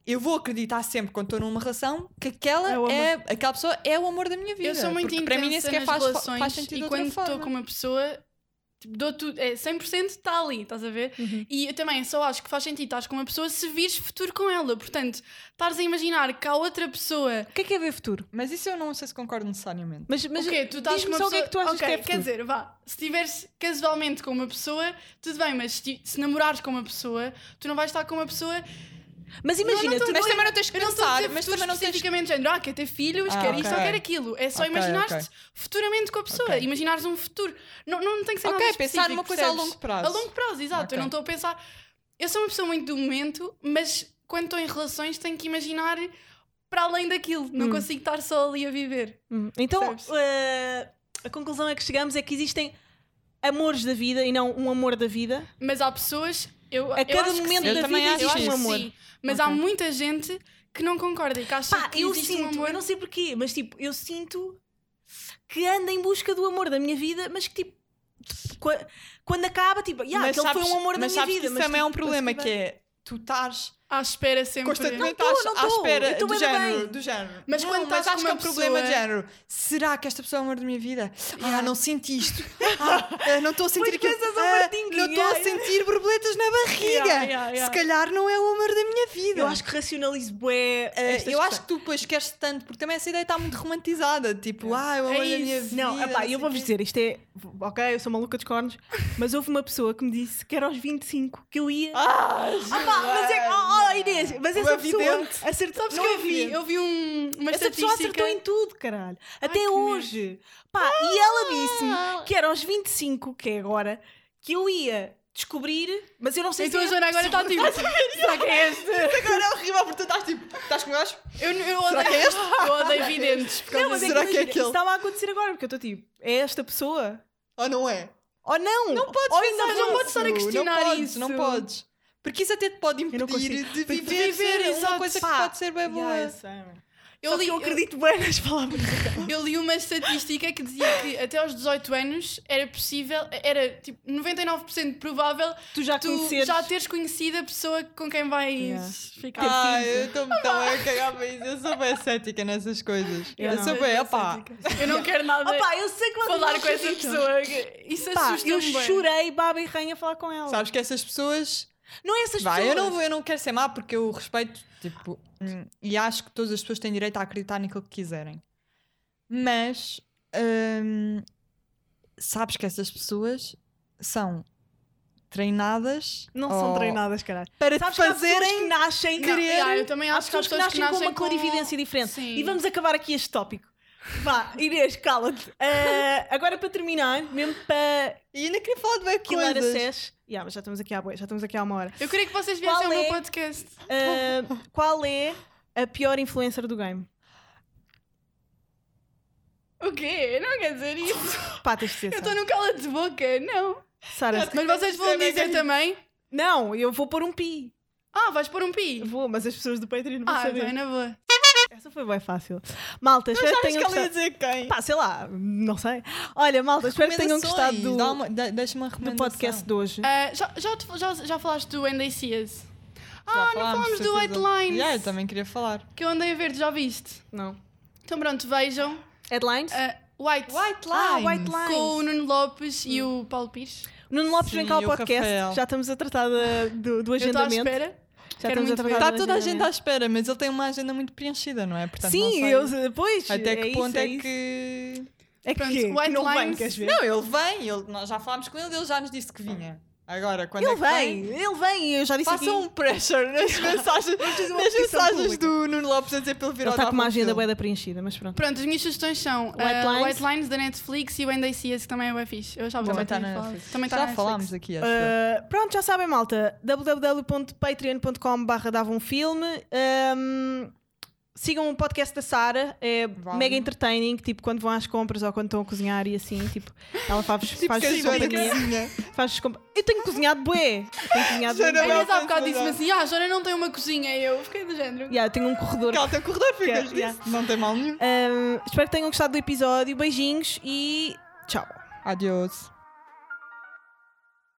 [SPEAKER 3] eu vou acreditar sempre quando estou numa relação que aquela,
[SPEAKER 2] É o amor.
[SPEAKER 3] é, aquela pessoa é o amor da minha vida.
[SPEAKER 4] Eu sou muito
[SPEAKER 3] porque para mim nem
[SPEAKER 4] intensa
[SPEAKER 3] sequer
[SPEAKER 4] nas
[SPEAKER 3] faz, fa-
[SPEAKER 4] relações
[SPEAKER 3] faz sentido de
[SPEAKER 4] e
[SPEAKER 3] outra
[SPEAKER 4] quando
[SPEAKER 3] forma.
[SPEAKER 4] estou com uma pessoa, tipo, dou tudo, é 100% está ali, estás a ver?
[SPEAKER 2] Uhum.
[SPEAKER 4] E eu também só acho que faz sentido estás com uma pessoa se vires futuro com ela. Portanto, estares a imaginar que há outra pessoa.
[SPEAKER 2] O que é que é ver futuro?
[SPEAKER 3] Mas isso eu não sei se concordo necessariamente.
[SPEAKER 2] Mas, mas
[SPEAKER 4] Mas okay, tu estás com
[SPEAKER 2] diz-me
[SPEAKER 4] uma
[SPEAKER 2] só o
[SPEAKER 4] pessoa...
[SPEAKER 2] que é que tu achas
[SPEAKER 4] Ok,
[SPEAKER 2] que é futuro.
[SPEAKER 4] Quer dizer, vá, se estiveres casualmente com uma pessoa, tudo bem, mas se, se namorares com uma pessoa, tu não vais estar com uma pessoa.
[SPEAKER 2] Mas imagina,
[SPEAKER 4] não
[SPEAKER 2] tu
[SPEAKER 4] tô-
[SPEAKER 3] Mas também não tens que
[SPEAKER 4] Eu não estou a
[SPEAKER 3] pensar,
[SPEAKER 4] dizer
[SPEAKER 3] mas
[SPEAKER 4] futuro
[SPEAKER 3] também não tens que...
[SPEAKER 4] especificamente de género, ah, quer ter filhos,
[SPEAKER 3] Ah,
[SPEAKER 4] quer isto ou
[SPEAKER 3] ok.
[SPEAKER 4] quer aquilo. É só
[SPEAKER 3] Ok,
[SPEAKER 4] imaginaste-te
[SPEAKER 3] ok.
[SPEAKER 4] futuramente com a pessoa,
[SPEAKER 3] Ok.
[SPEAKER 4] imaginares um futuro. Não, não tem que ser
[SPEAKER 3] Ok,
[SPEAKER 4] nada
[SPEAKER 3] pensar
[SPEAKER 4] específico,
[SPEAKER 3] numa coisa a
[SPEAKER 4] percebes?
[SPEAKER 3] longo prazo.
[SPEAKER 4] A longo prazo, exato.
[SPEAKER 3] Ok.
[SPEAKER 4] Eu não estou a pensar. Eu sou uma pessoa muito do momento, mas quando estou em relações tenho que imaginar para além daquilo. Não
[SPEAKER 2] Hum.
[SPEAKER 4] consigo estar só ali a viver.
[SPEAKER 2] Hum, Então,
[SPEAKER 4] Percebes?
[SPEAKER 2] eh, a conclusão a que chegamos é que existem amores da vida e não um amor da vida.
[SPEAKER 4] Mas há pessoas. Eu,
[SPEAKER 2] A cada momento
[SPEAKER 3] Eu
[SPEAKER 2] da
[SPEAKER 3] também
[SPEAKER 2] vida
[SPEAKER 3] acho
[SPEAKER 2] existe
[SPEAKER 3] isso.
[SPEAKER 2] um amor.
[SPEAKER 4] Sim, mas há
[SPEAKER 2] Ok.
[SPEAKER 4] muita gente que não concorda e que acha
[SPEAKER 2] Pá,
[SPEAKER 4] que
[SPEAKER 2] eu
[SPEAKER 4] existe um
[SPEAKER 2] sinto,
[SPEAKER 4] amor.
[SPEAKER 2] eu não sei porquê, mas tipo, eu sinto que ando em busca do amor da minha vida, mas que tipo, qua- quando acaba, tipo, yeah,
[SPEAKER 3] Mas
[SPEAKER 2] aquele
[SPEAKER 3] sabes-
[SPEAKER 2] foi um amor da
[SPEAKER 3] mas
[SPEAKER 2] minha
[SPEAKER 3] sabes que
[SPEAKER 2] vida.
[SPEAKER 3] Isso também é um
[SPEAKER 2] tipo,
[SPEAKER 3] problema
[SPEAKER 2] a
[SPEAKER 3] que é tu estares
[SPEAKER 4] À espera sempre.
[SPEAKER 3] constantemente
[SPEAKER 2] Não é tô,
[SPEAKER 3] às-
[SPEAKER 2] não
[SPEAKER 3] à
[SPEAKER 2] tô.
[SPEAKER 3] espera
[SPEAKER 2] Eu tô
[SPEAKER 3] do
[SPEAKER 2] é bem
[SPEAKER 3] género,
[SPEAKER 2] bem.
[SPEAKER 3] do género.
[SPEAKER 4] Mas
[SPEAKER 3] Não,
[SPEAKER 4] quando estás
[SPEAKER 3] acho
[SPEAKER 4] com
[SPEAKER 3] que é um
[SPEAKER 4] uma
[SPEAKER 3] problema de
[SPEAKER 4] pessoa-
[SPEAKER 3] género. Será que esta pessoa é o amor da minha vida? Ah,
[SPEAKER 4] Yeah.
[SPEAKER 3] não senti isto. Ah, eh, não estou a sentir
[SPEAKER 2] Pois
[SPEAKER 3] aquilo.
[SPEAKER 2] pensas ao
[SPEAKER 3] Ah,
[SPEAKER 2] Martinho,
[SPEAKER 3] não estou a
[SPEAKER 2] yeah, yeah.
[SPEAKER 3] sentir borboletas na barriga.
[SPEAKER 2] Yeah, yeah, yeah.
[SPEAKER 3] Se calhar não é o amor da minha vida.
[SPEAKER 2] vida. Eu acho que racionalizo bué.
[SPEAKER 3] Eh,
[SPEAKER 2] estas
[SPEAKER 3] eu
[SPEAKER 2] questões.
[SPEAKER 3] acho que tu depois queres tanto, porque também essa ideia está muito romantizada. Tipo, ah, é o amor da minha vida. assim, tipo,
[SPEAKER 2] Não, epá,
[SPEAKER 3] sei
[SPEAKER 2] eu vou-vos
[SPEAKER 3] quê.
[SPEAKER 2] dizer, isto é. Ok, eu sou maluca dos cornos, mas houve uma pessoa que me disse que era aos 25 que eu ia.
[SPEAKER 3] Ah,
[SPEAKER 2] Ah, pá, mas é. Oh, oh, Inês, mas
[SPEAKER 3] O
[SPEAKER 2] essa pessoa
[SPEAKER 3] evidente.
[SPEAKER 2] acertou.
[SPEAKER 4] Sabes
[SPEAKER 2] não
[SPEAKER 4] que
[SPEAKER 2] é
[SPEAKER 4] eu vi,
[SPEAKER 2] evidente.
[SPEAKER 4] eu vi um, uma
[SPEAKER 2] Essa pessoa
[SPEAKER 4] estatística.
[SPEAKER 2] acertou em tudo, caralho. Até
[SPEAKER 4] que
[SPEAKER 2] hoje. Pá, e ela disse-me que era aos 25, que é agora, que eu ia descobrir, mas eu não sei
[SPEAKER 4] Então
[SPEAKER 2] se. é
[SPEAKER 4] a
[SPEAKER 2] ia-
[SPEAKER 4] Joana agora está tipo. Será que é este?
[SPEAKER 3] Agora é horrível, porque tu estás tipo, estás com gajo?
[SPEAKER 4] Eu, eu odeio,
[SPEAKER 2] é
[SPEAKER 4] eu odeio videntes. por causa
[SPEAKER 2] Não, mas é
[SPEAKER 4] disso.
[SPEAKER 3] Será
[SPEAKER 2] que,
[SPEAKER 3] que é
[SPEAKER 2] imagina,
[SPEAKER 3] aquele?
[SPEAKER 2] Isso estava a acontecer agora, porque eu estou tipo, é esta pessoa?
[SPEAKER 3] Ou não é?
[SPEAKER 2] Ou não? Não
[SPEAKER 3] podes
[SPEAKER 2] Ou
[SPEAKER 3] pensar
[SPEAKER 2] ainda
[SPEAKER 4] não
[SPEAKER 2] vou-
[SPEAKER 4] podes estar a
[SPEAKER 3] Não
[SPEAKER 4] questionar
[SPEAKER 3] podes,
[SPEAKER 4] isso.
[SPEAKER 3] Não podes. Porque isso até te pode impedir
[SPEAKER 2] consigo. De
[SPEAKER 3] de viver,
[SPEAKER 4] viver,
[SPEAKER 3] ser uma
[SPEAKER 4] exato.
[SPEAKER 3] coisa que
[SPEAKER 2] Pá.
[SPEAKER 3] pode ser bem boa.
[SPEAKER 2] Yeah, eu sei.
[SPEAKER 4] Eu
[SPEAKER 2] É Só
[SPEAKER 4] li-
[SPEAKER 2] que eu
[SPEAKER 4] eu-
[SPEAKER 2] acredito bem nas palavras.
[SPEAKER 4] Eu li uma estatística que dizia que até aos 18 anos era possível, era tipo 99% provável
[SPEAKER 2] Tu já
[SPEAKER 4] tu
[SPEAKER 2] conheceres.
[SPEAKER 4] já teres conhecido a pessoa com quem vais
[SPEAKER 2] Yeah.
[SPEAKER 4] ficar.
[SPEAKER 3] Ah, eu estou-me tão a cagar para isso. Eu sou bem cética nessas coisas.
[SPEAKER 2] Eu
[SPEAKER 3] Eu,
[SPEAKER 2] não.
[SPEAKER 3] sou bem, opá.
[SPEAKER 4] Eu não quero nada
[SPEAKER 2] Opa, Ah, eu sei que vocês
[SPEAKER 4] falar
[SPEAKER 2] não
[SPEAKER 4] com essa
[SPEAKER 2] acreditam.
[SPEAKER 4] pessoa. Isso
[SPEAKER 2] Pá,
[SPEAKER 4] assusta-me.
[SPEAKER 2] eu
[SPEAKER 4] bué.
[SPEAKER 2] chorei baba e rainha a falar com ela.
[SPEAKER 3] Sabes que essas pessoas.
[SPEAKER 2] Não é essas
[SPEAKER 3] Vai, eu
[SPEAKER 2] pessoas.
[SPEAKER 3] não, vou- eu não quero ser má porque eu respeito, tipo, hum, e acho que todas as pessoas têm direito a acreditar naquilo que quiserem. Mas. hum, sabes que essas pessoas são treinadas.
[SPEAKER 2] Não são
[SPEAKER 3] ou-
[SPEAKER 2] treinadas, caralho.
[SPEAKER 3] Para
[SPEAKER 2] Sabes
[SPEAKER 3] te
[SPEAKER 2] que há pessoas
[SPEAKER 3] fazerem
[SPEAKER 2] que nascem...
[SPEAKER 4] Não, yeah, eu também
[SPEAKER 2] Há
[SPEAKER 4] acho que há
[SPEAKER 2] pessoas que nascem com uma clarividência diferente.
[SPEAKER 4] Sim.
[SPEAKER 2] E vamos acabar aqui este tópico. Vá, Inês, cala-te. Ah, agora para terminar, mesmo para
[SPEAKER 3] E ainda queria falar de bem
[SPEAKER 2] Kilara
[SPEAKER 3] coisas.
[SPEAKER 2] Sés. Yeah, mas já estamos aqui à boia, já estamos aqui há uma hora.
[SPEAKER 4] Eu queria que vocês
[SPEAKER 2] Qual
[SPEAKER 4] viessem ao meu
[SPEAKER 2] é?
[SPEAKER 4] podcast.
[SPEAKER 2] Ah, qual é a pior influencer do game?
[SPEAKER 4] O quê? Não quer dizer isso.
[SPEAKER 2] Pá, tens de ser,
[SPEAKER 4] Eu
[SPEAKER 2] Sara.
[SPEAKER 4] estou num cala de boca, não.
[SPEAKER 2] Sara. É
[SPEAKER 4] Mas vocês vão dizer também.
[SPEAKER 2] Não, eu vou pôr um pi.
[SPEAKER 4] Ah, vais pôr um pi.
[SPEAKER 2] Vou, mas as pessoas do Patreon não vão
[SPEAKER 4] Ah,
[SPEAKER 2] saber.
[SPEAKER 4] bem, na boa.
[SPEAKER 2] Essa foi bem fácil. Malta, espero que
[SPEAKER 3] Sabes que
[SPEAKER 2] tenham
[SPEAKER 3] ela ia
[SPEAKER 2] gostado.
[SPEAKER 3] dizer quem?
[SPEAKER 2] Pá, sei lá, não sei. Olha, malta, espero que tenham gostado do,
[SPEAKER 3] Dá uma- dá- Deixa-me uma
[SPEAKER 2] do
[SPEAKER 3] recomendação.
[SPEAKER 2] podcast de hoje.
[SPEAKER 4] Ah, já, já, te- já, já falaste do And They See Us? Ah, não falámos do White Lines.
[SPEAKER 3] Yeah, eu também queria falar.
[SPEAKER 4] Que eu andei a ver, já viste?
[SPEAKER 2] Não.
[SPEAKER 4] Então pronto, vejam.
[SPEAKER 2] Headlines?
[SPEAKER 4] ah, White.
[SPEAKER 2] Ah, White Lines.
[SPEAKER 4] Com o Nuno Lopes e o Paulo Pires.
[SPEAKER 2] Nuno Lopes vem
[SPEAKER 3] Sim,
[SPEAKER 2] cá ao
[SPEAKER 3] e o
[SPEAKER 2] podcast.
[SPEAKER 3] Rafael.
[SPEAKER 2] Já estamos a tratar da- do, do
[SPEAKER 4] Eu estou à
[SPEAKER 2] agendamento.
[SPEAKER 4] espera.
[SPEAKER 2] Já
[SPEAKER 4] Quero
[SPEAKER 2] estamos
[SPEAKER 4] muito
[SPEAKER 2] a
[SPEAKER 4] ver.
[SPEAKER 2] tratar
[SPEAKER 3] Está
[SPEAKER 2] do
[SPEAKER 3] toda a gente à
[SPEAKER 2] agendamento.
[SPEAKER 3] espera, mas ele tem uma agenda muito preenchida, não é? Portanto,
[SPEAKER 2] Sim,
[SPEAKER 3] não sei
[SPEAKER 2] eu, pois.
[SPEAKER 3] Até que
[SPEAKER 2] é isso,
[SPEAKER 3] ponto
[SPEAKER 2] é
[SPEAKER 3] é,
[SPEAKER 2] isso.
[SPEAKER 3] que.
[SPEAKER 2] É que,
[SPEAKER 4] Pronto,
[SPEAKER 2] quê? que
[SPEAKER 4] White
[SPEAKER 2] não vem,
[SPEAKER 4] Lines-
[SPEAKER 2] queres ver?
[SPEAKER 3] Não, ele vem, ele- nós já falámos com ele, ele já nos disse que vinha. Agora, quando
[SPEAKER 2] Ele
[SPEAKER 3] é que
[SPEAKER 2] vem, ele vem, eu já disse aqui.
[SPEAKER 3] Façam um pressure nas mensagens, nas mensagens do Nuno Lopes a dizer para ele vir
[SPEAKER 2] Ele
[SPEAKER 3] ao
[SPEAKER 2] está com uma
[SPEAKER 3] Dava
[SPEAKER 2] agenda
[SPEAKER 3] Filme.
[SPEAKER 2] bué da preenchida, mas pronto.
[SPEAKER 4] Pronto, as minhas sugestões são
[SPEAKER 2] White
[SPEAKER 4] White,
[SPEAKER 2] Lines.
[SPEAKER 4] Lines. White Lines da Netflix e o Endai Seas, que também é bem fixe. Eu já vou
[SPEAKER 3] Também
[SPEAKER 4] já
[SPEAKER 3] está
[SPEAKER 4] tinha
[SPEAKER 3] na
[SPEAKER 4] falado.
[SPEAKER 3] Netflix. Ah,
[SPEAKER 4] Também está na
[SPEAKER 3] Já
[SPEAKER 4] Netflix.
[SPEAKER 3] falámos aqui, acho. eu.
[SPEAKER 2] Uh, pronto, já sabem, malta. www.patreon.com barra dava um filme. Um, sigam o podcast da Sara. É
[SPEAKER 3] Vale.
[SPEAKER 2] mega entertaining. Tipo, quando vão às compras ou quando estão a cozinhar e assim. Tipo, ela faz, faz
[SPEAKER 3] Porque a Joana né?
[SPEAKER 2] companhia.
[SPEAKER 3] cozinha.
[SPEAKER 2] Faz compa Eu tenho cozinhado bué. Tenho cozinhado bué.
[SPEAKER 3] Joana,
[SPEAKER 4] A Inês há bocado
[SPEAKER 3] Não,
[SPEAKER 4] disse-me
[SPEAKER 3] não.
[SPEAKER 4] assim: ah, a Jona não tem uma cozinha. E eu fiquei do género.
[SPEAKER 2] Yeah, eu tenho um corredor. Ah,
[SPEAKER 3] Cala o teu corredor, foi o que eu
[SPEAKER 2] Yeah,
[SPEAKER 3] lhes disse. Não tem mal nenhum.
[SPEAKER 2] Um, espero que tenham gostado do episódio. Beijinhos e tchau.
[SPEAKER 3] Adiós.